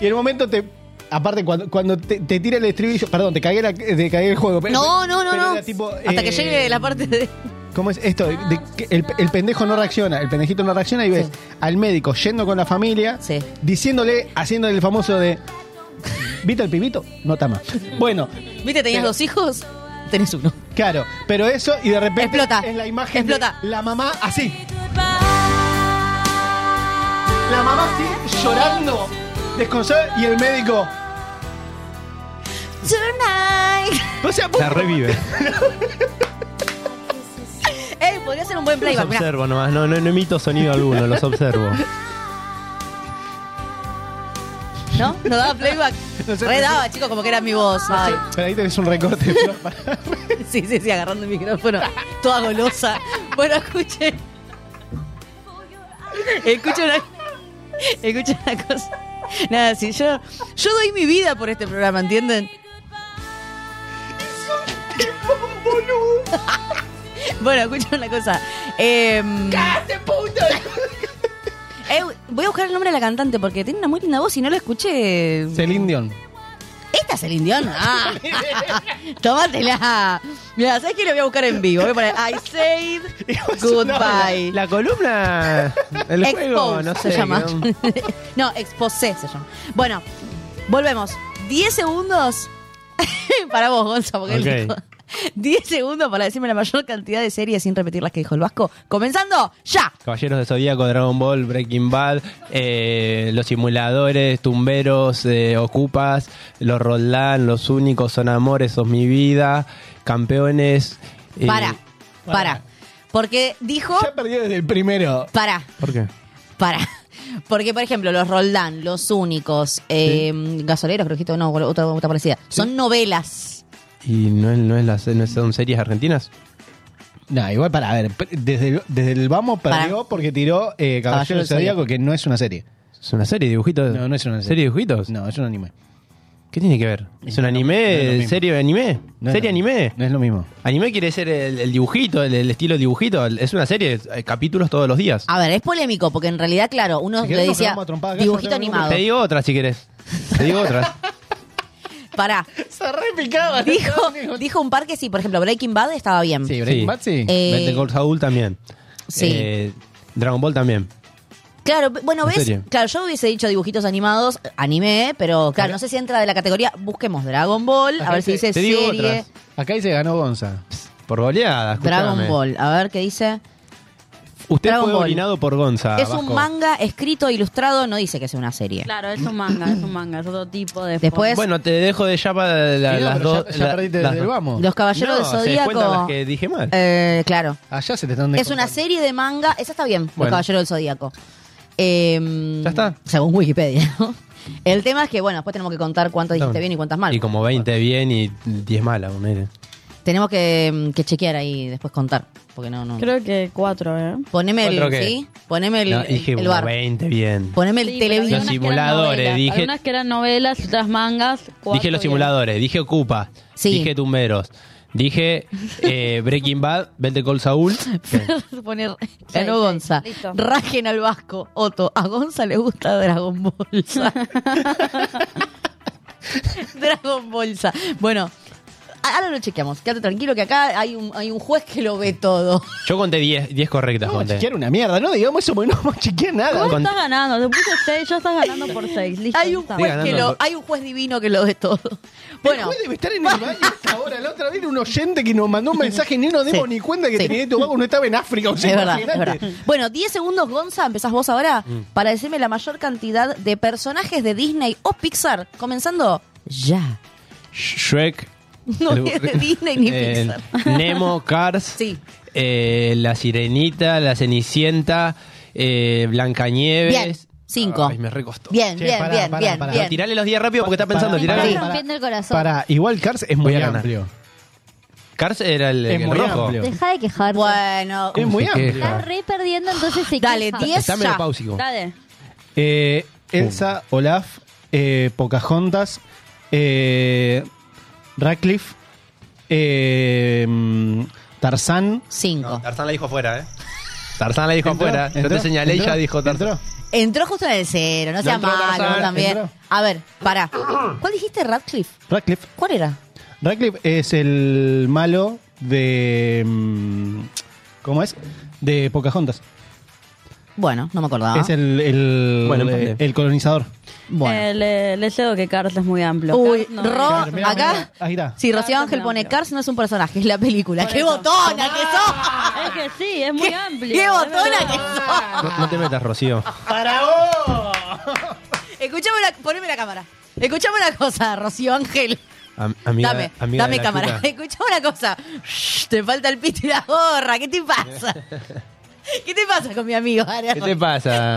E: Y en un momento te. Aparte, cuando, cuando te, te tira el estribillo. Perdón, te cagué, la- te cagué el juego. pero-
D: No, no, no,
E: pero
D: no.
E: era tipo,
D: Hasta que
E: eh,
D: llegue la parte de.
E: ¿Cómo es esto? De- de que el, el pendejo no reacciona, el pendejito no reacciona y ves al médico yendo con la familia, diciéndole, haciéndole el famoso de. ¿Viste el pibito? No tama. Bueno.
D: ¿Viste? Tenías dos hijos. Tenés uno.
E: Claro, pero eso y de repente
D: Explota.
E: es la imagen
D: Explota.
E: de la mamá así. La mamá así llorando, desconsolada y el médico.
D: Tonight.
E: O sea,
F: La revive.
D: Ey, podría ser un buen
F: Los
D: playback. mirá.
F: observo nomás, no, no, no emito sonido alguno, los observo.
D: ¿No? No daba playback.
E: sé,
D: Re
E: no
D: daba, chicos, como que era mi voz. Ay.
E: Pero ahí tenés un recorte. Flor, para-
D: Sí, sí, sí, agarrando el micrófono. Toda golosa. Bueno, escuchen. Escuchen una, escuchen una cosa. Nada, sí, yo, yo doy mi vida por este programa, ¿entienden? bueno, escuchen una cosa. Em, eh, voy a buscar el nombre de la cantante porque tiene una muy linda voz y no la escuché.
E: Celine Dion.
D: ¿Esta es el indión? Ah. Tómatela. Mira, ¿sabes qué? Lo voy a buscar en vivo. Voy a poner I said goodbye.
F: La columna, el juego,
D: Expose
F: no
D: se
F: sé.
D: llama.
F: ¿no?
D: no, exposé se llama. Bueno, volvemos. 10 segundos para vos, Gonza, porque él dijo-
F: Ok.
D: 10 segundos para decirme la mayor cantidad de series sin repetir las que dijo el Vasco. Comenzando ya.
F: Caballeros de Zodíaco, Dragon Ball, Breaking Bad, eh, los simuladores, tumberos, eh, ocupas, los Roldán, los únicos son amores, sos mi vida, campeones. eh,
D: Para, para. Porque dijo.
E: Ya perdió desde el primero.
D: Para,
F: ¿Por qué?
D: para. Porque, por ejemplo, los Roldán, los únicos, eh, gasoleros, creo que esto no, otra, otra parecida, son novelas.
F: ¿Y no, es- no, es las- no son series argentinas?
E: No, igual para ver, desde el, desde el vamos perdió porque tiró eh, Caballero del
F: Caballero del Zodíaco.
E: Zodíaco, que no es una serie.
F: ¿Es una serie de dibujitos?
E: No, no es una serie.
F: ¿Serie de dibujitos?
E: No, es un anime.
F: ¿Qué tiene que ver? ¿Es un anime?
E: no es lo mismo.
F: ¿Serie de anime?
E: No es
F: ¿Serie
E: lo
F: anime?
E: No es lo mismo.
F: Anime quiere ser el, el dibujito, el, el estilo dibujito. Es una serie, hay capítulos todos los días.
D: A ver, es polémico, porque en realidad, claro, uno
E: Si
D: le
E: querés nos
D: decía
E: cagamos a trompadas acá, yo
D: dibujito
E: no tengo ningún
D: animado.
F: Te digo otra si querés. Te digo otra.
D: Pará.
E: Se repicaba.
D: Dijo, dijo un par que sí, por ejemplo, Breaking Bad estaba bien.
E: Sí, Breaking Bad sí.
D: Eh,
F: Better Call Saul también.
D: sí.
F: Eh, Dragon Ball también.
D: Claro, bueno,
F: ¿En
D: ves,
F: serio?
D: claro, yo hubiese dicho dibujitos animados, anime, pero claro, no sé si entra de la categoría, busquemos Dragon Ball, a ver si dice serie,
E: Acá dice ganó Gonza.
F: Por goleada, escúchame.
D: Dragon Ball, a ver qué dice.
F: Usted
D: Dragon
F: fue
D: Ball.
F: orinado por Gonza.
D: es
F: Vasco.
D: un manga escrito, ilustrado, no dice que sea una serie.
H: Claro, es un manga, es un manga, es otro tipo de...
D: Después-
F: Bueno, te dejo de ya para
E: Sí,
F: la-
E: no,
F: las
E: pero
F: dos.
E: ya- ya
F: la-
E: perdiste
F: las
E: desde el
F: dos.
E: vamos.
D: Los Caballeros
F: No,
D: del
F: se descuentan
D: Zodíaco.
F: las que dije mal.
D: Eh, claro.
E: Allá se te están
D: Es una
E: descontando.
D: serie de manga, esa está bien, Los
E: Bueno.
D: Caballeros del Zodíaco. Eh,
F: Ya está.
D: Según Wikipedia. ¿no? El tema es que, bueno, después tenemos que contar cuántas dijiste
F: Perdón.
D: bien y cuántas mal.
F: Y como 20 bien y 10 mala, ponele.
D: Tenemos que, mm, que chequear ahí y después contar. Porque no, no.
H: Creo que cuatro, ¿eh.
D: Poneme
F: ¿Cuatro
D: el,
F: qué?
D: ¿sí? Poneme el,
F: No, dije
D: el
F: como
D: bar.
F: 20 bien.
D: Poneme el televisor.
F: Los simuladores, dije.
H: Algunas que eran novelas, otras mangas. cuatro
F: Dije
H: bien.
F: los simuladores, dije Ocupa,
H: Sí.
F: dije Tumberos, dije eh, Breaking Bad, Better Call Saul.
D: Poner ganó Gonza. Rajen al Vasco, Otto. A Gonza le gusta Dragon Bolsa. Dragon Bolsa. Bueno, ahora lo chequeamos. Quédate tranquilo que acá hay un, hay un juez que lo ve todo.
F: Yo conté 10, 10 correctas. conté.
E: Chiquear una mierda, no digamos eso porque no vamos a chequear nada.
H: Vos
E: Con-
H: estás ganando, te puse seis, ya estás ganando por seis. Listo,
D: Hay un
H: está.
D: juez que lo, hay un juez divino que lo ve todo. Bueno,
E: Después debe estar en el baño hasta ahora. La otra vez un oyente que nos mandó un mensaje ni nos demos
D: Sí.
E: ni cuenta que
D: Sí.
E: Trinidad y Tobago no estaba en África. O sea,
D: es verdad, es
E: imagínate.
D: verdad. Bueno, 10 segundos, Gonza, empezás vos ahora
F: Mm.
D: para decirme la mayor cantidad de personajes de Disney o Pixar, comenzando ya.
F: Shrek,
D: No es de Disney ni Pixar.
F: Nemo, Cars. eh, la Sirenita, la Cenicienta, eh, Blancanieves.
D: Bien, cinco.
F: Ay, me recostó.
D: Bien, bien, bien, bien, bien.
F: Tirale los 10 rápido porque está pensando.
G: Me
F: tirale.
G: está rompiendo el corazón.
E: Para, igual Cars es muy
F: a ganar.
E: amplio.
F: Cars era el,
E: Es
F: el
E: muy
F: rojo.
E: amplio.
G: Deja de quejarte. Bueno,
E: Es muy amplio.
G: Está re perdiendo, entonces se
D: Dale,
G: queja.
D: 10 Está ya.
E: menopáusico.
G: Dale.
E: Eh, Elsa, Olaf, eh, Pocahontas, eh, Radcliffe, eh, mm, Tarzán.
D: Cinco.
F: Tarzán la dijo fuera, ¿eh? Tarzán la dijo fuera. Yo te señalé y ya dijo Tarzán.
D: Entró justo en el cero, no
F: No
D: sea
F: entró
D: malo
F: Tarzán,
D: también.
F: entró.
D: A ver, pará. ¿Cuál dijiste, Radcliffe?
E: Radcliffe.
D: ¿Cuál era?
E: Radcliffe es el malo de. mm, ¿Cómo es? De Pocahontas.
D: Bueno, no me acordaba.
E: Es el, el,
F: Bueno,
E: eh,
F: empate.
E: el colonizador.
H: Eh, le, le cedo que Cars es muy amplio.
D: Uy,
H: Cars no-
D: Ro- acá, si Rocío Ángel
H: es
D: pone Cars, no es un personaje, es la película. ¡Qué botona que
H: Ah,
D: sos!
H: Es que sí, es muy amplio.
D: ¡Qué
H: es
D: botona
H: verdad.
D: que sos!
F: No, no te metas, Rocío.
D: ¡Para vos! Escuchame una, poneme la cámara. Escuchame una cosa, Rocío Ángel.
F: Am- amiga-
D: dame,
F: amiga
D: dame
F: de la
D: cámara.
F: yuca.
D: Escuchame una cosa. Shh, te falta el pito y la gorra. ¿Qué te pasa? ¿Qué te pasa con mi amigo?
F: ¿Qué te pasa?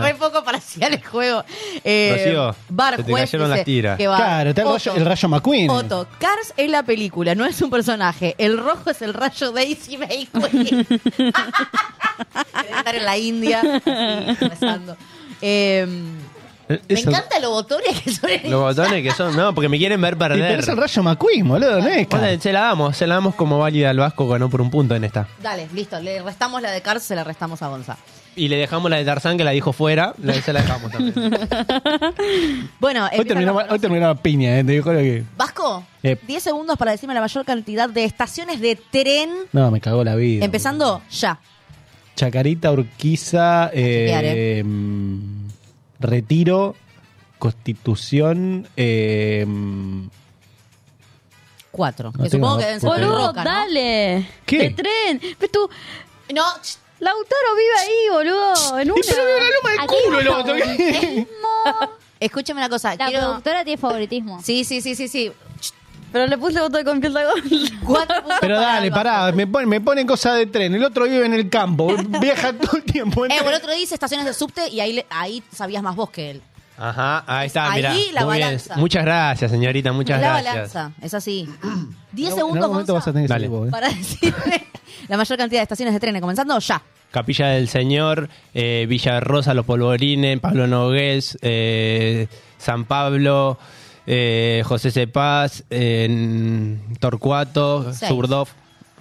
D: Re poco parcial el juego. Eh,
F: Rocío,
D: Bar
F: se te
D: juez
F: cayeron
D: dice
F: las tiras.
D: que va.
E: Claro, está el
D: Otto.
E: rayo, el rayo McQueen.
D: Otto, Cars es la película, no es un personaje. El rojo es el rayo Daisy May Queen. Debe estar en la India, así, rezando. Eh, me
F: Eso-
D: encantan los botones que son en
F: Los botones que son, no, porque me quieren ver
E: Y pero
F: perder.
E: es el rayo McQueen, boludo, no es
F: Bueno, se la damos, se la damos como válida al Vasco, ganó por un punto en esta.
D: Dale, listo, le restamos la de Cars, se la restamos a Gonza.
F: Y le dejamos la de Tarzán que la dijo fuera, la se la dejamos también.
D: Bueno,
E: Hoy
D: Ah, empieza
E: terminó, hoy terminó la piña, eh, te digo lo que.
D: Vasco,
E: Eh.
D: 10 segundos para decirme la mayor cantidad de estaciones de tren.
E: No, me cagó la vida.
D: Em- Empezando ya.
E: Chacarita, Urquiza, eh,
D: chequear,
E: mm, Retiro, Constitución. Eh, mm,
D: 4.
E: No
D: que supongo
E: tengo-
D: que deben ser de
E: Boludo,
D: Roca, ¿no?
H: Dale.
E: ¿Qué?
H: De tren. Pero tú.
D: No.
H: Lautaro vive ahí, boludo. En una.
E: pero me ganó mal
H: Aquí
E: culo
H: hay
E: el otro.
D: Escúchame una cosa.
G: La productora tiene favoritismo.
D: Sí, sí, sí, sí, sí.
H: Pero le puse voto de confianza a Gonza.
E: Pero dale, pará, me ponen, me ponen cosas de tren. El otro vive en el campo, viaja todo el tiempo. en
D: Eh,
E: tren.
D: bueno, el otro dice estaciones de subte y ahí, le- ahí sabías más vos que él.
F: Ajá, ahí está,
D: Ahí
F: mirá.
D: la
F: Muy bien.
D: balanza.
F: Muchas gracias, señorita, muchas
D: la
F: gracias.
D: balanza, es así. 10
E: En algún
D: segundos,
E: momento vas
D: Gonza,
E: a tener que
F: Dale.
E: salir vos, eh.
D: para decirme la mayor cantidad de estaciones de trenes. Comenzando ya.
F: Capilla del Señor, eh, Villa Rosa, Los Polvorines, Pablo Nogués, eh, San Pablo, eh, José Cepaz, eh, Torcuato,
D: Seis.
F: Zurdov.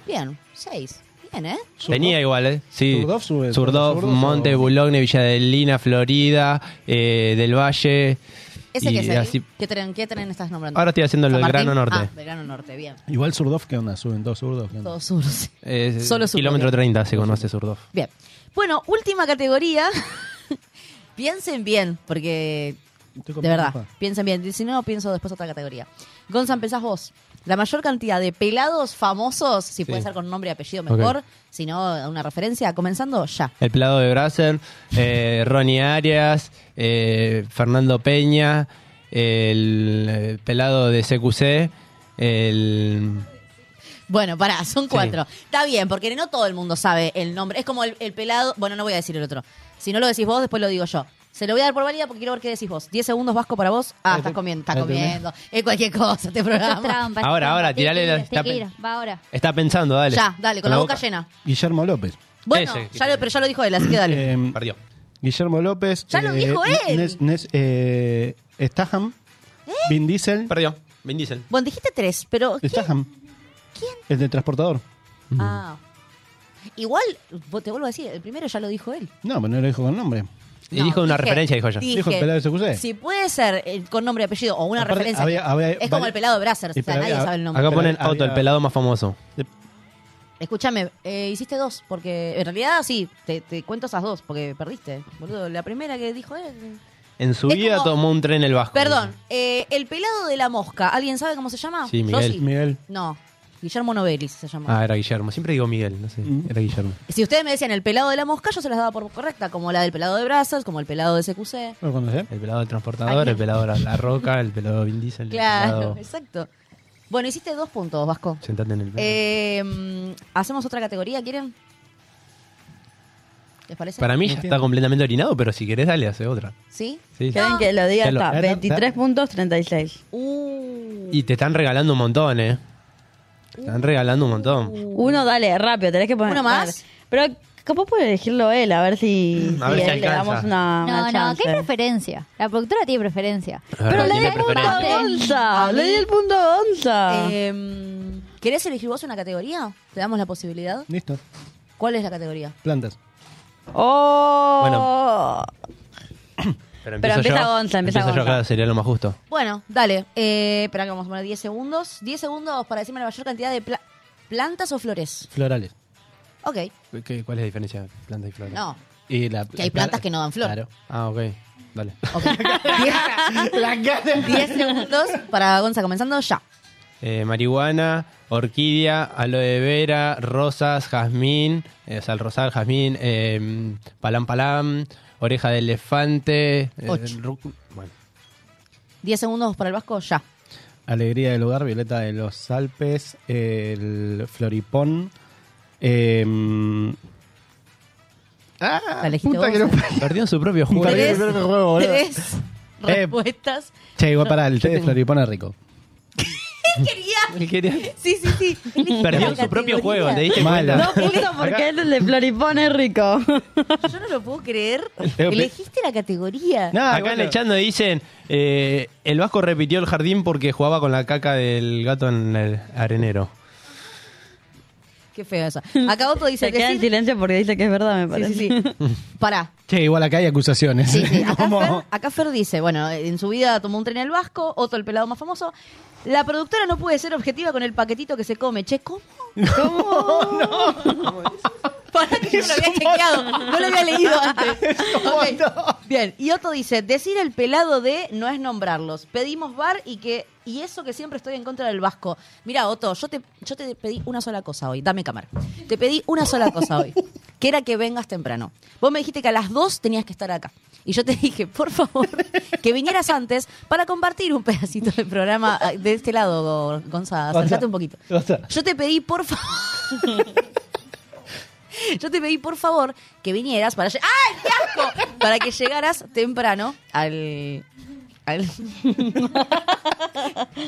D: Bien, 6. Bien, ¿eh?
F: Tenía igual, ¿eh? Sí.
E: Zurdov sube-
F: Zurdov,
E: Zurdov
F: Monte,
E: o-
F: Boulogne, Villa de Lina, Florida, eh, del Valle.
D: Ese que
F: y
D: es el.
F: así-
D: ¿Qué, tren, ¿Qué tren estás nombrando?
F: Ahora estoy haciendo el
D: ¿San Martín?
F: Belgrano Norte.
D: Ah, Belgrano Norte, bien.
E: Igual Zurdov, ¿qué onda? Suben todos Zurdov. ¿qué onda?
D: Todo sur. sí.
F: Eh,
D: Solo Zurdov.
F: kilómetro 30 se conoce Zurdov.
D: Bien. Bueno, última categoría. piensen bien, porque.
E: con
D: De verdad,
E: preocupa.
D: piensen bien. Si no, pienso después otra categoría. Gonza, empezás vos. La mayor cantidad de pelados famosos, si puede ser con nombre y apellido mejor,
F: Ok.
D: si no, una referencia, comenzando ya.
F: El pelado de Brasser, eh, Ronnie Arias, eh, Fernando Peña, el eh, pelado de CQC, el...
D: Bueno, pará, son cuatro. Está bien, porque no todo el mundo sabe el nombre. Es como el, el pelado. Bueno, no voy a decir el otro. Si no lo decís vos, después lo digo yo. Se lo voy a dar por válida porque quiero ver qué decís vos. Diez segundos, Vasco, para vos.
F: Eh,
D: Ah, estás comiendo. Estás
F: ahí te-
D: comiendo. Es cualquier cosa este programa.
G: Esto es trampa, esto
F: Ahora,
G: es
F: ahora,
G: trampa.
F: tirale
G: Tiene
F: la-
G: que ir,
F: está
G: tiene que ir. Va ahora.
F: Está pensando, dale.
D: Ya, dale, con la, boca, llena.
E: Guillermo López.
D: Bueno,
F: Ese,
D: ya lo, pero ya lo dijo él, así que dale.
E: Eh,
F: Perdió.
E: Guillermo López. eh,
D: Ya lo dijo él.
E: Nes- Nes- eh, Staham. Vin Diesel.
F: Perdió. Vin Diesel.
D: Bueno, dijiste tres, pero. ¿quién?
E: Staham. ¿Quién? El del transportador.
D: Ah. Igual, vos- te vuelvo a decir, el primero ya lo dijo él.
E: No, pero no lo dijo con nombre.
F: Y dijo una referencia, dijo yo.
E: Dijo el pelado de CQC.
D: Si puede ser eh, con nombre y apellido o una
E: Aparte,
D: referencia.
E: había- había-
D: es como
E: vari-
D: el pelado de Brazzers,
E: Y
D: o sea,
E: pero
D: nadie
E: había-
D: sabe el nombre.
F: Acá ponen
E: Pero
F: Otto,
E: había-
F: el pelado más famoso.
D: Escúchame, eh, hiciste dos, porque en realidad sí, te, te cuento esas dos, porque perdiste. Boludo, la primera que dijo él.
F: En su
D: Es
F: vida
D: como-
F: tomó un tren el Vasco.
D: Perdón, eh, el pelado de la mosca, ¿alguien sabe cómo se llama?
F: Sí,
D: Yo
F: Miguel.
D: sí.
E: Miguel.
D: No, Guillermo Novelis se llama.
F: Ah, era Guillermo. Siempre digo Miguel, no sé.
E: Mm.
F: Era Guillermo.
D: Si ustedes me decían el pelado de la mosca, yo se las daba por correcta, como la del pelado de brazos, como el pelado de CQC.
E: ¿Lo conocés?
F: El pelado del transportador, el pelado de la, la roca, el pelado de Vin Diesel. el
D: Claro,
F: pelado-
D: exacto. Bueno, hiciste dos puntos, Vasco.
F: Sentate en el
D: Eh, mm, ¿Hacemos otra categoría? ¿Quieren? ¿Les parece?
F: Para mí ya está completamente orinado, pero si querés dale, hace otra.
D: ¿Sí?
F: Sí, sí.
H: ¿Quieren que lo diga?
F: Ya lo-
H: Está,
F: ya está.
H: 23 puntos 36.
D: Uh.
F: Y te están regalando un montón, eh. Te están regalando un
D: Uh.
F: montón.
H: Uno, dale, rápido, tenés que poner.
D: ¿Uno más?
H: Pero capaz puede elegirlo él, a ver si,
F: A ver
H: si
F: si
H: él le
F: alcanza.
H: damos una.
G: No,
H: una
G: no, ¿qué
H: chance.
G: preferencia? La productora tiene preferencia.
F: verdad,
G: Pero le
F: tiene
G: di el punto
F: preferencia.
G: a Gonza,
D: A
G: le
D: mí-
G: di el
H: punto a Gonza.
D: Eh, ¿Querés elegir vos una categoría? ¿Te damos la posibilidad?
E: Listo.
D: ¿Cuál es la categoría?
E: Plantas.
H: ¡Oh!
F: Bueno. Pero empiezo
D: empieza
F: yo.
D: Gonza, empieza
F: Empiezo yo,
D: Gonza.
F: claro, sería lo más justo.
D: Bueno, dale. Eh, espera que vamos a poner 10 segundos. 10 segundos para decirme la mayor cantidad de pla- plantas o flores.
E: Florales.
D: Ok.
F: ¿Qué- ¿Cuál es la diferencia entre plantas y flores?
D: No.
E: Y la,
D: Que hay plantas que no dan flor.
E: Claro.
F: Ah, ok. Dale.
D: 10 segundos para Gonza, comenzando ya.
F: Eh, marihuana, orquídea, aloe vera, rosas, jazmín, eh, o sea, el rosal, jazmín, eh, palam palam, oreja de elefante. eh,
D: Ocho.
F: rúcu- bueno.
D: 10 segundos para el Vasco, ya.
E: Alegría del hogar, Violeta de los Alpes, el Floripón. em,
D: La elegiste
E: Ah, puta
D: vos.
E: que lo
F: Perdieron su propio
E: juego.
D: Tres-
E: Perdieron su propio juego, boludo. Eh,
D: tres respuestas.
E: Che, igual para el té de
F: tengo-
E: Floripón es rico.
F: Él quería-
D: Sí, sí, sí.
F: Perdió su propio juego, ¿te diste
E: Mal.
F: cuenta? este
E: No,
H: Punto porque él de Floripón es rico.
D: Yo no lo puedo creer.
F: Tengo que-
D: Elegiste la categoría.
F: Acá en el chat nos dicen, eh, el Vasco repitió el jardín porque jugaba con la caca del gato en el arenero.
D: Qué feo eso. Acá otro dice
H: Se
D: que
H: queda en
D: sí.
H: silencio porque dice que es verdad, me parece.
D: Sí, sí, Pará.
E: Che, igual acá hay acusaciones.
D: Sí, sí. Acá,
E: Como-
D: Fer, acá Fer dice, bueno, en su vida tomó un tren al Vasco, otro el pelado más famoso. La productora no puede ser objetiva con el paquetito que se come. Che, ¿cómo? ¿Cómo? No. Para que yo no lo había chequeado. No lo había leído antes. Ok. Bien. Y otro dice, decir el pelado de no es nombrarlos. Pedimos bar y que... Y eso que siempre estoy en contra del Vasco. Mira, Otto, yo te, yo te pedí una sola cosa hoy. Dame cámara. Te pedí una sola cosa hoy. Que era que vengas temprano. Vos me dijiste que a las 2 tenías que estar acá. Y yo te dije, por favor, que vinieras antes para compartir un pedacito del programa ah, de este lado, Gonzalo. Acércate un poquito. Yo te pedí, por favor. Yo te pedí, por favor, que vinieras para. lle- ¡Ay, qué asco! Para que llegaras temprano al. al-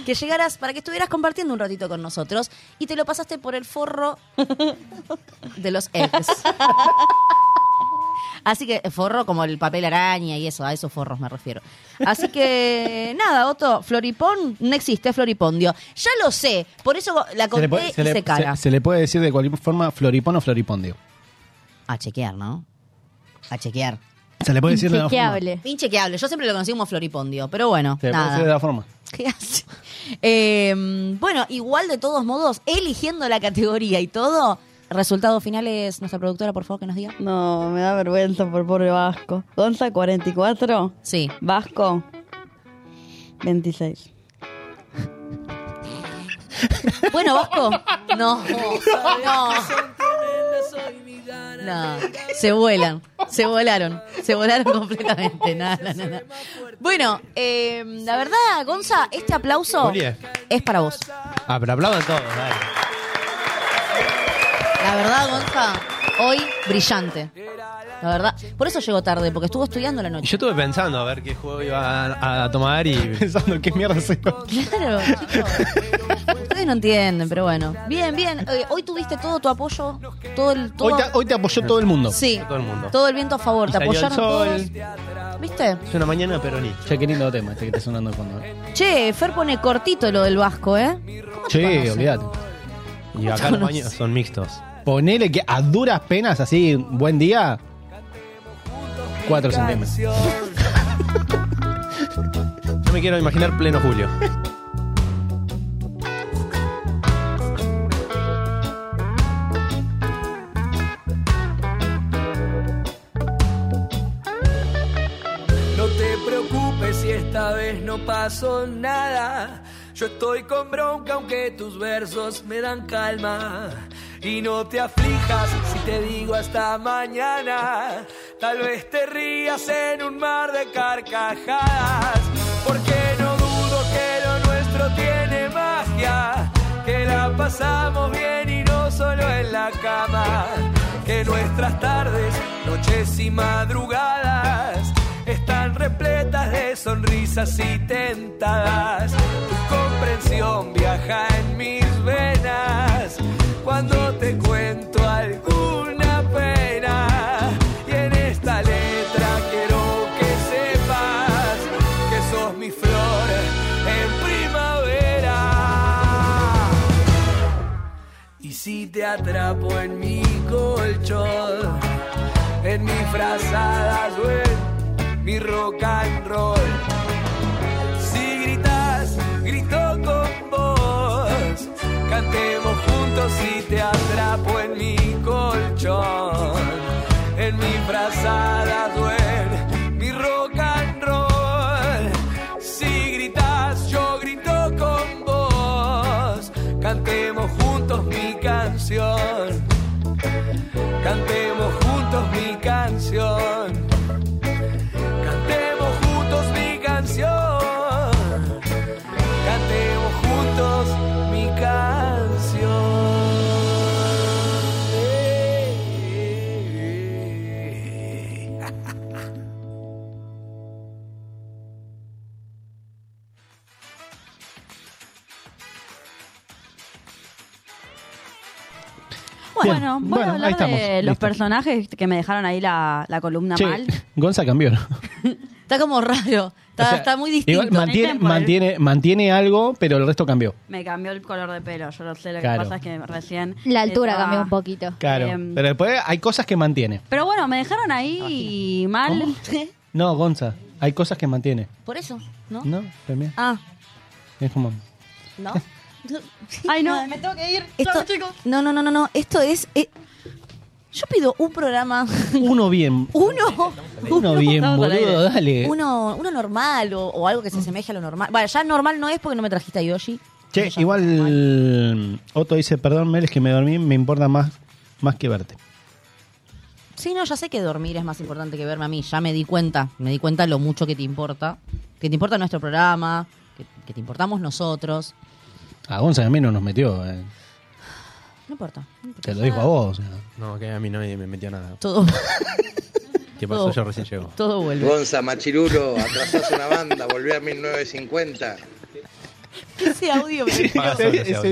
D: que llegaras para que estuvieras compartiendo un ratito con nosotros y te lo pasaste por el forro de los eggs. Así que eh, forro como el papel araña y eso, a esos forros me refiero. Así que nada, Otto, Floripón no existe, Floripondio. Ya lo sé, por eso la
E: Se
D: conté
E: le, puede, se
D: E y
E: le-
D: se cara.
E: se- se le puede decir de cualquier forma floripón o floripondio.
D: A chequear, ¿no? A chequear.
E: Se le puede decir de la forma.
D: Inchequeable. Yo siempre lo conocí como floripondio, pero bueno,
E: Se le puede
D: nada.
E: decir de la forma.
D: ¿Qué hace? Eh, bueno, igual de todos modos, eligiendo la categoría y todo, resultados finales, nuestra productora, por favor, que nos diga.
H: No, me da vergüenza por pobre Vasco. Gonza 44.
D: Sí.
H: Vasco 26.
D: Bueno, Vasco. No, no. No, se vuelan, se volaron, se volaron completamente. Nada, nada, nada. Bueno, eh, la verdad, Gonza, este aplauso
F: Juliet.
D: es para vos.
F: eh. Ah, pero aplaudan todos, dale.
D: La verdad, Gonza, hoy brillante. La verdad. Por eso llegó tarde, porque estuvo estudiando la
F: Y
D: noche.
F: Yo estuve pensando a ver qué juego iba a, a tomar y...
E: Pensando qué mierda se
D: Claro, chicos. Ustedes no entienden, pero bueno. Bien, bien. Eh, Hoy tuviste todo tu apoyo, todo el... todo-
E: Hoy te, hoy te apoyó todo el mundo.
D: Sí,
F: Todo el mundo.
D: todo el viento a favor.
E: Y
D: Te
E: salió el
D: apoyaron
E: sol.
D: todos. ¿Viste?
F: Es una mañana peroní.
E: Che, qué lindo tema este que está sonando de fondo.
D: Che, Fer pone cortito lo del Vasco, ¿eh?
E: Che, olvídate.
F: Y acá los baños son mixtos.
E: Ponele que a duras penas, así, buen día. 4 centímetros.
F: No me quiero imaginar pleno julio.
U: No te preocupes si esta vez no pasó nada. Yo estoy con bronca aunque tus versos me dan calma. Y no te aflijas si te digo hasta mañana. Tal vez te rías en un mar de carcajadas. Porque no dudo que lo nuestro tiene magia. pasamos bien y no solo en la cama. Que nuestras tardes, noches y madrugadas están repletas de sonrisas y tentadas. Tu comprensión viaja en mis venas cuando te cuento alguna pena. Y en esta letra quiero que sepas que sos mi flor en primavera. Y si te atrapo en mi colchón, en mis frazadas o en mi rock and roll. Si gritas, grito con vos. Cantemos juntos si te atrapo en mi colchón, en mi frazada duele mi rock and roll. Si gritas, yo grito con vos. Cantemos juntos mi canción. Cantemos juntos mi canción. Cantemos juntos mi canción. Cantemos juntos mi canción.
H: Bueno,
E: Bien,
H: voy
E: bueno,
H: a
E: ahí
H: hablar
E: estamos,
H: de los
E: listo.
H: personajes que me dejaron ahí la, la columna
E: Che,
H: mal.
E: Gonza cambió, ¿no?
Q: Está como raro. Está,
E: O sea,
Q: está muy distinto.
E: Igual mantiene, mantiene, mantiene algo, pero el resto cambió.
H: Me cambió el color de pelo, yo lo sé, lo
E: Claro.
H: que pasa es que recién...
G: La altura
H: estaba-
G: cambió un poquito.
E: Claro.
H: Em,
E: pero después hay cosas que mantiene.
H: Pero bueno, me dejaron ahí mal.
E: No, Gonza, hay cosas que mantiene.
D: Por eso, ¿no?
E: No, también.
D: Ah,
E: Es como.
D: ¿no?
H: Ay, no,
D: me
H: tengo que ir.
D: Esto, no, no, no, no, no. Esto es. eh, yo pido un programa.
E: Uno bien.
D: Uno.
E: Uno bien,
D: Estamos al
E: boludo,
D: aire.
E: dale.
D: Uno, uno normal o, o algo que se asemeje a lo normal. Bueno, ya normal no es porque no me trajiste a Yoshi.
E: Che, igual Otto dice, perdón, Mel, es que me dormí, me importa más, más que verte.
D: Sí, no, ya sé que dormir es más importante que verme a mí. Ya me di cuenta. Me di cuenta lo mucho que te importa. Que te importa nuestro programa. Que, que te importamos nosotros.
E: A Gonza y a mí no nos metió, eh.
D: No importa. no importa.
E: te lo dijo a vos.
F: No, que a mí nadie me metió nada.
D: Ah. Todo.
F: ¿Qué pasó?
D: todo.
F: Yo recién llego.
D: Todo vuelve.
J: Gonza Machirulo, atrasás una banda, volví a 1950.
D: Ese audio me
E: Ese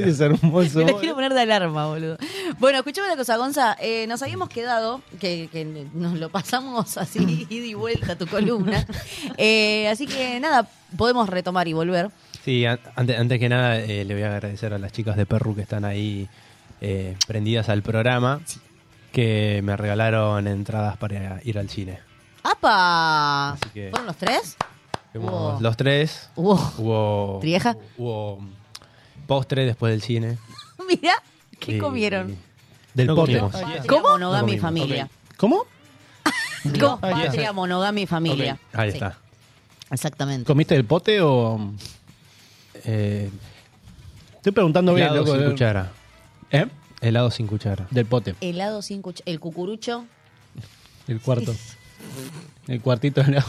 E: es hermoso.
D: Me lo quiero poner de alarma, Ah, boludo. Bueno, escuchame una cosa, Gonza. eh, nos habíamos quedado, que, que nos lo pasamos así, ida y vuelta a tu columna. Eh, así que nada, podemos retomar y volver.
F: Sí, an- antes, antes que nada eh, le voy a agradecer a las chicas de Perru que están ahí eh, prendidas al programa, que me regalaron entradas para ir al cine.
D: ¡Apa!
F: que-
D: ¿Fueron los tres?
F: Fuimos
D: Wow.
F: los tres.
D: Oh. Hubo.
F: Hubo.
D: ¿Trieja?
F: Hubo postre después del cine.
D: Mirá, ¿qué
F: Sí.
D: comieron?
F: Del
E: No
F: postre.
E: comimos.
D: ¿Cómo?
F: No
D: Monogamia y
F: comimos,
D: familia.
E: ¿Cómo?
D: Con
E: Ahí está.
D: patria, monogamia y familia.
F: Ahí
D: Sí.
F: está.
D: Exactamente.
E: ¿Comiste el pote o...? Estoy preguntando bien,
F: Eh, Helado
E: loco.
F: sin
E: eh.
F: cuchara.
E: ¿Eh?
F: Helado sin cuchara.
E: Del pote,
D: Helado sin cuch- El cucurucho.
E: el cuarto. el cuartito de helado.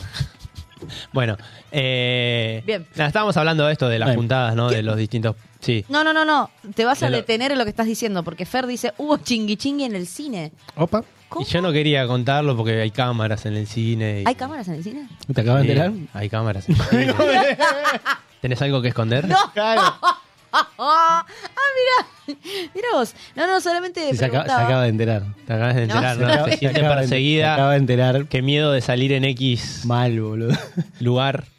F: Bueno, eh,
D: Bien.
F: nada, estábamos hablando de esto, de las puntadas, ¿no? De los distintos. Sí.
D: No, no, no, no. Te vas a
F: Helado.
D: detener en lo que estás diciendo, porque Fer dice, hubo chingui chingui en el cine.
E: Opa.
F: Y yo no quería contarlo porque hay cámaras en el cine. y-
D: ¿Hay cámaras en el cine?
E: ¿Te acabas de
F: Sí,
E: enterar?
F: Hay cámaras en el cine. ¿Tenés algo que esconder?
D: ¡No! ah, mira. Mira vos. No, no, solamente
E: Sí, se, acaba, se
D: preguntaba.
E: acaba de enterar.
F: Te acabas de enterar,
E: No,
F: ¿no?
E: se acaba-
F: Se siente
E: se acaba de- se
F: perseguida.
E: acaba de enterar.
F: Qué miedo de salir en X.
E: Mal, boludo.
F: Lugar.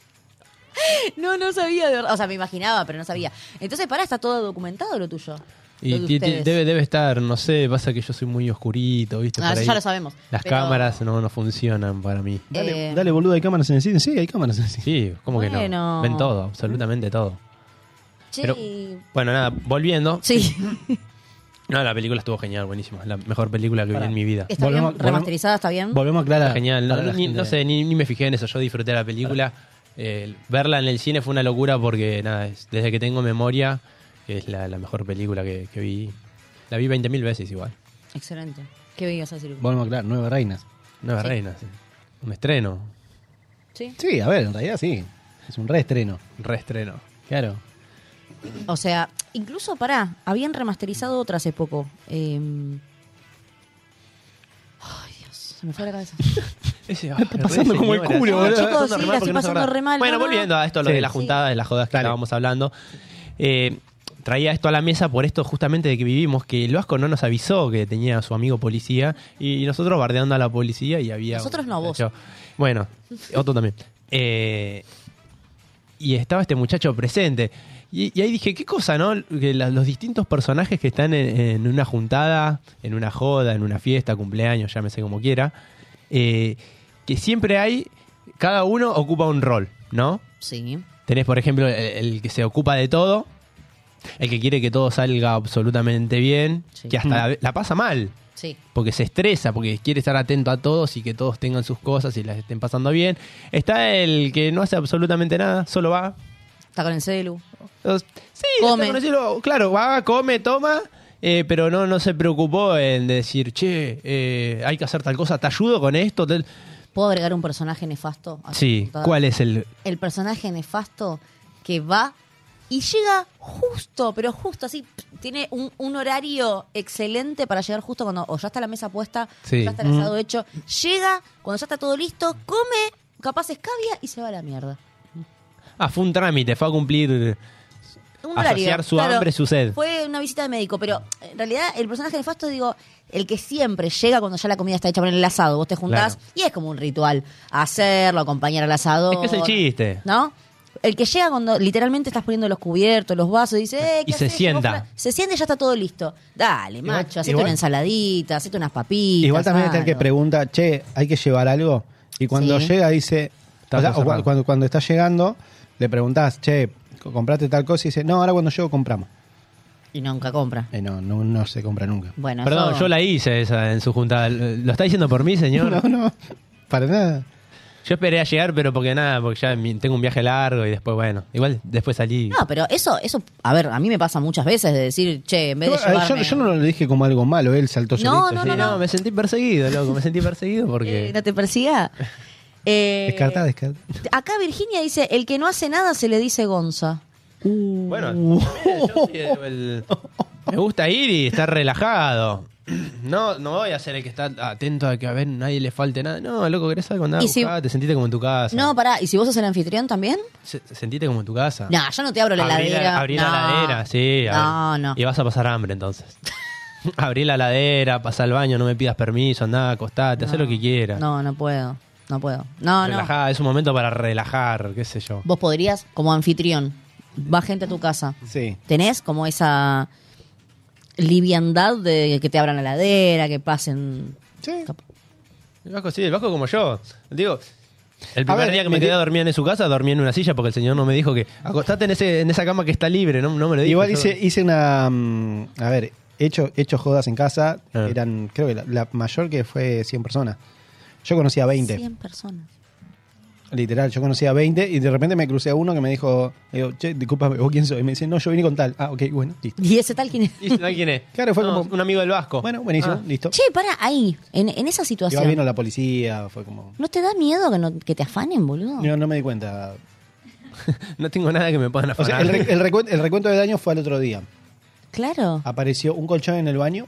D: No, no sabía de verdad. O sea, me imaginaba, pero no sabía. Entonces, pará, está todo documentado lo tuyo.
F: Y
D: Lo de
F: ti- ti-
D: ustedes.
F: debe, debe estar, no sé, pasa que yo soy muy oscurito, ¿viste?
D: Ah,
F: Por
D: eso
F: ahí
D: ya lo sabemos,
F: Las
D: pero-
F: cámaras no, no funcionan para mí.
D: Eh,
E: Dale, boludo, ¿hay cámaras en el cine? Sí, hay cámaras en el cine.
F: Sí, ¿cómo que
D: Bueno.
F: no? Ven todo, absolutamente todo.
D: che,
F: pero-
D: y-
F: Bueno, nada, volviendo.
D: Sí.
F: No, la película estuvo genial, buenísima. La mejor película que vi en mi vida.
D: ¿está
E: Volvemos-
D: bien remasterizada? ¿Está bien?
E: Volvemos a aclarar.
F: Está genial. No,
E: para la
F: ni-
E: gente.
F: no sé, ni, ni me fijé en eso. Yo disfruté la película. Eh, verla en el cine fue una locura porque, nada, es- desde que tengo memoria, es la, la mejor película que, que vi. La vi 20.000 veces igual.
D: Excelente. ¿Qué veías a decir?
E: Volvemos a aclarar. Nueve reinas.
F: Nueva
D: Sí.
F: Reina, sí. Un estreno.
D: Sí.
E: Sí, a ver, en realidad sí. Es un reestreno.
F: Reestreno.
E: Claro.
D: O sea, incluso, pará, habían remasterizado otras hace poco. Em, Ay, Dios, se me fue la cabeza.
F: Ese,
E: Está pasando como el culo,
D: No,
E: boludo.
D: chicos, sí, la estoy pasando re mal.
F: Bueno,
D: No, no,
F: volviendo
D: no.
F: a esto, lo
E: Sí.
F: de la juntada, de las jodas que estábamos hablando. Eh, traía esto a la mesa por esto justamente de que vivimos, que el Vasco no nos avisó que tenía a su amigo policía y nosotros bardeando a la policía y había... un
D: Nosotros no, vos.
F: muchacho- Bueno, otro también. Eh, y estaba este muchacho presente. Y, y ahí dije, qué cosa, ¿no? Que la- los distintos personajes que están en, en una juntada, en una joda, en una fiesta, cumpleaños, llámese como quiera, eh, que siempre hay, cada uno ocupa un rol, ¿no?
D: Sí.
F: Tenés, por ejemplo, el, el que se ocupa de todo, el que quiere que todo salga absolutamente bien, que hasta la, la pasa mal,
D: Sí.
F: porque se estresa, porque quiere estar atento a todos y que todos tengan sus cosas y las estén pasando bien. Está el que no hace absolutamente nada, solo va,
D: Está con el celu.
F: Sí, come. claro, va, come, toma, eh, pero no, no se preocupó en decir, che, eh, hay que hacer tal cosa, te ayudo con esto. Te-
D: ¿Puedo agregar un personaje nefasto? a tu
F: Sí,
D: juntada?
F: ¿cuál es el...?
D: El personaje nefasto que va y llega justo, pero justo así. pf, Tiene un, un horario excelente para llegar justo cuando o ya está la mesa puesta,
F: Sí.
D: ya está el
F: Mm.
D: asado hecho. Llega, cuando ya está todo listo, come, capaz escabia y se va a la mierda.
F: Ah, fue un trámite, fue a cumplir,
D: Un
F: Asociar
D: horario,
F: su hambre, su sed.
D: Fue una visita de médico, pero en realidad el personaje nefasto, digo, el que siempre llega cuando ya la comida está hecha por el asado. Vos te juntás
F: Claro.
D: y es como un ritual. Hacerlo, acompañar al asado.
F: es que es el chiste.
D: ¿No? El que llega cuando literalmente estás poniendo los cubiertos, los vasos, y dice, eh, ¿qué
F: Y se
D: haces?
F: sienta.
D: Llegó Fran- Se siente y ya está todo listo. Dale,
E: Igual-
D: macho, hacete
E: igual-
D: una ensaladita, hacete unas papitas.
E: Igual también está el que
D: algo.
E: pregunta, che, hay que llevar algo. Y cuando
D: Sí.
E: llega dice, o sea,
F: todo
E: o cu-
F: cerrado.
E: cuando, cuando está llegando, le preguntás, che, co- compraste tal cosa y dice, no, ahora cuando llego compramos. Eh,
D: Y nunca compra.
E: no, no, no se compra nunca.
D: Bueno,
F: Perdón,
D: eso-
F: yo la hice esa en su juntada. ¿Lo está diciendo por mí, señor?
E: No, no, para nada.
F: Yo esperé a llegar, pero porque nada, porque ya mi- tengo un viaje largo y después, bueno, igual después salí.
D: No, pero eso, eso, a ver, a mí me pasa muchas veces de decir, che, en vez de
E: Igual, eh, Yo,
D: llevarme...
E: yo no lo dije como algo malo, él saltó
D: No,
E: solito.
D: no,
E: sí.
D: no, no.
F: me sentí perseguido, loco, me sentí perseguido
D: Eh,
F: porque...
D: no te persiga. Eh,
E: Descartá, descartá.
D: Acá Virginia dice, el que no hace nada se le dice Gonza.
E: Uh.
F: Bueno, yo soy el- el- me gusta ir y estar relajado. No, no voy a ser el que está atento a que a ver nadie le falte nada. No, loco, querés algo, andá,
D: Y si-
F: buscá, te sentiste como en tu casa.
D: No, pará, ¿y si vos sos el anfitrión también?
F: Se- sentite como en tu casa.
D: No, yo no te abro la
F: Abrí
D: heladera.
F: Abrí
D: No.
F: la heladera, sí. a
D: No,
F: ver.
D: no.
F: Y vas a pasar hambre entonces. abrí la heladera, pasá al baño, no me pidas permiso, andá, acostate, haz
D: No.
F: lo que quieras.
D: No, no puedo, no puedo. No, no.
F: Relajá, es un momento para relajar, qué sé yo.
D: Vos podrías, como anfitrión, va gente a tu casa.
E: Sí.
D: Tenés como esa liviandad de que te abran la ladera, que pasen...
F: El vasco sí, el vasco como yo. Digo, el
E: A
F: primer
E: ver,
F: día que me
E: me
F: quedé
E: di-
F: a dormir en su casa, dormí en una silla porque el señor no me dijo que acostate en, ese, en esa cama que está libre, no, no me lo dijo.
E: Igual
F: yo-
E: hice, hice una. mm, A ver, he hecho, he hecho jodas en casa.
F: Eh.
E: Eran, creo que la, la mayor que fue 100 personas. Yo conocía 20,
D: 100 personas.
E: literal. Yo conocía 20 y de repente me crucé a uno que me dijo, le digo, che, discúlpame, ¿vos quién soy? Y me dice, no, yo vine con tal. Ah, ok, bueno, listo.
D: ¿Y ese tal quién es?
F: ¿Y ese quién es?
E: Claro, fue
F: No,
E: como.
F: Un amigo del vasco.
E: Bueno, buenísimo,
F: Ah.
E: listo.
D: Che, pará, ahí, en, en esa
E: Igual
D: situación.
E: vino la policía, fue como.
D: ¿No te da miedo que, no- que te afanen, boludo?
E: Yo no me di cuenta.
F: No tengo nada que me puedan
E: O sea,
F: afanar.
E: el, re- el recuento, el recuento de daños fue al otro día.
D: Claro.
E: Apareció un colchón en el baño,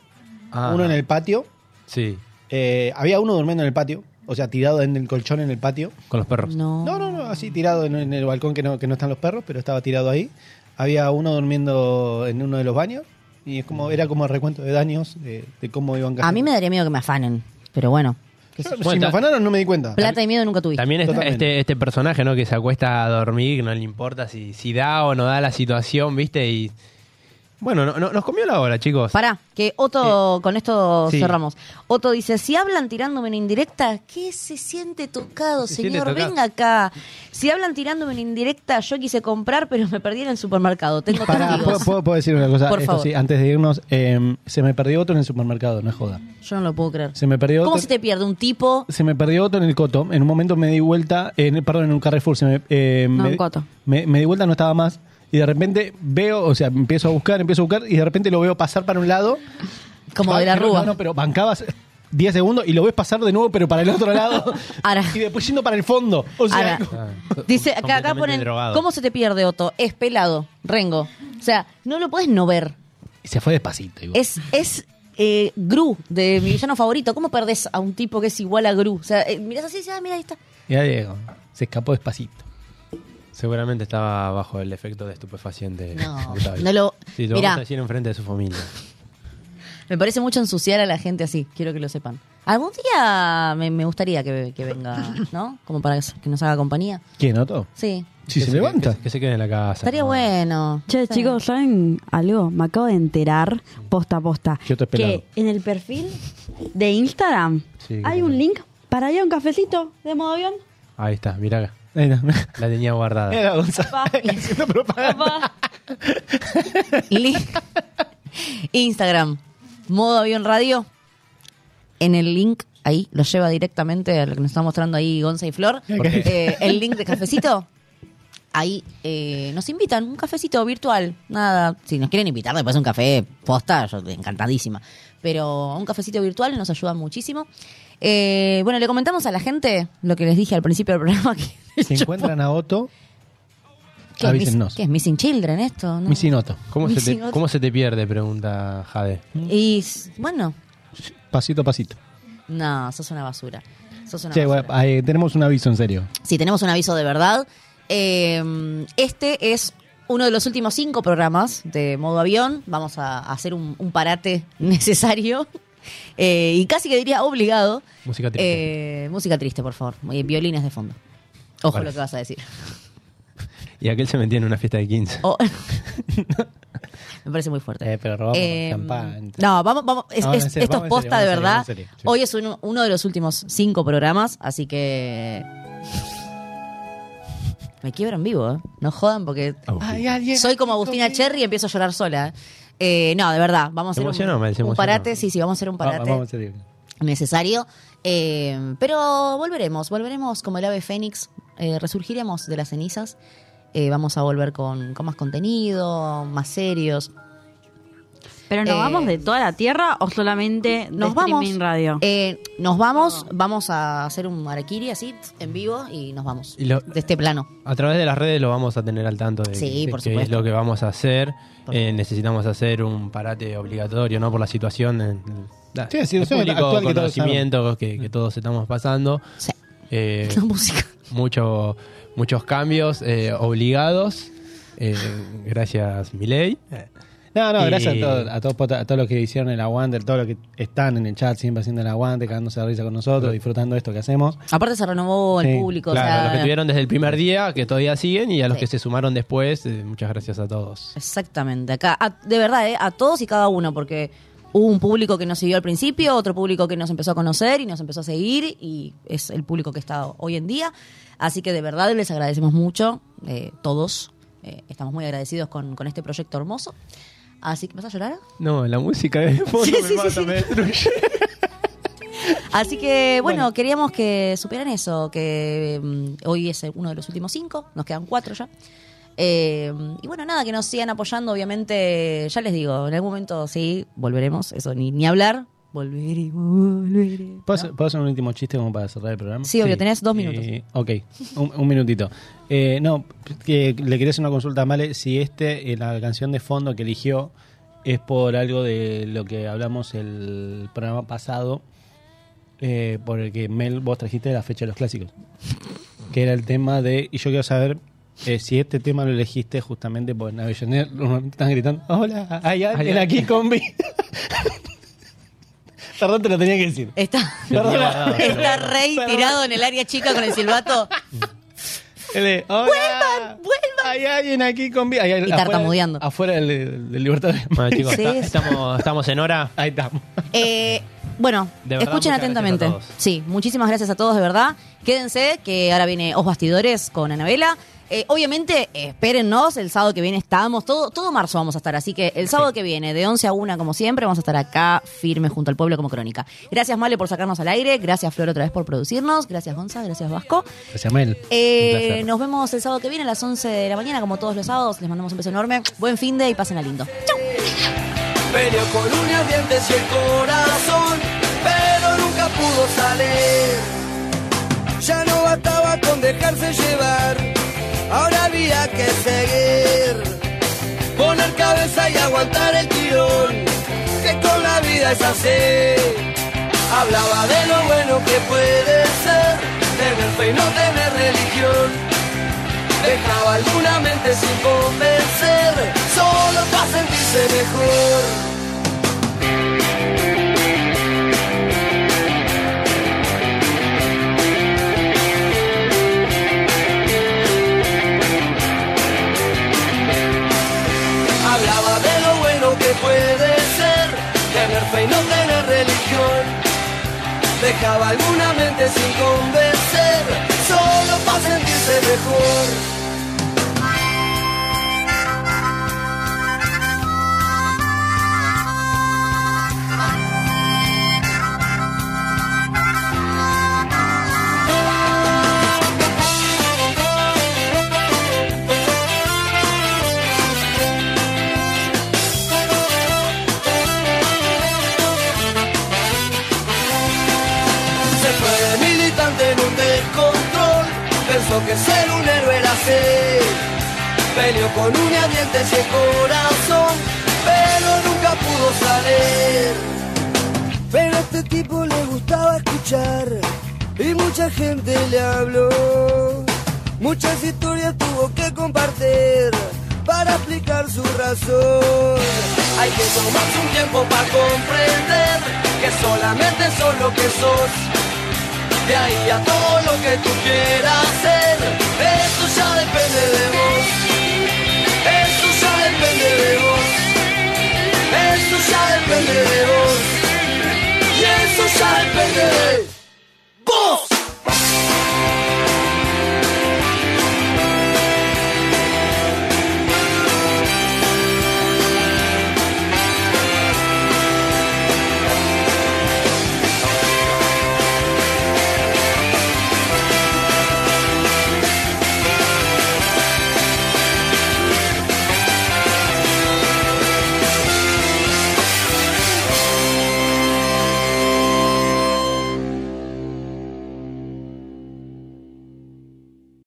F: Ah.
E: uno en el patio.
F: Sí,
E: eh, había uno durmiendo en el patio, o sea, tirado en el colchón en el patio.
F: con los perros.
D: No.
E: No, no, no, así tirado en, en el balcón que no, que no están los perros, pero estaba tirado ahí. Había uno durmiendo en uno de los baños y es como era como el recuento de daños de, de cómo
D: A
E: iban
D: mí
E: gastando.
D: me daría miedo que me afanen, pero bueno. qué sé yo.
E: Si me afanaron no me di cuenta.
D: Plata y miedo nunca tuviste.
F: También está
E: Totalmente.
F: este, este personaje, ¿no? Que se acuesta a dormir, no le importa si, si da o no da la situación, ¿viste? Y. Bueno, no- no- nos comió la hora, chicos.
D: Pará, que Otto, con esto
F: Sí.
D: cerramos. Otto dice, si hablan tirándome en indirecta, ¿qué se siente tocado,
F: Se siente
D: señor?
F: tocado.
D: Venga acá. Si hablan tirándome en indirecta, yo quise comprar, pero me perdí en el supermercado. Tengo
E: Pará, ¿puedo,
D: testigos.
E: puedo- puedo decir una cosa?
D: Por
E: Esto
D: favor.
E: sí, antes de irnos, eh, se me perdió otro en el supermercado, no es joda.
D: Yo no lo puedo creer.
E: Se me perdió
D: ¿Cómo
E: otro.
D: se te pierde un tipo?
E: Se me perdió otro en el coto. En un momento me di vuelta, en el- perdón, en un Carrefour. Se me, eh,
D: No,
E: me-
D: en Coto.
E: Me, me di vuelta, no estaba más. Y de repente veo, o sea, empiezo a buscar, empiezo a buscar y de repente lo veo pasar para un lado.
D: Como
E: Ah,
D: de la
E: pero
D: rúa.
E: No, no, pero bancabas 10 segundos y lo ves pasar de nuevo, pero para el otro lado. Y después yendo para el fondo. O sea,
D: Ahora.
F: Ah,
D: Dice, acá, acá ponen, ¿cómo se te pierde, Otto? Es pelado, rengo. O sea, no lo puedes no ver.
F: Se fue despacito. igual.
D: Es, es eh, Gru, de mi villano favorito. ¿Cómo perdés a un tipo que es igual a Gru? O sea, eh, mirás así y dices, ah, mira, ahí está.
F: Mirá, Diego. Se escapó despacito. Seguramente estaba bajo el efecto de estupefaciente.
D: No,
F: Gustavo.
D: no lo-
F: Sí, lo
D: mirá.
F: vamos a decir enfrente de su familia.
D: Me parece mucho ensuciar a la gente así, quiero que lo sepan. Algún día me, me gustaría que, que venga, ¿no? Como para que nos haga compañía.
E: ¿Quién, Otto?
D: Sí.
E: Si se
F: levanta. Que, se quede en la casa.
D: Estaría bueno.
H: Che, chicos, ¿saben algo? Me acabo de enterar, posta a posta,
F: Yo te
H: que en el perfil de Instagram
F: Sí,
H: hay un link para ir a un cafecito de modo avión.
D: Eh,
F: Ahí está, mirá acá. La tenía guardada.
E: Mira, Gonzalo.
D: Link. Instagram, modo avión radio. En el link, ahí, lo lleva directamente a lo que nos está mostrando ahí Gonza y Flor.
H: Ok.
D: Eh, el link de cafecito. Ahí eh, nos invitan, un cafecito virtual. Nada, si nos quieren invitar después a un café posta, yo encantadísima. Pero un cafecito virtual nos ayuda muchísimo. Eh, bueno, le comentamos a la gente lo que les dije al principio del programa. Que
E: Si encuentran a Otto,
D: ¿Qué es, mis-
F: Avísennos.
D: qué es Missing Children esto? ¿no?
E: Missing Otto.
F: ¿Cómo se,
D: Missing
F: te,
D: Otto.
F: ¿Cómo se te pierde? Pregunta Jade.
D: Y s- bueno,
E: pasito a pasito.
D: no, sos una basura. Sos una
E: Che,
D: basura.
E: bueno, ahí tenemos un aviso en serio.
D: Si tenemos un aviso de verdad, Eh, este es uno de los últimos cinco programas de modo avión. Vamos a hacer un, un parate necesario eh, y casi que diría obligado.
F: Música
D: Eh, música triste, por favor. Eh, Violines de fondo. Ojo
F: Vale.
D: lo que vas a decir.
F: Y aquel se metía en una fiesta de 15.
D: O- Oh. Me parece muy fuerte.
F: pero robamos
D: Eh,
F: champán.
D: No, vamos, vamos, es-
F: No, en
D: es-
F: serio,
D: esto
F: vamos
D: es
F: en
D: posta de
F: serio,
D: verdad.
F: vamos en serio, vamos en serio, sí.
D: Hoy es uno, uno de los últimos cinco programas, así que me quiebro en vivo, ¿eh? No jodan porque
Q: Ay, alguien-
D: soy como Agustina Cherry y empiezo a llorar sola. ¿eh? Eh, no, de verdad, vamos a
F: Se
D: hacer
F: emocionó,
D: un,
F: Mel, se
D: un
F: emocionó.
D: parate, sí, sí, vamos a hacer un parate
F: Vamos, vamos en serio.
D: necesario. Eh, pero volveremos, volveremos como el ave fénix, eh, resurgiremos de las cenizas. Eh, vamos a volver con, con más contenido, más serios.
H: ¿Pero nos
D: Eh,
H: vamos de toda la tierra o solamente de
D: Nos vamos.
H: streaming radio?
D: Eh, nos vamos, vamos a hacer un harakiri así, en vivo, y nos vamos. de este plano.
F: A través de las redes lo vamos a tener al tanto de,
D: Sí,
F: de
D: por
F: qué es
D: supuesto.
F: lo que vamos a hacer. Eh, necesitamos hacer un parate obligatorio, ¿no? Por la situación en da,
E: Sí, la situación
F: el público
E: actual que todos
F: conocimiento que, que todos estamos pasando. Eh,
D: La música.
F: mucho- muchos cambios eh, obligados. Eh, gracias, Miley.
E: No, no,
F: Y-
E: gracias a todos, a todos, pota- a todos los que hicieron el aguante, a todos los que están en el chat siempre haciendo el aguante, cagándose de risa con nosotros, disfrutando esto que hacemos.
D: Aparte se renovó el
E: Sí,
D: público.
F: Claro,
D: o sea,
F: los que estuvieron desde el primer día, que todavía siguen, y a los
D: Sí.
F: que se sumaron después, eh, muchas gracias a todos.
D: Exactamente, acá, a- de verdad, ¿eh? a todos y cada uno, porque hubo un público que nos siguió al principio, otro público que nos empezó a conocer y nos empezó a seguir, y es el público que está hoy en día. Así que de verdad les agradecemos mucho, eh, todos. Eh, estamos muy agradecidos con, con este proyecto hermoso. Así que, ¿vas a llorar?
F: No, la música de fondo
D: Sí,
F: me
D: sí, sí,
F: mata,
D: sí.
F: me destruye.
D: Así que, bueno, queríamos que supieran eso, que mm, hoy es uno de los últimos cinco, nos quedan cuatro ya. Eh, y bueno, nada, que nos sigan apoyando, obviamente, ya les digo, en algún momento sí, volveremos, eso, ni, ni hablar,
E: uh.
D: volveremos, volveremos.
E: ¿Puedo, hacer- puedo hacer un último chiste como para cerrar el programa?
D: Sí, obvio, tenés dos minutos.
E: Eh, ok, un, un minutito. Eh, no, que le quería hacer una consulta a Male si este, eh, la canción de fondo que eligió es por algo de lo que hablamos el programa pasado, eh, por el que Mel vos trajiste la fecha de los clásicos, que era el tema de, y yo quiero saber... eh, si este tema lo elegiste justamente porque en Avellaneda normalmente están gritando ¡Hola! ¡Hay alguien
F: Hay-
E: aquí, combi! Perdón, te lo tenía que decir.
D: Está,
E: Perdona.
D: está rey tirado en el área chica con el silbato.
E: El de, "Hola".
D: ¡Vuelvan, vuelvan!
E: Hay alguien aquí con vida. Hay-
D: Y
E: afuera-
D: tartamudeando.
E: Afuera del, del Libertadores.
F: Bueno, chicos,
D: Sí,
F: está-
D: sí.
F: estamos, estamos en hora.
E: Ahí estamos.
D: Eh, bueno,
F: De verdad,
D: escuchen
F: muchas
D: atentamente.
F: gracias a todos.
D: Sí, muchísimas gracias a todos, de verdad. Quédense, que ahora viene Os Bastidores con Anabela. Eh, obviamente, eh, espérennos, el sábado que viene estamos, todo, todo marzo vamos a estar, así que el sábado que viene, de 11 a 1, como siempre, vamos a estar acá, firme junto al pueblo como crónica. Gracias, Male, por sacarnos al aire, gracias, Flor, otra vez por producirnos, gracias, Gonza, gracias, Vasco.
E: Gracias, Mel.
D: Eh,
E: Un placer.
D: nos vemos el sábado que viene a las 11 de la mañana, como todos los sábados. Les mandamos un beso enorme, buen fin de y pasen a lindo.
U: Peleo con uñas, dientes y el corazón, pero nunca.
K: sale. Ya no bastaba con dejarse llevar, ahora había que seguir. Poner cabeza y aguantar el tirón, que con la vida es así. Hablaba de lo bueno que puede ser, tener fe y no tener religión. Dejaba alguna mente sin convencer, solo para sentirse mejor. Hablaba de lo bueno que puede ser, tener fe y no tener religión. Dejaba alguna mente sin convencer, solo para sentirse mejor. Se fue militante en un descontrol, pensó que ser un héroe era ser. Peleó con uñas, dientes y el corazón, pero nunca pudo salir.
V: Pero a este tipo le gustaba escuchar y mucha gente le habló.
K: Muchas historias tuvo que compartir para explicar su razón. Hay que tomarse un tiempo para comprender que solamente sos lo que sos. De ahí a todo lo que tú quieras